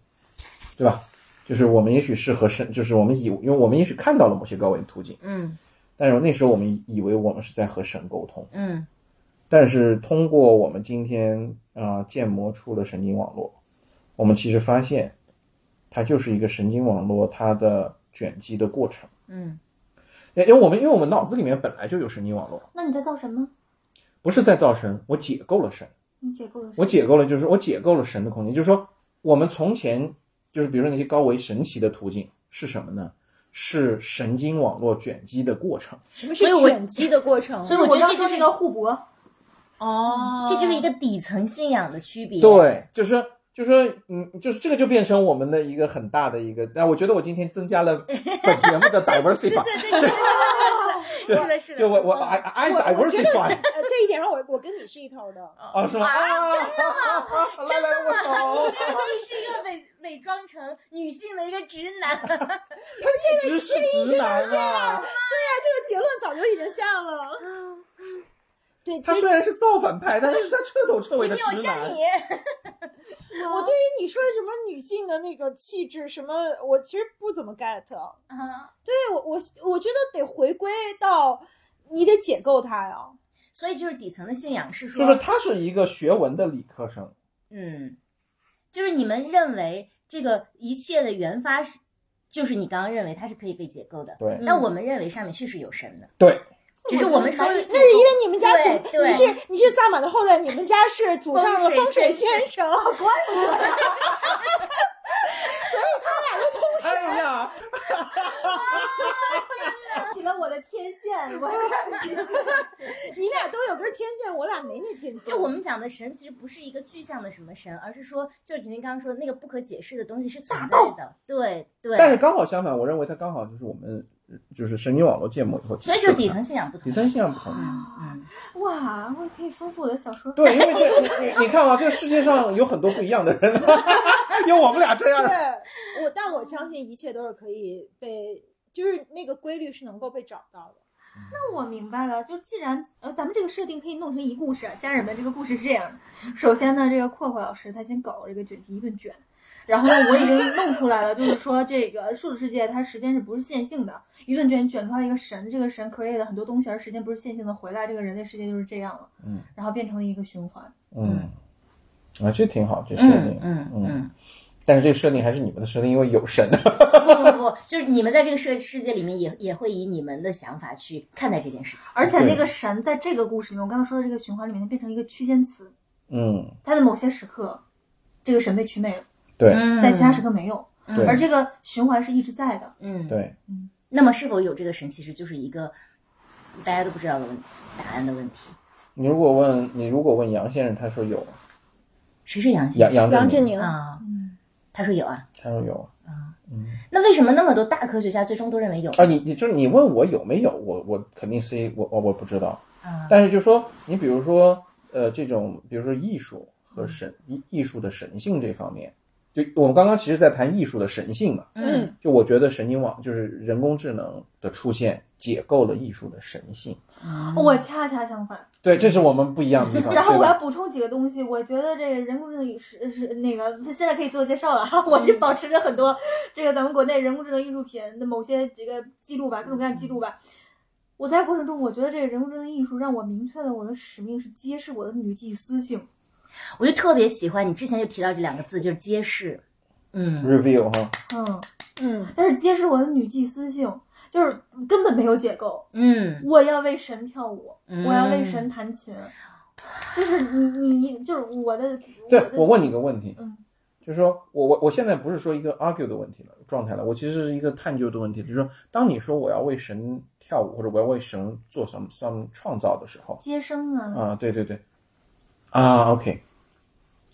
Speaker 3: 对吧？就是我们也许是和神，就是我们以因为我们也许看到了某些高维的途径，
Speaker 1: 嗯
Speaker 3: 但是那时候我们以为我们是在和神沟通，
Speaker 1: 嗯
Speaker 3: 但是通过我们今天啊、呃建模出的神经网络，我们其实发现，它就是一个神经网络它的卷积的过程。
Speaker 1: 嗯
Speaker 3: 因为我们因为我们脑子里面本来就有神经网络，
Speaker 5: 那你在造什么？
Speaker 3: 不是在造神，我解构了神，
Speaker 5: 你解构的是
Speaker 3: 我解构了就是我解构了神的空间，就是说我们从前就是比如说那些高维神奇的途径是什么呢？是神经网络卷积的过程。
Speaker 2: 什么
Speaker 1: 所以
Speaker 2: 是
Speaker 1: 我
Speaker 2: 卷积的过程？
Speaker 1: 所以我觉得
Speaker 5: 刚
Speaker 1: 这就
Speaker 5: 说
Speaker 1: 是
Speaker 5: 那个互搏，
Speaker 2: 哦
Speaker 1: 这就是一个底层信仰的区别。，
Speaker 3: 对，就是说就是说嗯，就是这个就变成我们的一个很大的一个。那我觉得我今天增加了本节目的 diversify，对
Speaker 1: 是的，是
Speaker 3: 就
Speaker 1: 的。
Speaker 3: 我我 I I
Speaker 2: 我我觉得
Speaker 3: diversify
Speaker 2: 呃这一点上我我跟你是一头的。
Speaker 3: 哦，是吗？啊，来来握手，
Speaker 1: 你是一个伪伪装成女性的一个直 男，
Speaker 3: 直视直男啊。
Speaker 2: 哎这个结论早就已经下了。
Speaker 1: 嗯
Speaker 2: 对，
Speaker 3: 他
Speaker 2: 其实
Speaker 3: 虽然是造反派，但是他彻头彻尾 的
Speaker 1: 你
Speaker 3: 直
Speaker 1: 我
Speaker 3: 男
Speaker 1: 站。你。
Speaker 2: 我对于你说的什么女性的那个气质什么，我其实不怎么 get。
Speaker 1: 啊，
Speaker 2: 对我我我觉得得回归到你得解构它呀。
Speaker 1: 所以就是底层的信仰是说，
Speaker 3: 就是他是一个学文的理科生，
Speaker 1: 嗯，就是你们认为这个一切的原发是，就是你刚刚认为它是可以被解构的，
Speaker 3: 对
Speaker 1: 那我们认为上面确实有神的，
Speaker 3: 对，
Speaker 1: 只嗯是我们说
Speaker 2: 那是因为你们家
Speaker 1: 对
Speaker 2: 祖
Speaker 1: 对
Speaker 2: 你是你是萨满的后代，你们家是祖上的风
Speaker 1: 风水
Speaker 2: 水先生，好怪不得。所以他们俩都通
Speaker 3: 哎呀，
Speaker 5: 起了我的的天线，我
Speaker 2: 你俩都有根天线，我俩没那天线。
Speaker 1: 就我们讲的神，其实不是一个具象的什么神，而是说，就是婷婷刚刚说的那个不可解释的东西是存在的。对对。
Speaker 3: 但是刚好相反，我认为它刚好就是我们就是神经网络建模以后，
Speaker 1: 所以就是底层信仰不同。
Speaker 3: 底层信仰不同。
Speaker 1: 嗯，
Speaker 5: 哇，我可以丰富我的小说。
Speaker 3: 对，因为这你你你看啊，这个世界上有很多不一样的人， 有我们俩这样的。
Speaker 2: 对我，但我相信一切都是可以被，就是那个规律是能够被找到的。
Speaker 5: 那我明白了，就既然呃，咱们这个设定可以弄成一故事，家人们，这个故事是这样的：首先呢，这个阔阔老师他先搞这个卷题一顿卷，然后呢，我已经弄出来了，就是说这个数字世界它时间是不是线性的？一顿卷卷出来一个神，这个神 create 的很多东西，而时间不是线性的，回来这个人类世界就是这样了，
Speaker 3: 嗯，
Speaker 5: 然后变成了一个循环。
Speaker 3: 嗯，啊，这挺好，这设
Speaker 1: 嗯
Speaker 3: 定。
Speaker 1: 嗯 嗯，
Speaker 3: 但是这个设定还是你们的设 定，因为有神。
Speaker 1: 不不不，就是你们在这个世世界里面也也会以你们的想法去看待这件事情。
Speaker 5: 而且那
Speaker 3: 对
Speaker 5: 个神在这个故事里面，我刚刚说的这个循环里面，它变成一个区间词，
Speaker 3: 嗯，
Speaker 5: 它在某些时刻，这个神被祛魅了，
Speaker 3: 对
Speaker 1: 嗯
Speaker 5: 在其他时刻没有，
Speaker 3: 对
Speaker 5: 而这个循环是一直在的。
Speaker 1: 嗯，
Speaker 3: 对，
Speaker 1: 那么是否有这个神，其实就是一个大家都不知道的问答案的问题。
Speaker 3: 你如果问你如果问杨先生，他说有，
Speaker 1: 谁是杨
Speaker 3: 杨
Speaker 2: 杨
Speaker 3: 杨振
Speaker 2: 振
Speaker 3: 宁
Speaker 2: 宁，
Speaker 1: 啊？他说有啊，
Speaker 3: 他说有
Speaker 1: 那为什么那么多大科学家最终都认为有
Speaker 3: 啊，你你就是你问我有没有，我我肯定 C，我我我不知道。
Speaker 1: 啊？
Speaker 3: 但是就说你比如说呃这种，比如说艺术和神艺艺术的神性这方面，就我们刚刚其实在谈艺术的神性嘛，
Speaker 1: 嗯
Speaker 3: 就我觉得神经网就是人工智能的出现解构了艺术的神性。
Speaker 5: 哦我恰恰相反。
Speaker 3: 对，这是我们不一样的地 方。
Speaker 5: 然后
Speaker 3: 嗯对
Speaker 5: 我
Speaker 3: 吧
Speaker 5: 要补充几个东西，我觉得这个人工智能是是那个现在可以自我介绍了哈，
Speaker 3: 嗯
Speaker 5: 我是保持着很多这个咱们国内人工智能艺术品的某些这个记录吧，各种各样的记录吧。我在过程中，我觉得这个人工智能艺术让我明确了我的使命是揭示我的女祭司性。
Speaker 1: 我就特别喜欢你之前就提到这两个字，就是揭示。 嗯
Speaker 3: review 哈，
Speaker 5: 嗯，
Speaker 2: 嗯，
Speaker 5: 但是揭示我的女祭司性，就是根本没有解构。
Speaker 1: 嗯，
Speaker 5: 我要为神跳舞，
Speaker 1: 嗯
Speaker 5: 我要为神弹琴，就是你你就是我的。
Speaker 3: 对
Speaker 5: 的
Speaker 3: 我问你个问题，
Speaker 5: 嗯
Speaker 3: 就是说我我我现在不是说一个 argue 的问题了，状态了，我其实是一个探究的问题，就是说，当你说我要为神跳舞或者我要为神做什么 some 创造的时候，
Speaker 5: 接生啊，
Speaker 3: 啊，对对对，啊，OK，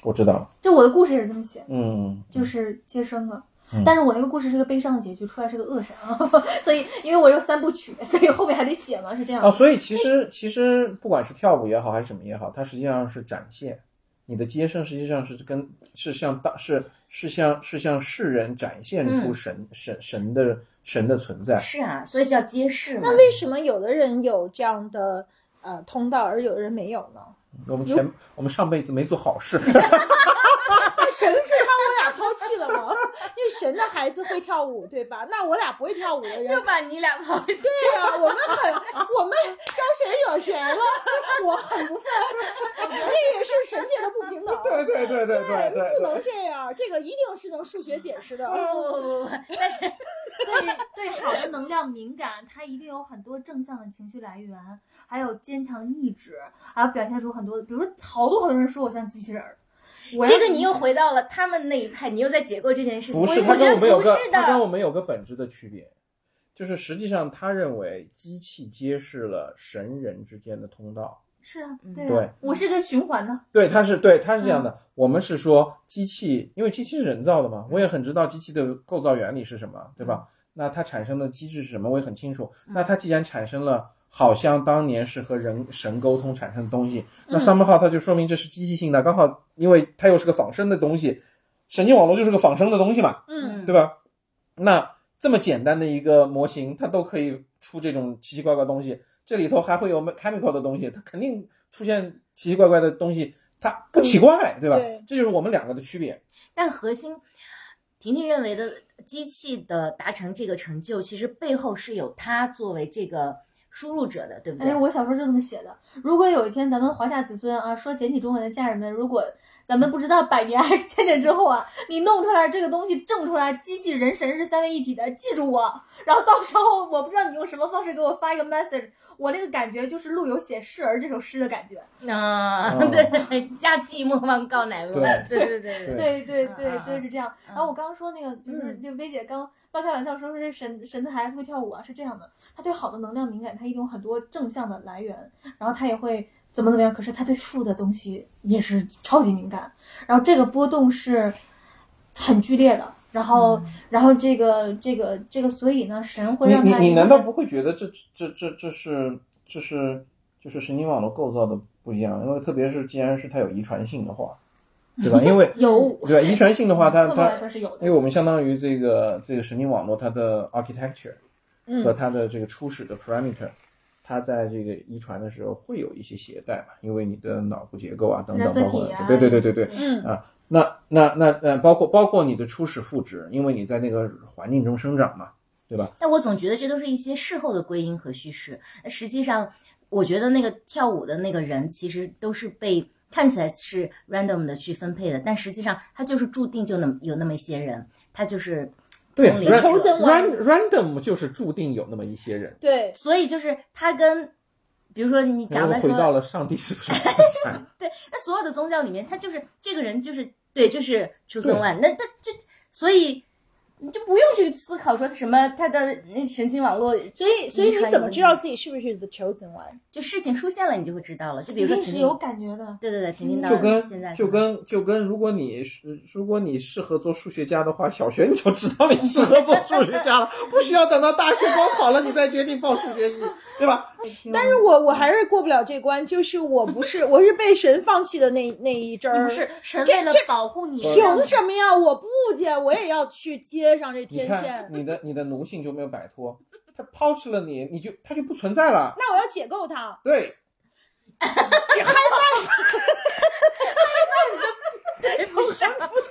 Speaker 3: 我知道了，
Speaker 5: 就我的故事也是这么写的。
Speaker 3: 嗯，
Speaker 5: 就是接生了
Speaker 3: 嗯。
Speaker 5: 但是我那个故事是个悲伤的结局，出来是个恶神啊， 所以因为我有三部曲，所以后面还得写嘛，是这样
Speaker 3: 啊，。所以其实其实不管是跳舞也好还是什么也好，它实际上是展现你的接生，实际上是跟是向大是是向是向世人展现出
Speaker 1: 嗯
Speaker 3: 神、神神的神的存在，
Speaker 1: 是啊，所以叫揭示嘛
Speaker 2: 那。为什么有的人有这样的呃通道，而有的人没有呢？
Speaker 3: 我们前我们上辈子没做好事，
Speaker 2: 那神是把我俩抛弃了吗？ 因为神的孩子会跳舞，对吧？那我俩不会跳舞的 人，
Speaker 1: 把你俩抛弃。
Speaker 2: 对呀、我们很我们招谁惹谁了？ 我很不忿，这也是神界的不平等。
Speaker 3: 对对对对对对
Speaker 2: 不能这样，这个一定是能数学解释的。
Speaker 1: 不不不不，但是
Speaker 4: 对对好的能量敏感，他一定有很多正向的情绪来源，还有坚强的意志，还有表现出很多，比如说好多好多人说我像机器人儿，我要
Speaker 1: 这个你又回到了他们那一派，你又在解构这件事情。
Speaker 3: 不是
Speaker 1: 我
Speaker 3: 他
Speaker 1: 我觉
Speaker 3: 跟我
Speaker 1: 得
Speaker 3: 们有个
Speaker 1: 不是
Speaker 3: 他跟我
Speaker 1: 的，
Speaker 3: 们有个本质的区别，就是实际上他认为机器揭示了神人之间的通道，
Speaker 5: 是啊
Speaker 1: 嗯，
Speaker 5: 对
Speaker 3: 对
Speaker 5: 啊，我是个循环的。
Speaker 3: 对，他是对他是这样的，我们是说机器，因为机器是人造的嘛，我也很知道机器的构造原理是什么，对吧？那它产生的机制是什么，我也很清楚。那它既然产生了。好像当年是和人神沟通产生的东西，那 somehow 它就说明这是机器性的，刚好因为它又是个仿生的东西，神经网络就是个仿生的东西嘛，
Speaker 2: 嗯，
Speaker 3: 对吧？那这么简单的一个模型，它都可以出这种奇奇怪怪的东西，这里头还会有 me- chemical 的东西，它肯定出现奇奇怪怪的东西，它不奇怪，对吧？
Speaker 2: 对
Speaker 3: 这就是我们两个的区别。
Speaker 1: 但核心，婷婷认为的机器的达成这个成就，其实背后是有他作为这个输入者的，对不对？
Speaker 5: 哎，我小说就这么写的。如果有一天咱们华夏子孙啊，说简体中文的家人们，如果咱们不知道百年还是千年之后啊，你弄出来这个东西证出来，机器人神是三位一体的，记住我。然后到时候我不知道你用什么方式给我发一个 message，我那个感觉就是陆游写《示儿》这首诗的感觉。
Speaker 1: 啊，
Speaker 3: 嗯
Speaker 1: 对， 佳期莫忘告乃翁，
Speaker 3: 对
Speaker 1: 对对对
Speaker 3: 对
Speaker 5: 对对对
Speaker 1: 嗯嗯
Speaker 5: 对，
Speaker 1: 嗯
Speaker 5: 是这样。然后我刚刚说那个，就是
Speaker 1: 嗯
Speaker 5: 就薇姐刚不要开玩笑说是神神的孩子会跳舞啊，是这样的，他对好的能量敏感，他一定有很多正向的来源，然后他也会怎么怎么样，可是他对负的东西也是超级敏感，然后这个波动是很剧烈的。然后，
Speaker 1: 嗯
Speaker 5: 然后这个这个这个，所以呢，神会
Speaker 3: 你
Speaker 5: 让
Speaker 3: 你
Speaker 5: 他
Speaker 3: 你
Speaker 5: 一
Speaker 3: 难
Speaker 5: 个
Speaker 3: 道不会觉得这这这这是这是就是神经网络构造的不一样？因为特别是既然是它有遗传性的话，对吧？因为
Speaker 5: 有
Speaker 3: 对吧？遗传性的话， 它
Speaker 5: 客观
Speaker 3: 它
Speaker 5: 来说是有
Speaker 3: 因
Speaker 5: 的
Speaker 3: 为，我们相当于这个这个神经网络它的 architecture 和它的这个初始的 parameter，、它在这个遗传的时候会有一些携带嘛，因为你的脑部结构啊等等，
Speaker 5: 染色
Speaker 3: 包括
Speaker 5: 体啊
Speaker 3: 对对对对对，
Speaker 2: 嗯
Speaker 3: 啊，那那那那包括包括你的初始父职，因为你在那个环境中生长嘛，对吧？
Speaker 1: 但我总觉得这都是一些事后的归因和叙事。呃实际上，我觉得那个跳舞的那个人其实都是被看起来是 random 的去分配的，但实际上他就是注定就那么有那么一些人，他就是
Speaker 3: 对
Speaker 1: 嗯
Speaker 3: ，ran-
Speaker 2: 抽身完
Speaker 3: ran- random 就是注定有那么一些人。
Speaker 2: 对，
Speaker 1: 所以就是他跟，比如说你
Speaker 3: 然
Speaker 1: 讲
Speaker 3: 后
Speaker 1: 的
Speaker 3: 回
Speaker 1: 说，
Speaker 3: 到了上帝是不 是之前？
Speaker 1: 那所有的宗教里面，他就是这个人就是对，就是出生万，那那就所以你就不用去思考说什么他的那神经网络，
Speaker 2: 所以所以你怎么知道自己是不是 the chosen one？
Speaker 1: 就事情出现了你就会知道了。就比
Speaker 5: 一
Speaker 1: 如说
Speaker 5: 定
Speaker 1: 婷
Speaker 5: 是
Speaker 1: 婷
Speaker 5: 有感觉的。
Speaker 1: 对对对，婷婷
Speaker 3: 就
Speaker 1: 当然现在
Speaker 3: 跟就跟就跟，如果你是如果你适合做数学家的话，小学你就知道你适合做数学家了，不需要等到大学高考了你再决定报数学系，对吧？
Speaker 2: 但是我我还是过不了这关，就是我不是 我是被神放弃的那那一阵
Speaker 1: 你
Speaker 2: 儿
Speaker 1: 不。是神
Speaker 2: 这
Speaker 1: 为了
Speaker 2: 这
Speaker 1: 保护 你，
Speaker 2: 凭什么呀？我不见，我也要去接上这
Speaker 3: 你
Speaker 2: 天
Speaker 3: 看
Speaker 2: 线。
Speaker 3: 你的你的奴性就没有摆脱，他抛弃了你，你就他就不存在了。
Speaker 2: 那我要解构它。
Speaker 3: 对，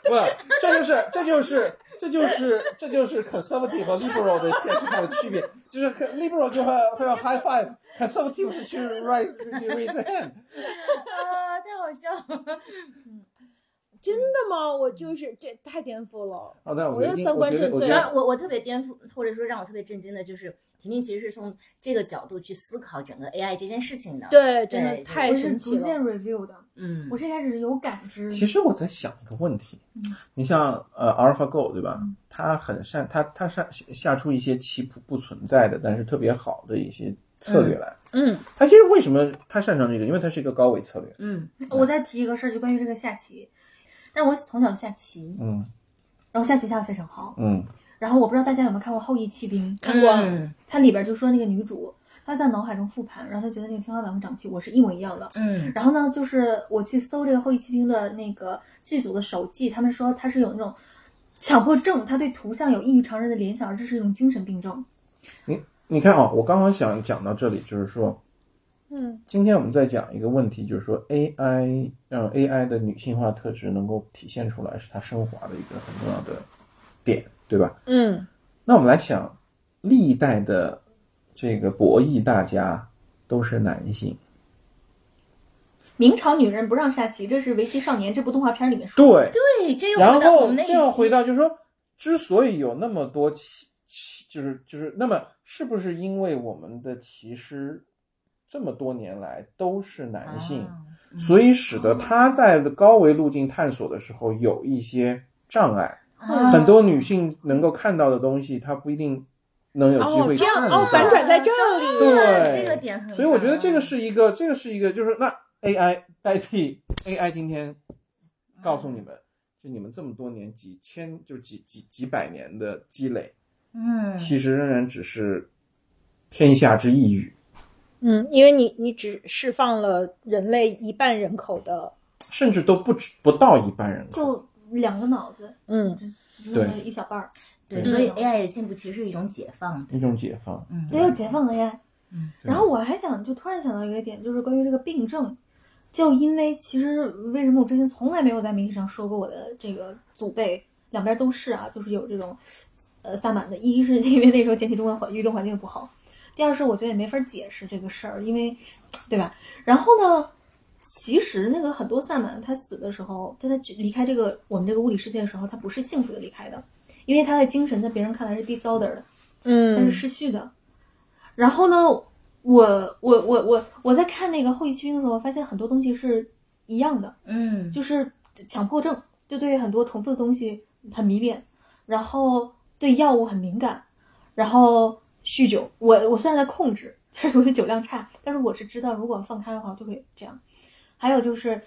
Speaker 3: 不，这就是这就是这就是这就是 conservative 和 liberal 的现实上的区别，就是 liberal 就会会要 high five，conservative 是去 raise 去 raise hand。
Speaker 1: 啊，太好笑了。
Speaker 2: 真的吗？我就是这太颠覆了。
Speaker 3: 好的，
Speaker 2: 我
Speaker 3: 我
Speaker 2: 又
Speaker 3: 一定
Speaker 2: 三观
Speaker 3: 我觉得
Speaker 2: 震
Speaker 3: 我
Speaker 2: 碎
Speaker 3: 觉
Speaker 1: 然
Speaker 3: 得
Speaker 1: 后我我特别颠覆，或者说让我特别震惊的就是，婷婷其实是从这个角度去思考整个 AI 这件事情的。，
Speaker 2: 对，真的
Speaker 1: 对
Speaker 2: 太
Speaker 5: 我
Speaker 2: 神
Speaker 5: 是
Speaker 2: 奇了。
Speaker 5: 逐渐 review 的，
Speaker 1: 嗯
Speaker 5: 我，是一开始有感知，
Speaker 3: 其实我在想一个问题，
Speaker 2: 嗯
Speaker 3: 你像呃 AlphaGo 对吧？它很善，它它善下出一些棋谱不存在的，但是特别好的一些策略来。
Speaker 2: 嗯，
Speaker 3: 它其实为什么它擅长这个？因为它是一个高维策略。
Speaker 1: 嗯，
Speaker 4: 我再提一个事儿，就关于这个下棋。但是我从小下棋，
Speaker 3: 嗯
Speaker 4: 然后下棋下的非常好。
Speaker 3: 嗯，
Speaker 4: 然后我不知道大家有没有看过《后羿弃兵》，
Speaker 2: 看过
Speaker 1: 嗯
Speaker 4: 它里边就说那个女主，她在脑海中复盘，然后她觉得那个天花板会长气，我是一模一样的。
Speaker 1: 嗯
Speaker 4: 然后呢，就是我去搜这个《后羿弃兵》的那个剧组的手记，他们说他是有那种强迫症，他对图像有异于常人的联想，而这是一种精神病症。
Speaker 3: 你看啊、我刚刚想讲到这里，就是说，
Speaker 2: 嗯，
Speaker 3: 今天我们在讲一个问题，就是说 AI 让 AI 的女性化特质能够体现出来，是它升华的一个很重要的点，对吧？
Speaker 2: 嗯，
Speaker 3: 那我们来想，历代的这个博弈大家都是男性，
Speaker 4: 明朝女人不让下棋，这是《围棋少年》这部动画片里面说的。
Speaker 3: 对，
Speaker 1: 对，这又
Speaker 3: 然
Speaker 1: 回到我
Speaker 3: 后
Speaker 1: 们那
Speaker 3: 这样
Speaker 1: 一
Speaker 3: 回
Speaker 1: 期，
Speaker 3: 到就是说，之所以有那么多歧歧，就是就是那么是不是因为我们的棋师这么多年来都是男性，
Speaker 1: 啊
Speaker 3: 所以使得他在高维路径探索的时候有一些障碍，
Speaker 1: 啊
Speaker 3: 很多女性能够看到的东西，她不一定能有机
Speaker 2: 哦，
Speaker 3: 会
Speaker 2: 这样
Speaker 3: 看
Speaker 2: 哦
Speaker 3: 到，
Speaker 2: 反转在这里。
Speaker 3: 对
Speaker 1: 这个点很棒，
Speaker 3: 所以我觉得这个是一个，这个是一个，就是那 AI 代 替 AI，今天告诉你们，
Speaker 1: 嗯
Speaker 3: 就你们这么多年几千就几几几百年的积累，
Speaker 1: 嗯，
Speaker 3: 其实仍然只是天下之一隅。
Speaker 2: 嗯，因为你你只释放了人类一半人口的，
Speaker 3: 甚至都不止不到一般人口，
Speaker 4: 就两个脑子，
Speaker 2: 嗯，
Speaker 4: 就那么一小半儿。
Speaker 1: 对，
Speaker 3: 嗯
Speaker 1: 所以 AI 的进步其实是一种解放。
Speaker 3: 一种解放。
Speaker 1: 嗯，
Speaker 4: 对，要解放 AI。
Speaker 1: 嗯
Speaker 4: 然后我还想，就突然想到一个点，就是关于这个病症，就因为其实为什么我之前从来没有在媒体上说过我的这个祖辈两边都是啊，就是有这种呃萨满的，一是因为那时候简体中文环舆论环境不好，第二是我觉得也没法解释这个事儿，因为对吧？然后呢？其实那个很多萨满，他死的时候，就他离开这个我们这个物理世界的时候，他不是幸福的离开的，因为他的精神在别人看来是 disorder e 的，它是
Speaker 2: 嗯
Speaker 4: 失序的。然后呢，我我我我我在看那个《后羿弃兵》的时候，发现很多东西是一样的，
Speaker 1: 嗯，
Speaker 4: 就是强迫症，就对很多重复的东西很迷恋，然后
Speaker 5: 对药物很敏感，然后酗酒，我我虽然在控制，但是我的酒量差，但是我是知道，如果放开的话就会这样。还有就是，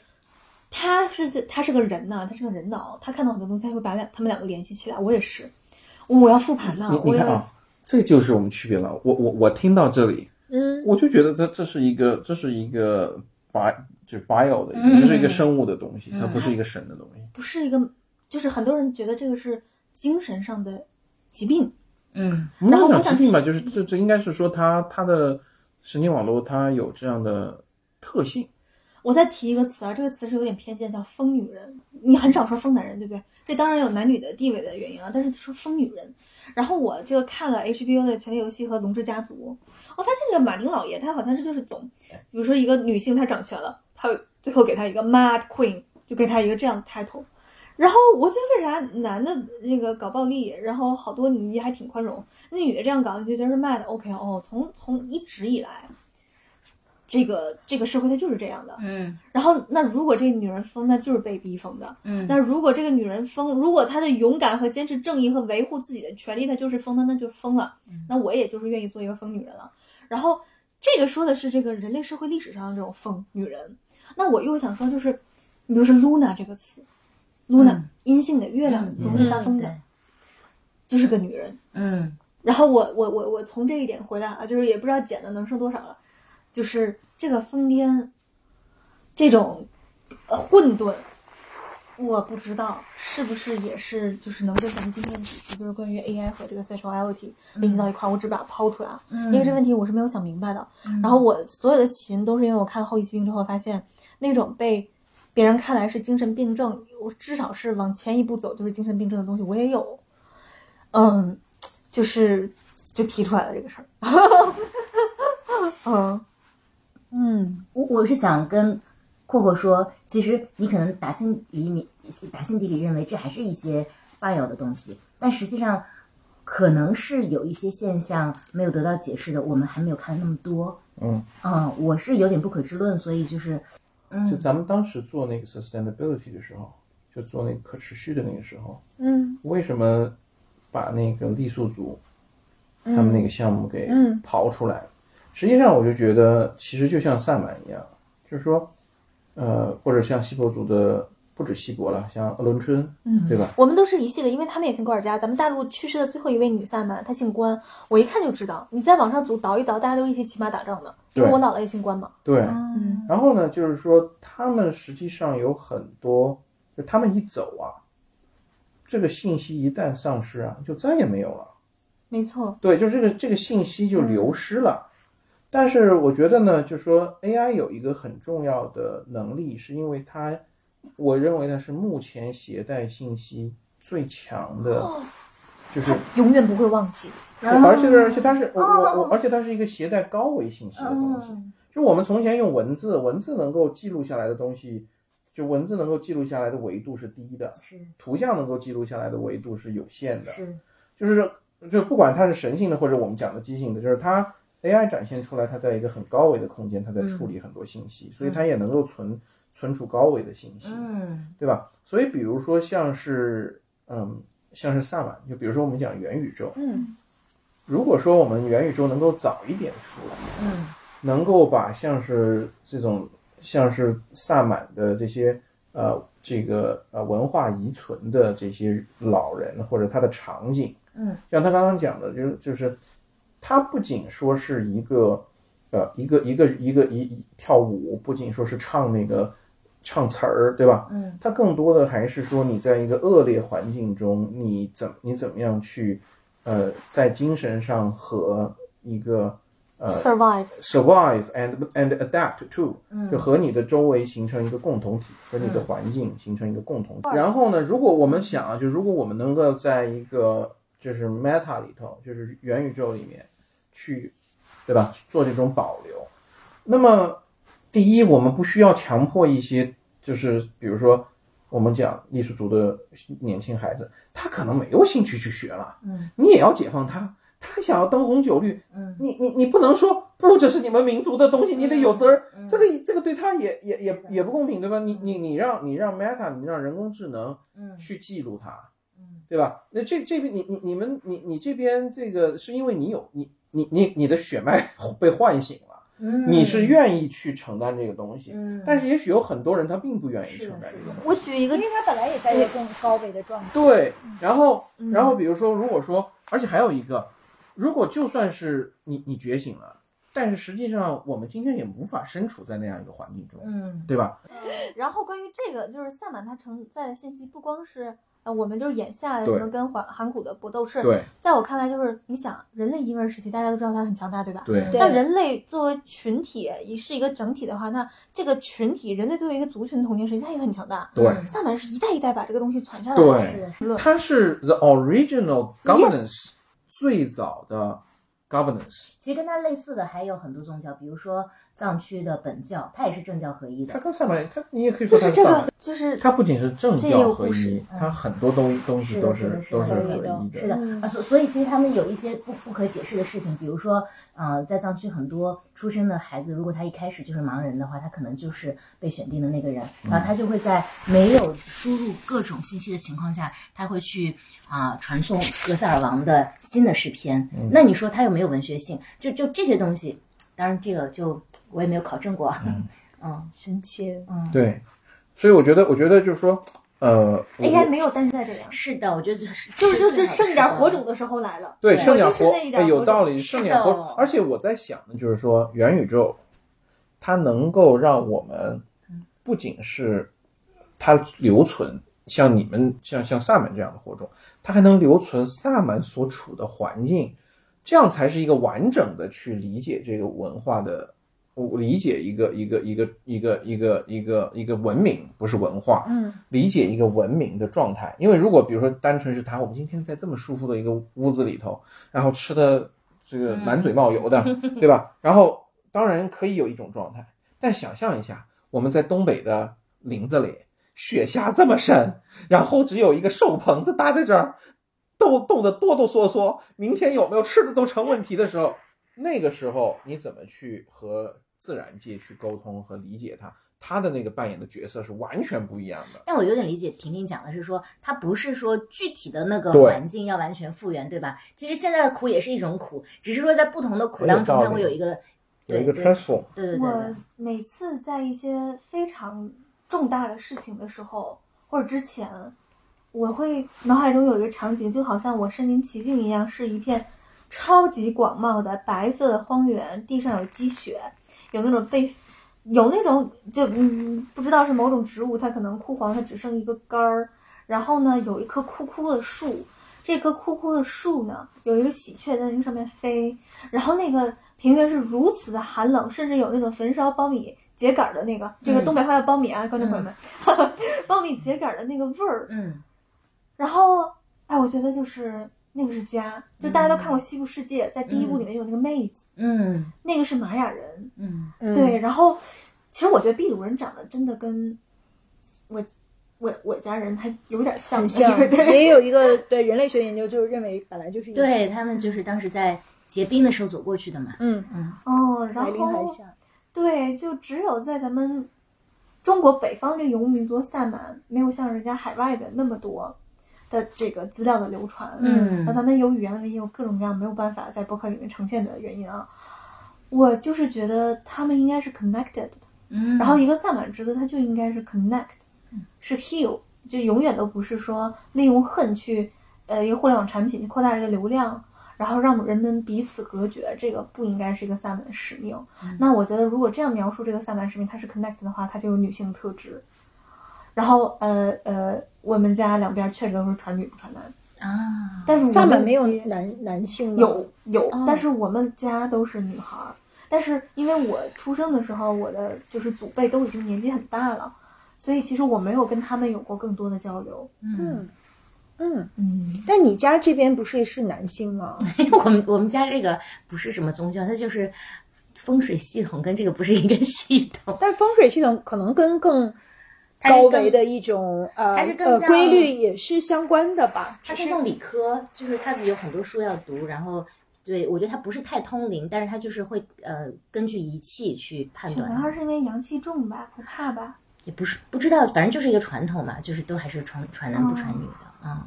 Speaker 5: 他是他是个人呐、他是个人脑，他看到很多东西，他会把两他们两个联系起来。我也是，我我要复盘呐、
Speaker 3: 你
Speaker 5: 我
Speaker 3: 你
Speaker 5: 要
Speaker 3: 看啊，这就是我们区别了。我我我听到这里，
Speaker 5: 嗯
Speaker 3: 我就觉得这这是一个这是一个 bio 就是 bio 的一
Speaker 1: 嗯
Speaker 3: 个，这是一个生物的东西，
Speaker 1: 嗯
Speaker 3: 它不是一个神的东西。
Speaker 5: 不是一个，就是很多人觉得这个是精神上的疾病，
Speaker 1: 嗯
Speaker 3: 然
Speaker 5: 后
Speaker 3: 后
Speaker 5: 我
Speaker 3: 讲
Speaker 5: 想
Speaker 3: 疾病吧，就是这这应该是说它它的神经网络它有这样的特性。
Speaker 5: 我再提一个词啊，这个词是有点偏见，叫“疯女人”。你很少说“疯男人”，对不对？这当然有男女的地位的原因啊，但是说“疯女人”。然后我这个看了 HBO 的《权力游戏》和《龙之家族》，哦，他这个马丁老爷，他好像是就是总，比如说一个女性她掌权了，他最后给她一个 Mad Queen，就给她一个这样的 title。然后我觉得为啥男的那个搞暴力，然后好多你还挺宽容，那女的这样搞，你就觉得是 mad OK 哦，从从一直以来，这个这个社会它就是这样的，
Speaker 1: 嗯
Speaker 5: 然后，那如果这个女人疯，那就是被逼疯的。
Speaker 1: 嗯
Speaker 5: 那如果这个女人疯，如果她的勇敢和坚持正义和维护自己的权利，她就是疯的，那就是疯了。
Speaker 1: 嗯
Speaker 5: 那我也就是愿意做一个疯女人了。然后，这个说的是这个人类社会历史上的这种疯女人。那我又想说，就是，你比如说 “luna” 这个词，“luna”、
Speaker 1: 嗯
Speaker 5: 阴性的月亮
Speaker 1: 嗯，
Speaker 5: 容易发疯的，
Speaker 1: 嗯
Speaker 5: 就是个女人。
Speaker 1: 嗯
Speaker 5: 然后我我我我从这一点回来啊，就是也不知道剪的能剩多少了，就是这个疯癫，这种呃混沌，我不知道是不是也是就是能跟咱们今天几期就是关于 AI 和这个 sexuality 联系到一块儿，我只把它抛出来啊，
Speaker 1: 嗯
Speaker 5: 因为这问题我是没有想明白的。然后我所有的起因都是因为我看了《后羿弃兵》之后，发现那种被别人看来是精神病症，我至少是往前一步走就是精神病症的东西，我也有。嗯，就是就提出来了这个事儿。 嗯，
Speaker 2: 嗯，
Speaker 1: 我我是想跟阔阔说，其实你可能打心里面打心底里认为这还是一些 bio 的东西，但实际上可能是有一些现象没有得到解释的，我们还没有看那么多。
Speaker 3: 嗯
Speaker 1: 嗯，我是有点不可知论，所以就是
Speaker 3: 就
Speaker 1: 嗯
Speaker 3: 咱们当时做那个 sustainability 的时候，就做那个可持续的那个时候，
Speaker 5: 嗯，
Speaker 3: 为什么把那个傈僳族他们那个项目给
Speaker 5: 嗯
Speaker 3: 刨出来？实际上，我就觉得其实就像萨满一样，就是说，呃，或者像锡伯族的，不止锡伯了，像鄂伦春，嗯，对吧？
Speaker 5: 我们都是一系的，因为他们也姓瓜尔佳。咱们大陆去世的最后一位女萨满，她姓关，我一看就知道。你在网上组倒一倒，大家都是一起骑马打仗的，因为
Speaker 3: 对
Speaker 5: 我姥姥也姓关嘛。
Speaker 3: 对，
Speaker 5: 嗯
Speaker 3: 然后呢，就是说他们实际上有很多，就他们一走啊，这个信息一旦丧失啊，就再也没有了。
Speaker 5: 没错，
Speaker 3: 对，就是这个这个信息就流失了。但是我觉得呢，就说 AI 有一个很重要的能力，是因为它，我认为它是目前携带信息最强的，就是
Speaker 5: 永远不会忘记。
Speaker 3: 而且而且它是我我我，而且它是一个携带高维信息的东
Speaker 1: 嗯
Speaker 3: 西。就我们从前用文字，文字能够记录下来的东西，就文字能够记录下来的维度是低的，
Speaker 1: 是
Speaker 3: 图像能够记录下来的维度是有限的。
Speaker 1: 是
Speaker 3: 就是就不管它是神性的或者我们讲的机性的，就是它 AI 展现出来，它在一个很高维的空间，它在处
Speaker 1: 嗯
Speaker 3: 理很多信息，所以它也能够存存储高维的信息，
Speaker 1: 嗯
Speaker 3: 对吧？所以比如说像是嗯，像是萨满，就比如说我们讲元宇宙，
Speaker 2: 嗯，
Speaker 3: 如果说我们元宇宙能够早一点出来，
Speaker 1: 嗯
Speaker 3: 能够把像是这种像是萨满的这些呃这个呃文化遗存的这些老人或者他的场景，
Speaker 1: 嗯，
Speaker 3: 像他刚刚讲的，就是就是他不仅说是一个呃一个一个一个一一跳舞，不仅说是唱那个唱词儿，对吧？
Speaker 1: 嗯
Speaker 3: 它更多的还是说你在一个恶劣环境中，你怎你怎么样去呃在精神上和一个呃
Speaker 5: Survive，
Speaker 3: survive and and adapt to，
Speaker 1: 嗯
Speaker 3: 就和你的周围形成一个共同体，和你的
Speaker 1: 嗯
Speaker 3: 环境形成一个共同体。然后呢，如果我们想啊，就如果我们能够在一个就是 meta 里头，就是元宇宙里面去，对吧？做这种保留，那么第一，我们不需要强迫一些，就是比如说我们讲傈僳族的年轻孩子，他可能没有兴趣去学了，
Speaker 1: 嗯，
Speaker 3: 你也要解放他。他想要灯红酒绿，
Speaker 1: 嗯
Speaker 3: 你你你不能说不，这是你们民族的东西，你得有责任。
Speaker 1: 嗯
Speaker 3: 这个这个对他也也
Speaker 1: 是
Speaker 3: 也
Speaker 1: 的
Speaker 3: 也不公平，对吧？你你你让你让 Meta，你让人工智能
Speaker 1: 嗯
Speaker 3: 去记录它，
Speaker 1: 嗯
Speaker 3: 对吧？那这这边你你你们你你这边这个是因为你有你你你你的血脉 被唤醒了，
Speaker 1: 嗯
Speaker 3: 你是愿意去承担这个东西，
Speaker 1: 嗯，
Speaker 3: 但是也许有很多人他并不愿意承担这个东西。
Speaker 2: 我举一个，因为他本来也在一个更高维的状态。
Speaker 3: 对，然后然后比如说，如果说，而且还有一个，如果就算是你你觉醒了，但是实际上我们今天也无法身处在那样一个环境中，
Speaker 1: 嗯
Speaker 3: 对吧？
Speaker 5: 然后关于这个，就是萨满它承载的信息不光是呃，我们就是眼下的什
Speaker 3: 对
Speaker 5: 么跟韩韩古的搏斗是，
Speaker 3: 对
Speaker 5: 在我看来就是你想人类婴儿时期大家都知道它很强大，对吧？
Speaker 3: 对
Speaker 2: 对
Speaker 5: 但人类作为群体也是一个整体的话，那这个群体，人类作为一个族群的童年时期，它也很强大。
Speaker 3: 对
Speaker 5: 萨满是一代一代把这个东西传下来的。
Speaker 3: 对，它是 the original governance 最早的 governance，
Speaker 1: 其实跟它类似的还有很多宗教，比如说藏区的本教，它也是政教合一
Speaker 3: 它
Speaker 1: 的。
Speaker 3: 跟萨满，它你也可以
Speaker 5: 就
Speaker 3: 说
Speaker 5: 是
Speaker 3: 它
Speaker 5: 这
Speaker 3: 萨
Speaker 5: 个
Speaker 3: 满。，
Speaker 5: 就是
Speaker 3: 它不仅是政
Speaker 5: 这也
Speaker 3: 教
Speaker 5: 有
Speaker 3: 合
Speaker 5: 故事
Speaker 3: 一，它很多东西东西
Speaker 1: 是的
Speaker 3: 都
Speaker 1: 是的是
Speaker 3: 都
Speaker 1: 的
Speaker 3: 是
Speaker 2: 合一
Speaker 3: 合
Speaker 2: 的
Speaker 3: 一
Speaker 1: 是的，
Speaker 5: 嗯
Speaker 1: 啊，所所以其实他们有一些不不可解释的事情，比如说，呃，在藏区很多出生的孩子，如果他一开始就是盲人的话，他可能就是被选定的那个人，然后他就会在没有输入各种信息的情况下，他会去啊、传送格塞尔王的新的诗篇。那你说他有没有文学性？就就这些东西，当然这个就我也没有考证过啊。嗯
Speaker 2: 神切，
Speaker 1: 嗯，
Speaker 3: 对，所以我觉得，我觉得就是说，呃，我
Speaker 5: AI 没有担待这样，啊
Speaker 1: 是的，我觉得就是
Speaker 5: 就是就就剩点火
Speaker 1: 种。
Speaker 5: 种的时候来了。
Speaker 3: 对，
Speaker 1: 对
Speaker 3: 圣鸟
Speaker 5: 就是
Speaker 3: 活哎
Speaker 5: 那一点儿
Speaker 3: 有
Speaker 5: 活
Speaker 3: 道
Speaker 5: 动
Speaker 3: 理，
Speaker 1: 是
Speaker 3: 圣鸟活
Speaker 1: 的
Speaker 3: 种。而且我在想的就是说，元宇宙它能够让我们不仅是它留存像你们像像萨满这样的火种，它还能留存萨满所处的环境，这样才是一个完整的去理解这个文化的。我理解一个一个一个一个一个一个一个文明，不是文化，
Speaker 2: 嗯，
Speaker 3: 理解一个文明的状态。因为如果比如说单纯是他，我们今天在这么舒服的一个屋子里头，然后吃的这个满嘴冒油的，对吧？然后当然可以有一种状态，但想象一下，我们在东北的林子里，雪下这么深，然后只有一个瘦棚子搭在这儿，冻冻得哆哆嗦嗦，明天有没有吃的都成问题的时候，那个时候你怎么去和自然界去沟通和理解它？他的那个扮演的角色是完全不一样的。
Speaker 1: 但我有点理解婷婷讲的是说，它不是说具体的那个
Speaker 3: 对
Speaker 1: 环境要完全复原，对吧？其实现在的苦也是一种苦，只是说在不同的苦当中，
Speaker 3: 很有道理
Speaker 1: 它会有一个
Speaker 3: 有一
Speaker 1: 对
Speaker 3: 个
Speaker 1: 对
Speaker 3: transform，
Speaker 1: 对对对
Speaker 5: 我
Speaker 1: 对，
Speaker 5: 每次在一些非常重大的事情的时候，或者之前，我会脑海中有一个场景，就好像我身临其境一样，是一片超级广袤的白色的荒原，地上有积雪，有那种 被。有那种就嗯，不知道是某种植物，它可能枯黄，它只剩一个杆儿。然后呢，有一棵枯枯的树，这棵枯枯的树呢，有一个喜鹊在那上面飞，然后那个平原是如此的寒冷，甚至有那种焚烧苞米秸秆儿的那个，这个
Speaker 1: 嗯
Speaker 5: 东北话叫苞米啊，观众朋友们， 苞米秸秆儿的那个味儿。
Speaker 1: 嗯，
Speaker 5: 然后，哎，我觉得就是那个是家，就大家都看过《西部世界》，在第一部里面有那个妹子，
Speaker 1: 嗯
Speaker 5: 那个是玛雅人，
Speaker 1: 嗯
Speaker 5: 对。然后，其实我觉得秘鲁人长得真的跟我我我家人还有点像，
Speaker 2: 很像
Speaker 5: 对。，
Speaker 2: 也有一个对人类学研究就是认为本来就是一个
Speaker 1: 对他们就是当时在结冰的时候走过去的嘛，
Speaker 2: 嗯，
Speaker 1: 嗯
Speaker 5: 哦，然
Speaker 2: 白令海
Speaker 5: 后
Speaker 2: 峡。
Speaker 5: 对，就只有在咱们中国北方这个游牧民族萨满，没有像人家海外的那么多的这个资料的流传。
Speaker 1: 嗯
Speaker 5: 那咱们有语言的原因，有各种各样没有办法在博客里面呈现的原因啊。我就是觉得他们应该是 connected 的，
Speaker 1: 嗯，
Speaker 5: 然后一个萨满职责，他就应该是 connect，是 heal，就永远都不是说利用恨去，呃，一个互联网产品去扩大一个流量，然后让人们彼此隔绝，这个不应该是一个萨满使命。
Speaker 1: 嗯
Speaker 5: 那我觉得，如果这样描述这个萨满使命，它是 connect 的话，它就有女性特质。然后，呃呃，我们家两边确实都是传女不传男，
Speaker 1: 啊，
Speaker 5: 但是我
Speaker 2: 萨满
Speaker 5: 们
Speaker 2: 没有
Speaker 5: 接
Speaker 2: 男男性吗
Speaker 5: 有有
Speaker 2: 哦，
Speaker 5: 但是我们家都是女孩儿。但是因为我出生的时候，我的就是祖辈都已经年纪很大了，所以其实我没有跟他们有过更多的交流。
Speaker 1: 嗯，
Speaker 2: 嗯嗯，
Speaker 5: 嗯，
Speaker 2: 但你家这边不是也是男性吗？
Speaker 1: 我们我们家这个不是什么宗教，它就是风水系统跟这个不是一个系统，
Speaker 2: 但是风水系统可能跟更
Speaker 1: 它是
Speaker 2: 高
Speaker 1: 更
Speaker 2: 维的一种呃
Speaker 1: 它是更
Speaker 2: 呃
Speaker 1: 像
Speaker 2: 规律也是相关的吧？
Speaker 1: 它
Speaker 2: 只
Speaker 1: 更
Speaker 2: 是
Speaker 1: 像理科，就是它有很多书要读，然后对我觉得它不是太通灵，但是它就是会呃根据仪器去判
Speaker 5: 小男孩
Speaker 1: 断，
Speaker 5: 是因为阳气重吧，不怕吧？
Speaker 1: 也不是不知道，反正就是一个传统嘛，就是都还是传传男不传女的，嗯，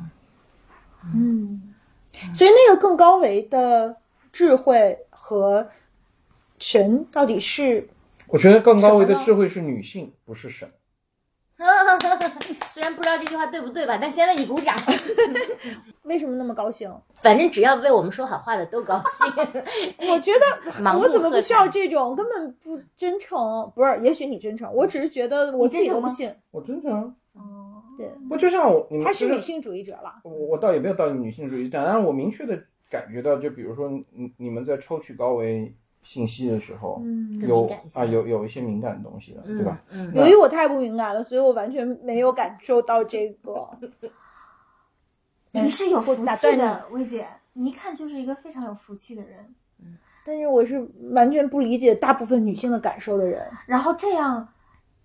Speaker 2: 嗯，所以那个更高维的智慧和神到底是
Speaker 3: 我觉得更高维的
Speaker 2: 什么呢
Speaker 3: 智慧是女性，不是神。
Speaker 1: 哦 虽然不知道这句话对不对吧，但先为你鼓掌。
Speaker 2: 为什么那么高兴？
Speaker 1: 反正只要为我们说好话的都高兴。
Speaker 2: 我觉得
Speaker 1: 盲目
Speaker 2: 我怎么
Speaker 1: 喝
Speaker 2: 不需要
Speaker 1: 彩
Speaker 2: 这种根本不真诚？不是，也许你真诚，我只是觉得我自己都不信。
Speaker 3: 我真诚，
Speaker 4: 哦，
Speaker 2: 对，
Speaker 3: 不就像我你们
Speaker 2: 他是
Speaker 3: 就
Speaker 2: 女性主义者了。
Speaker 3: 我我倒也没有到女性主义，但然我明确的感觉到，就比如说你你们在抽取高维信息的时候，
Speaker 2: 嗯
Speaker 1: 更
Speaker 3: 有
Speaker 1: 敏感一些
Speaker 3: 啊有有一些敏感的东西的，对吧？
Speaker 1: 嗯，
Speaker 2: 由于我太不敏感了，所以我完全没有感受到这个。
Speaker 5: 你是有
Speaker 2: 我
Speaker 5: 福
Speaker 2: 打
Speaker 5: 气
Speaker 2: 断你，
Speaker 5: 的，薇姐，你一看就是一个非常有福气的人。
Speaker 2: 但是我是完全不理解大部分女性的感受的人。
Speaker 5: 然后这样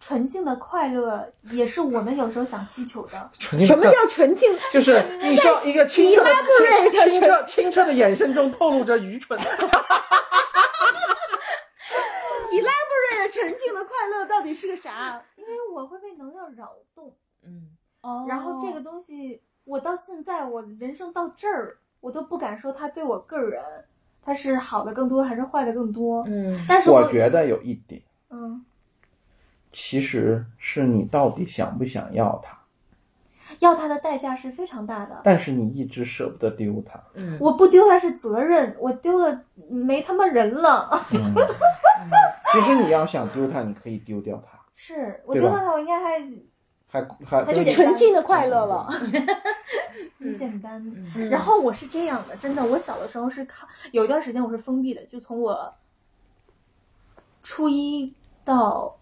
Speaker 5: 纯净的快乐，也是我们有时候想希求的。
Speaker 2: 嗯 什么叫纯净？
Speaker 3: 就是一双一个清澈的清清澈清澈的眼神中透露着愚蠢。
Speaker 2: elaborate 纯净的快乐到底是个啥？
Speaker 5: 因为我会被能量扰动，
Speaker 1: 嗯，
Speaker 2: 哦
Speaker 5: 然后这个东西，我到现在我人生到这儿，我都不敢说它对我个人，它是好的更多还是坏的更多。
Speaker 1: 嗯，
Speaker 5: 但是
Speaker 3: 我觉得有一点，
Speaker 5: 嗯，
Speaker 3: 其实是你到底想不想要它，
Speaker 5: 要它的代价是非常大的。
Speaker 3: 但是你一直舍不得丢它。
Speaker 1: 嗯，
Speaker 5: 我不丢它是责任，我丢了没他妈人了。
Speaker 3: 嗯，其实你要想丢它，你可以丢掉它，
Speaker 5: 是我
Speaker 3: 对
Speaker 5: 丢
Speaker 3: 吧
Speaker 5: 掉它，我应该还
Speaker 3: 还还
Speaker 5: 它
Speaker 2: 就
Speaker 5: 就
Speaker 3: 对
Speaker 5: 简
Speaker 2: 纯净的快乐了。
Speaker 5: 很简单。
Speaker 2: 嗯
Speaker 5: 然后我是这样的，真的，我小的时候是靠有一段时间我是封闭的，就从我初一到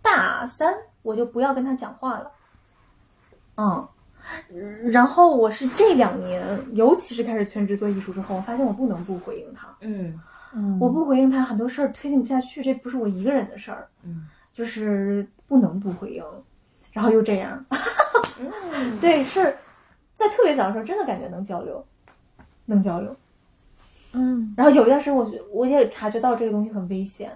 Speaker 5: 大三，我就不要跟他讲话了。嗯，然后我是这两年，尤其是开始全职做艺术之后，我发现我不能不回应他。
Speaker 1: 嗯
Speaker 2: 嗯
Speaker 5: 我不回应他，很多事儿推进不下去，这不是我一个人的事儿，
Speaker 1: 嗯，
Speaker 5: 就是不能不回应，然后又这样，
Speaker 2: 嗯
Speaker 5: 对，是在特别早的时候，真的感觉能交流，能交流。
Speaker 2: 嗯
Speaker 5: 然后有一段时间，我觉我也察觉到这个东西很危险，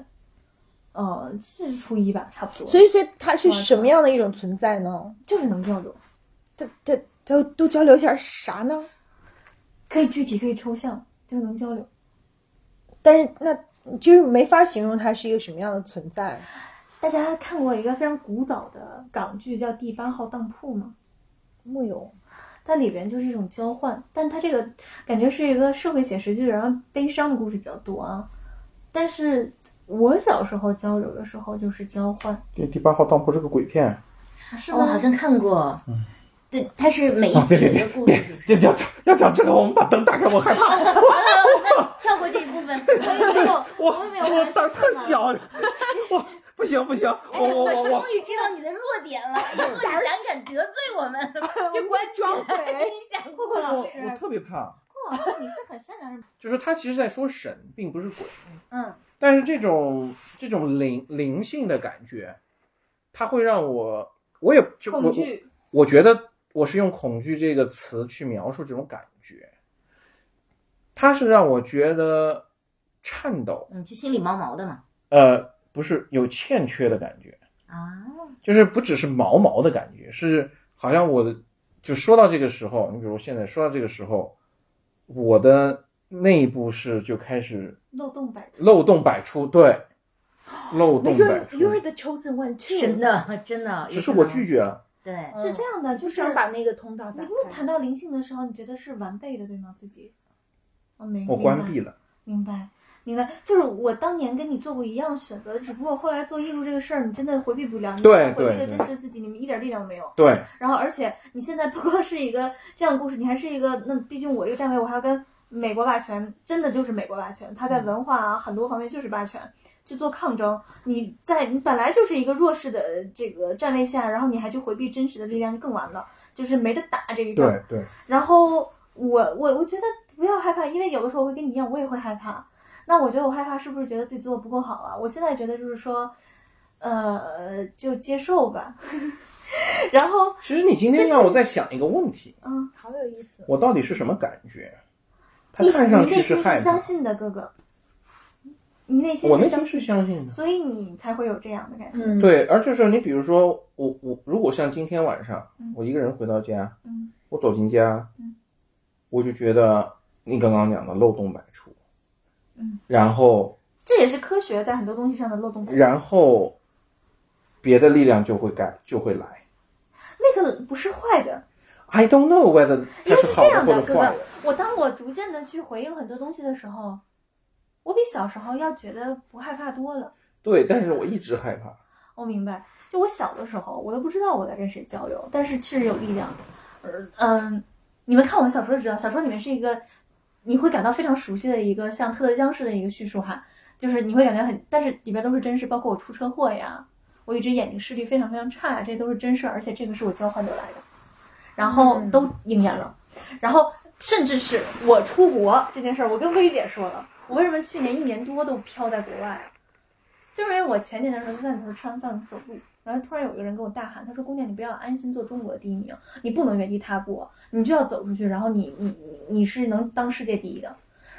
Speaker 5: 嗯，是初一吧，差不多，
Speaker 2: 所以所以它是什么样的一种存在呢？
Speaker 5: 就是能交流，
Speaker 2: 它它它都交流点啥呢？
Speaker 5: 可以具体，可以抽象，就是能交流。
Speaker 2: 但是那就是没法形容它是一个什么样的存在。
Speaker 5: 大家看过一个非常古早的港剧叫《第八号当铺》吗？
Speaker 2: 木有，
Speaker 5: 它里边就是一种交换，但它这个感觉是一个社会写实剧，然后悲伤的故事比较多啊。但是我小时候交流的时候就是交换，
Speaker 3: 这第八号当铺是个鬼片，
Speaker 5: 是
Speaker 1: 我哦好像看过。
Speaker 3: 嗯
Speaker 1: 对，它是每一
Speaker 3: 啊
Speaker 1: 集
Speaker 3: 别别别
Speaker 1: 有一个故事，是不是？
Speaker 3: 这要讲要讲这个，我们把灯打开，我害怕，
Speaker 1: 跳过这一部 分。
Speaker 5: 没有，
Speaker 3: 我
Speaker 5: 我也没有
Speaker 3: 我胆儿特小， 我不行不行，我我我我
Speaker 1: 终于知道你的弱点了，以后你胆敢得罪我们，就关起
Speaker 2: 哎
Speaker 1: 来。跟你讲过
Speaker 5: 顾老
Speaker 1: 了，
Speaker 5: 师，
Speaker 3: 我特别怕，
Speaker 5: 顾老师你是很善良的人，
Speaker 3: 就是他其实在说神，并不是鬼，
Speaker 2: 嗯，
Speaker 3: 但是这种这种灵灵性的感觉，它会让我我也就我
Speaker 5: 恐
Speaker 3: 我
Speaker 5: 惧，
Speaker 3: 我觉得我是用恐惧这个词去描述这种感觉，它是让我觉得颤抖，
Speaker 1: 嗯，就心里毛毛的嘛。
Speaker 3: 呃，不是有欠缺的感觉。
Speaker 1: 啊，
Speaker 3: 就是不只是毛毛的感觉，是好像我的就说到这个时候，你比如现在说到这个时候，我的内部是就开始
Speaker 5: 漏洞百出。
Speaker 3: 漏洞百出，对，漏
Speaker 2: 没
Speaker 3: 洞
Speaker 2: 准
Speaker 3: 百
Speaker 2: you're
Speaker 3: 出，
Speaker 2: the chosen one too。
Speaker 1: 真，的，真的。
Speaker 3: 只是我拒
Speaker 1: 绝。
Speaker 3: 绝了，
Speaker 1: 对，
Speaker 5: 是这样的，
Speaker 2: 嗯不
Speaker 5: 就是
Speaker 2: 想把那个通道打
Speaker 5: 你不谈
Speaker 2: 开。
Speaker 5: 到灵性的时候，你觉得是完备的，对吗？自己，哦我没
Speaker 3: 我关闭了，
Speaker 5: 明白，明白，就是我当年跟你做过一样选择，只不过后来做艺术这个事儿，你真的回避不了，你
Speaker 3: 对
Speaker 5: 回避的
Speaker 3: 对
Speaker 5: 真
Speaker 3: 对
Speaker 5: 实自己，你们一点力量都没有。
Speaker 3: 对，
Speaker 5: 然后，而且你现在不光是一个这样的故事，你还是一个，那毕竟我这个站位，我还要跟美国霸权，真的就是美国霸权，他在文化啊很多方面就是霸权去做抗争。你在你本来就是一个弱势的这个站位下，然后你还去回避真实的力量，就更完了，就是没得打这一仗。
Speaker 3: 对，
Speaker 5: 然后我我我觉得不要害怕，因为有的时候我会跟你一样，我也会害怕。那我觉得我害怕是不是觉得自己做的不够好啊？我现在觉得就是说，呃，就接受吧。 然后，
Speaker 3: 其实你今天让我在想一个问题，
Speaker 5: 嗯，
Speaker 2: 好有意思。
Speaker 3: 我到底是什么感觉？他
Speaker 5: 你
Speaker 3: 看上
Speaker 5: 你内
Speaker 3: 去
Speaker 5: 心
Speaker 3: 害
Speaker 5: 是
Speaker 3: 怕
Speaker 5: 相，信的，哥哥，你内心
Speaker 3: 我内
Speaker 5: 是
Speaker 3: 心
Speaker 5: 相
Speaker 3: 是相信的。
Speaker 5: 所以你才会有这样的感觉。
Speaker 2: 嗯，
Speaker 3: 对，而就是你比如说，我我如果像今天晚上
Speaker 5: 嗯
Speaker 3: 我一个人回到家
Speaker 5: 嗯，
Speaker 3: 我走进家
Speaker 5: 嗯，
Speaker 3: 我就觉得你刚刚讲的漏洞百出，嗯，然后
Speaker 5: 这也是科学在很多东西上的漏洞。
Speaker 3: 然后别的力量就会改就会来。
Speaker 5: 那个不是坏的，
Speaker 3: I don't know whether
Speaker 5: 因
Speaker 3: 它
Speaker 5: 为
Speaker 3: 是
Speaker 5: 是
Speaker 3: 好
Speaker 5: 这
Speaker 3: 的
Speaker 5: 样
Speaker 3: 或者
Speaker 5: 哥
Speaker 3: 坏
Speaker 5: 哥
Speaker 3: 的。，
Speaker 5: 我当我逐渐的去回应很多东西的时候，我比小时候要觉得不害怕多了。
Speaker 3: 对，但是我一直害怕。
Speaker 5: 我明白，就我小的时候，我都不知道我在跟谁交流，但是确实有力量。呃嗯，你们看我们小说就知道，小说里面是一个你会感到非常熟悉的一个像特德·江式的一个叙述哈，就是你会感觉很，但是里边都是真事，包括我出车祸呀，我一直眼睛视力非常非常差呀，这些都是真事儿，而且这个是我交换得来的，然后都应验了，然后甚至是我出国这件事儿，我跟薇姐说了，我为什么去年一年多都飘在国外，就是因为我前年的时候就在你头吃完饭走路，然后突然有一个人跟我大喊，他说：“姑娘，你不要安心做中国的第一名，你不能原地踏步，你就要走出去，然后你你你你是能当世界第一的。”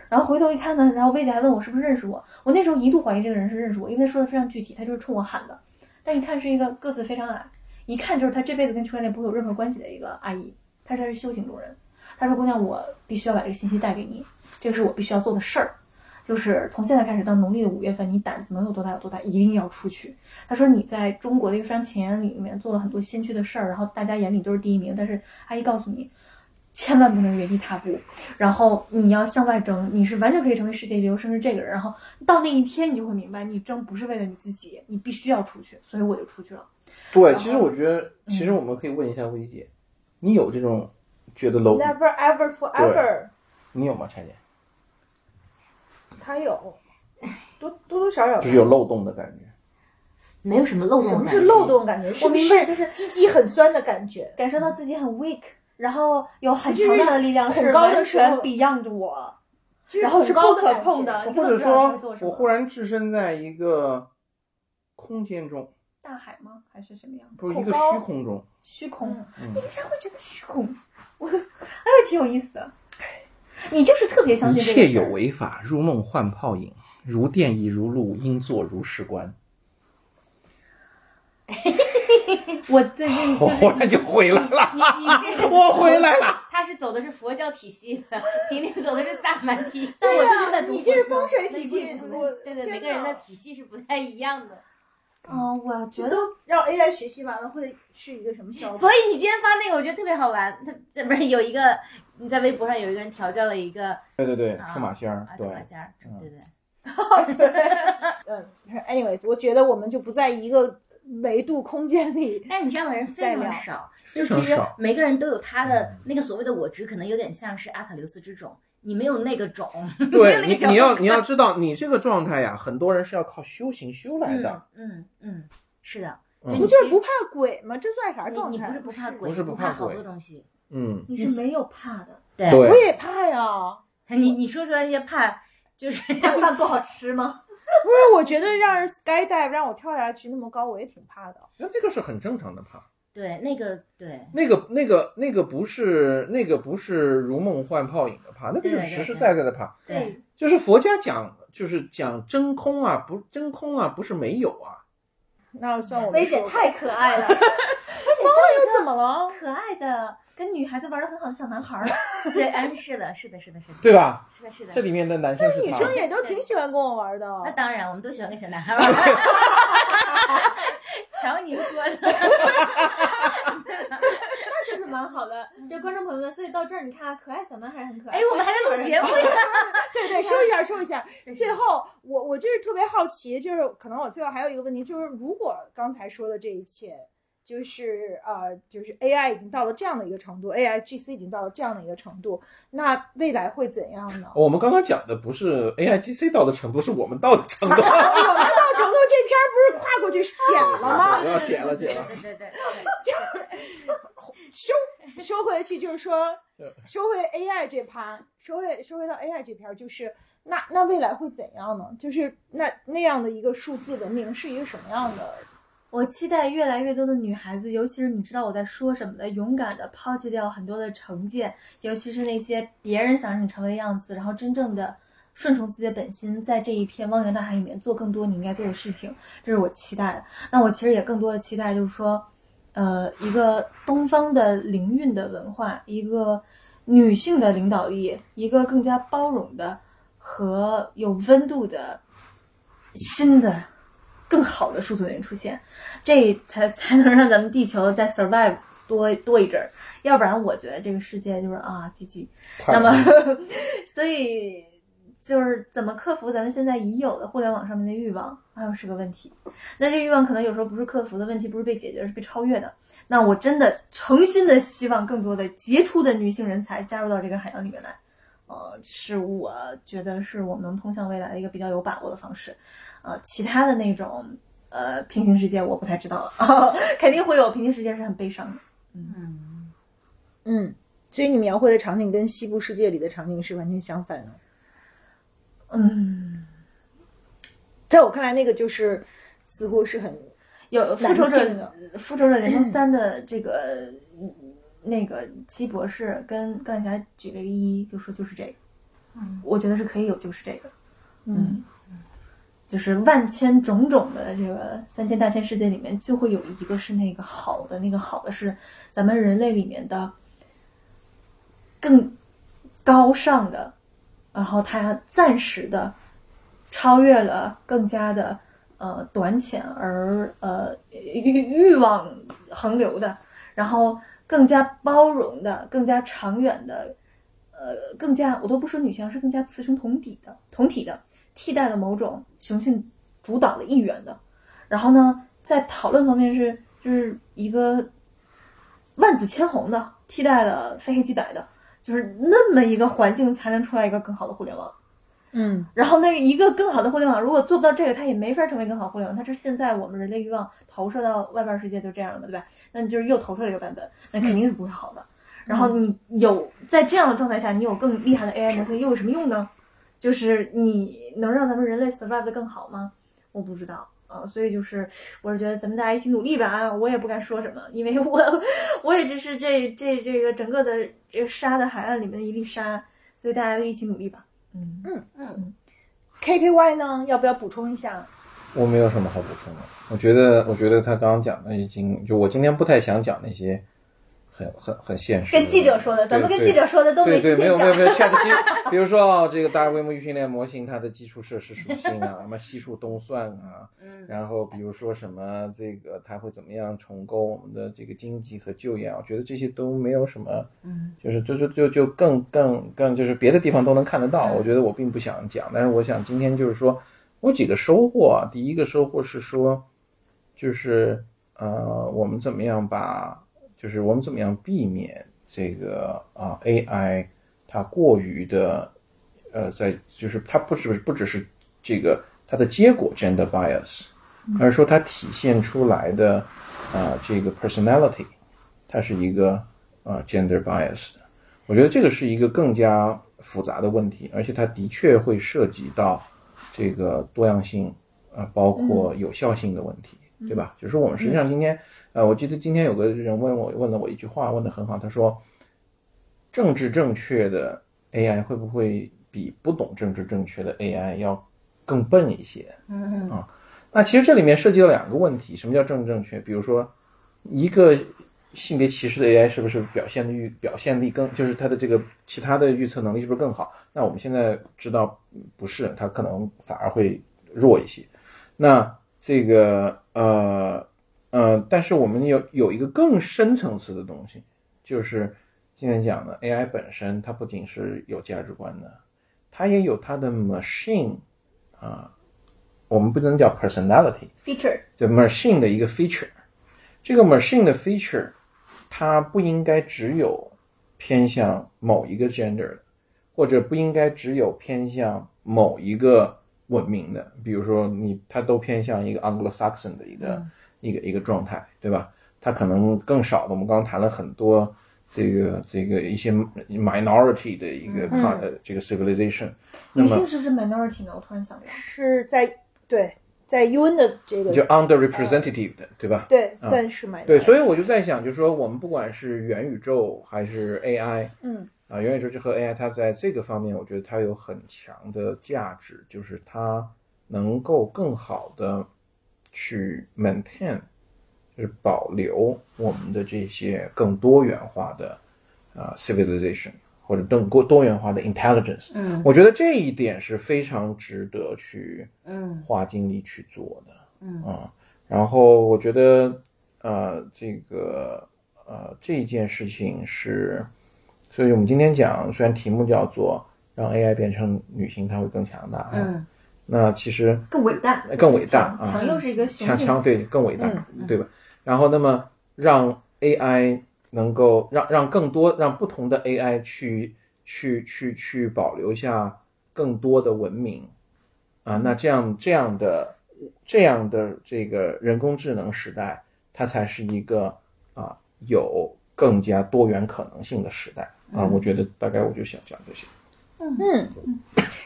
Speaker 5: 然后回头一看呢，然后薇姐还问我是不是认识我，我那时候一度怀疑这个人是认识我，因为说的非常具体，他就是冲我喊的。但一看是一个个子非常矮，一看就是他这辈子跟区块链不会有任何关系的一个阿姨，她说她是修行中人。她说：“姑娘，我必须要把这个信息带给你，这个是我必须要做的事儿。”就是从现在开始到农历的五月份，你胆子能有多大有多大，一定要出去。他说你在中国的一个非常前沿领域里面做了很多先驱的事儿，然后大家眼里都是第一名，但是阿姨告诉你，千万不能原地踏步，然后你要向外争，你是完全可以成为世界一流，甚至这个人。然后到那一天，你就会明白，你争不是为了你自己，你必须要出去，所以我就出去了。
Speaker 3: 对，
Speaker 5: 然
Speaker 3: 其实
Speaker 5: 后
Speaker 3: 我觉得，其实我们可以问一下薇姐，你有这种觉得 low，
Speaker 2: Never ever forever，
Speaker 3: 你有吗？柴姐，
Speaker 2: 他有多多多少少
Speaker 3: 就是有漏洞的感觉。
Speaker 1: 没有什么漏洞。
Speaker 2: 什么是漏？洞感觉？是不
Speaker 5: 明
Speaker 2: 是
Speaker 5: 白
Speaker 2: 就是鸡鸡很酸的感觉？
Speaker 5: 感受到自己很 weak，然后有很
Speaker 2: 就是
Speaker 5: 强大的力量，
Speaker 2: 很
Speaker 5: 是
Speaker 2: 高的
Speaker 5: 完
Speaker 2: 时候
Speaker 5: 全 beyond 我，
Speaker 2: 就
Speaker 5: 然后
Speaker 2: 很
Speaker 5: 是
Speaker 2: 高
Speaker 5: 不
Speaker 2: 的
Speaker 5: 可
Speaker 2: 感觉
Speaker 5: 控的，你
Speaker 3: 或
Speaker 5: 根本不知
Speaker 3: 者
Speaker 5: 道他会
Speaker 3: 说
Speaker 5: 做，什
Speaker 3: 我
Speaker 5: 么
Speaker 3: 忽然置身在一个空间中，
Speaker 5: 大海吗？还是什么样？
Speaker 3: 不是一
Speaker 5: 恐
Speaker 3: 个
Speaker 5: 高
Speaker 3: 虚空中。
Speaker 5: 虚空，
Speaker 3: 嗯
Speaker 5: 你为啥会觉得虚空？我还是挺有意思的。你就是特别相
Speaker 3: 一
Speaker 5: 信这个
Speaker 3: 切
Speaker 5: 事
Speaker 3: 有
Speaker 5: 儿
Speaker 3: 为法，如梦幻泡影，如电亦如露，应作如是观。
Speaker 5: 我最近
Speaker 3: 哦我
Speaker 5: 就
Speaker 3: 忽然
Speaker 5: 是
Speaker 3: 就回来了，
Speaker 1: 你 你是
Speaker 3: 我回来了。
Speaker 1: 他是走的是佛教体系 的，婷婷走的是萨满体系。
Speaker 5: 但我最近在读
Speaker 2: 你这是
Speaker 5: 佛
Speaker 2: 风水
Speaker 1: 那
Speaker 2: 体
Speaker 1: 不
Speaker 2: 系，我
Speaker 1: 对对，
Speaker 2: 天
Speaker 1: 每个人
Speaker 2: 哪
Speaker 1: 的体系是不太一样的。
Speaker 5: 嗯，我
Speaker 2: 这
Speaker 5: 觉得
Speaker 2: 都让 AI 学习完了会是一个什么效果？
Speaker 1: 所以你今天发那个，我觉得特别好玩。他这不是有一个你在微博上有一个人调教了一个
Speaker 3: 对对对，
Speaker 1: 啊
Speaker 3: 出马仙儿
Speaker 1: 啊，
Speaker 3: 对
Speaker 1: 猪，马仙儿，对对。
Speaker 2: 嗯，anyways，我觉得我们就不在一个维度空间里。
Speaker 1: 但是你这样的人非常少，就
Speaker 3: 非
Speaker 1: 是
Speaker 3: 常
Speaker 1: 其实
Speaker 3: 少。嗯
Speaker 1: 每个人都有他的那个所谓的我值，可能有点像是阿塔留斯之种，你没有那个种， 没有
Speaker 3: 对
Speaker 1: 那
Speaker 3: 你
Speaker 1: 个角，
Speaker 3: 你要你要知道，你这个状态呀，很多人是要靠修行修来
Speaker 1: 嗯
Speaker 3: 的。
Speaker 1: 嗯嗯，是的，
Speaker 3: 嗯
Speaker 1: 就
Speaker 2: 不
Speaker 1: 你
Speaker 2: 就是
Speaker 1: 其实
Speaker 2: 不怕鬼吗？这算啥状
Speaker 1: 你你不是
Speaker 2: 态？
Speaker 1: 不怕鬼，
Speaker 3: 不是
Speaker 1: 你
Speaker 3: 不
Speaker 1: 不
Speaker 3: 怕
Speaker 1: 好
Speaker 3: 鬼
Speaker 1: 多东西，
Speaker 3: 嗯，
Speaker 5: 你是没有怕的，
Speaker 1: 对
Speaker 3: 对
Speaker 2: 我，也怕呀。
Speaker 1: 你你说出来那些怕，就是
Speaker 5: 那饭不好吃吗？
Speaker 2: 不是，我觉得让人 skydive 让我跳下去那么高，我也挺怕的。
Speaker 3: 那这个是很正常的怕。
Speaker 1: 对那个对
Speaker 3: 那个那个那个不是那个不是如梦幻泡影的怕，那个就是
Speaker 1: 对对
Speaker 3: 实实
Speaker 1: 对
Speaker 3: 在在的怕。
Speaker 1: 对，
Speaker 3: 就是佛家讲，就是讲真空啊，不真空啊，不是没有啊。
Speaker 2: 那算我没
Speaker 5: 薇
Speaker 2: 说
Speaker 5: 姐
Speaker 2: 过。
Speaker 5: 太可爱了，
Speaker 2: 又怎么了？
Speaker 5: 可爱的跟女孩子玩的很好的小男孩儿，
Speaker 1: 对，哎，是的，是的，是的，是的，
Speaker 3: 对吧？
Speaker 1: 是的，是
Speaker 3: 这
Speaker 1: 的。
Speaker 3: 里面的男生是
Speaker 2: 女
Speaker 3: 他
Speaker 2: 生也都挺喜欢跟我玩的。
Speaker 1: 那当然，我们都喜欢跟小男孩玩。 瞧你说的，
Speaker 5: 那就是蛮好的。这观众朋友们，所以到这儿你看啊，可爱小男孩很可爱。
Speaker 1: 哎，我们还在录节目
Speaker 2: 对对，收一下，收一下。
Speaker 1: 呢。
Speaker 2: 最后，我我就是特别好奇，就是可能我最后还有一个问题，就是如果刚才说的这一切，就是呃，就是 AI 已经到了这样的一个程度，AI GC 已经到了这样的一个程度，那未来会怎样 呢？
Speaker 3: 我们刚刚讲的不是 AIGC 到的程度，是我们到的程度。
Speaker 2: 哎呦，那到程度这篇儿不是跨过去剪了吗？
Speaker 3: 我要剪了剪了
Speaker 1: 对对对对
Speaker 2: 收收回去就是说
Speaker 3: 对，
Speaker 2: 收回 AI 这趴，收回收回到 AI 这篇儿，就是那那未来会怎样呢？就是那那样的一个数字文明是一个什么样的？
Speaker 5: 我期待越来越多的女孩子，尤其是你知道我在说什么的，勇敢的抛弃掉很多的成见，尤其是那些别人想让你成为的样子，然后真正的顺从自己的本心，在这一片汪洋大海里面做更多你应该做的事情，这是我期待的。那我其实也更多的期待就是说，呃，一个东方的灵韵的文化，一个女性的领导力，一个更加包容的和有温度的新的、更好的数字人出现，这才 才能让咱们地球再 survive 多多一阵儿。要不然，我觉得这个世界就是啊，GG。
Speaker 8: 快
Speaker 5: 那
Speaker 8: 乐
Speaker 5: 么，
Speaker 2: 嗯
Speaker 5: 所以就是怎么克服咱们现在已有的互联网上面的欲望，还有是个问题。那这个欲望可能有时候不是克服的问题，不是被解决，而是被超越的。那我真的诚心的希望更多的杰出的女性人才加入到这个海洋里面来，呃，是我觉得是我们通向未来的一个比较有把握的方式。呃，其他的那种呃平行世界我不太知道了， 肯定会有平行世界是很悲伤的。
Speaker 1: 嗯，
Speaker 2: 嗯，所以你描绘的场景跟西部世界里的场景是完全相反的。
Speaker 5: 嗯，
Speaker 2: 在我看来，那个就是似乎是很
Speaker 5: 有复
Speaker 2: 男
Speaker 5: 仇者
Speaker 2: 性的，
Speaker 5: 《复仇者联盟三》的这个嗯那个七博士跟钢铁侠举了个一，就说就是这个，
Speaker 1: 嗯，
Speaker 5: 我觉得是可以有就是这个，
Speaker 2: 嗯，
Speaker 5: 就是万千种种的这个三千大千世界里面，就会有一个是那个好的，那个好的是咱们人类里面的更高尚的，然后它暂时的超越了更加的呃短浅而呃欲欲望横流的，然后更加包容的、更加长远的，呃，更加我都不说女性，是更加雌雄同体的、同体的，替代了某种雄性主导的意愿的。然后呢，在讨论方面是就是一个万紫千红的，替代了非黑即白的，就是那么一个环境才能出来一个更好的互联网。
Speaker 2: 嗯
Speaker 5: 然后那个一个更好的互联网，如果做不到这个，它也没法成为更好的互联网。它是现在我们人类欲望投射到外边世界就这样的，对吧？那你就是又投射了一个版本，那肯定是不是好的。然后你有在这样的状态下，你有更厉害的 AI 模型又有什么用呢？就是你能让咱们人类 survive 的更好吗？我不知道啊，所以就是我是觉得咱们大家一起努力吧，我也不敢说什么，因为我我也只是这这这个整个的这个沙的海岸里面的一粒沙，所以大家都一起努力吧。嗯。
Speaker 2: ，K K Y 呢，要不要补充一下？
Speaker 3: 我没有什么好补充的。我觉得，我觉得他刚刚讲的已经，就我今天不太想讲那些很很很现实的。
Speaker 5: 跟记者说的，咱们跟
Speaker 3: 对
Speaker 5: 记者说的都
Speaker 3: 对对，
Speaker 5: 听
Speaker 3: 没有没
Speaker 5: 讲
Speaker 3: 有。没有，像这些， 比如说啊，这个大规模预训练模型它的基础设施属性啊，什么系数东算啊，
Speaker 1: 嗯
Speaker 3: 然后比如说什么这个它会怎么样重构我们的这个经济和就业啊，我觉得这些都没有什么，
Speaker 1: 嗯，
Speaker 3: 就是就就就就更更更就是别的地方都能看得到，我觉得我并不想讲，但是我想今天就是说我有几个收获啊，第一个收获是说，就是呃我们怎么样把就是我们怎么样避免这个啊、AI 它过于的呃，在就是它不是不只是这个它的结果 gender bias，而是说它体现出来的啊、这个 personality，它是一个啊、gender bias 的。我觉得这个是一个更加复杂的问题，而且它的确会涉及到这个多样性啊、包括有效性的问题，对吧？就是我们实际上今天。呃，我记得今天有个人问我问了我一句话，问得很好，他说：“政治正确的 AI 会不会比不懂政治正确的 AI 要更笨一些？”嗯啊，那其实这里面涉及到两个问题，什么叫政治正确？比如说，一个性别歧视的 AI 是不是表现力表现力更，就是它的这个其他的预测能力是不是更好？那我们现在知道嗯不是，它可能反而会弱一些。那这个呃呃，但是我们有有一个更深层次的东西，就是今天讲的 AI 本身，它不仅是有价值观的，它也有它的 machine 啊、我们不能叫 personality，
Speaker 5: feature
Speaker 3: 就 machine 的一个 feature。这个 machine 的 feature，它不应该只有偏向某一个 gender 的，或者不应该只有偏向某一个文明的。比如说你，它都偏向一个 Anglo-Saxon 的一个、一个一个状态，对吧？它可能更少的，我们刚刚谈了很多这个这个一些 minority 的一个、
Speaker 2: 嗯
Speaker 3: 呃这个 civilization。那
Speaker 5: 女
Speaker 3: 么
Speaker 5: 性是不是 minority 呢？我突然想到，
Speaker 2: 是在对在 UN 的这
Speaker 3: 就
Speaker 2: 个
Speaker 3: underrepresentative 的，对吧？
Speaker 2: 对
Speaker 3: 啊
Speaker 2: 算是买
Speaker 3: 对，所以我就在想，就是说，我们不管是元宇宙还是 AI
Speaker 2: 嗯
Speaker 3: 啊，元宇宙就和 AI，它在这个方面，我觉得它有很强的价值，就是它能够更好的去 maintain，就是保留我们的这些更多元化的啊、civilization 或者更多多元化的 intelligence。
Speaker 1: 嗯
Speaker 3: 我觉得这一点是非常值得去
Speaker 1: 嗯
Speaker 3: 花精力去做的。
Speaker 1: 嗯
Speaker 3: 啊，然后我觉得，呃，这个呃这一件事情是，所以我们今天讲，虽然题目叫做让 AI 变成女性，它会更强大，，啊
Speaker 1: 嗯
Speaker 3: 那其实
Speaker 5: 更伟大，
Speaker 3: 更伟大
Speaker 5: 强
Speaker 3: 啊
Speaker 5: 强又是一个雄
Speaker 3: 强
Speaker 5: 性，
Speaker 3: 强对更伟大
Speaker 1: 嗯，嗯
Speaker 3: 对吧？然后那么让 AI 能够让让更多让不同的 AI 去去去去保留下更多的文明啊，那这样这样的这样的这个人工智能时代，它才是一个啊有更加多元可能性的时代啊。
Speaker 1: 嗯
Speaker 3: 我觉得大概我就想讲这些。
Speaker 2: 嗯，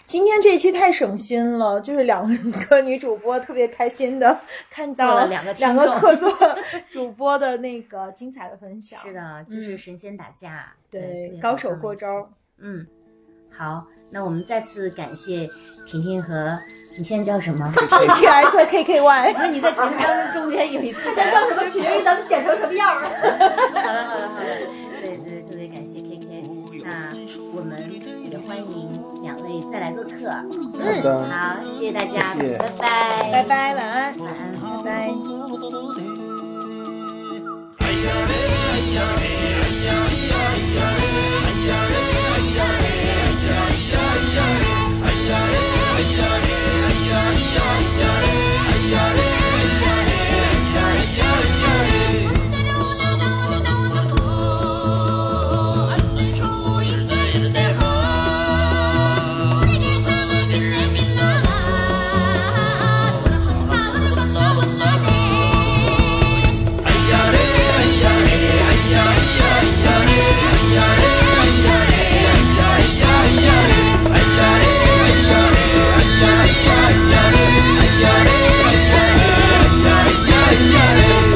Speaker 2: 今天这一期太省心了，就是两个女主播特别开心的看
Speaker 1: 做
Speaker 2: 到
Speaker 1: 了两个听
Speaker 2: 两
Speaker 1: 众
Speaker 2: 个客座主播的那个精彩的分享，
Speaker 1: 是的，就是神仙打架，嗯特
Speaker 2: 对
Speaker 1: 别，
Speaker 2: 高
Speaker 1: 搞
Speaker 2: 手
Speaker 1: 笑
Speaker 2: 过
Speaker 1: 的一期
Speaker 2: 招。。
Speaker 1: 嗯，好，那我们再次感谢婷婷和你现在叫什么？
Speaker 2: T S K K Y，
Speaker 1: 不是你在节目当中中间有一次
Speaker 5: 叫什么取决于咱们剪成什么样儿。
Speaker 1: 好了好了 好了，对对，特别感谢 K K，那我们也欢迎两位再来做客。嗯
Speaker 3: 好的
Speaker 1: 好，谢谢大家，
Speaker 3: 谢谢
Speaker 1: 拜拜，
Speaker 2: 拜，拜，晚安，
Speaker 1: 晚
Speaker 2: 拜
Speaker 1: 安。
Speaker 2: 拜。
Speaker 11: 哎呀哎呀哎呀哎呀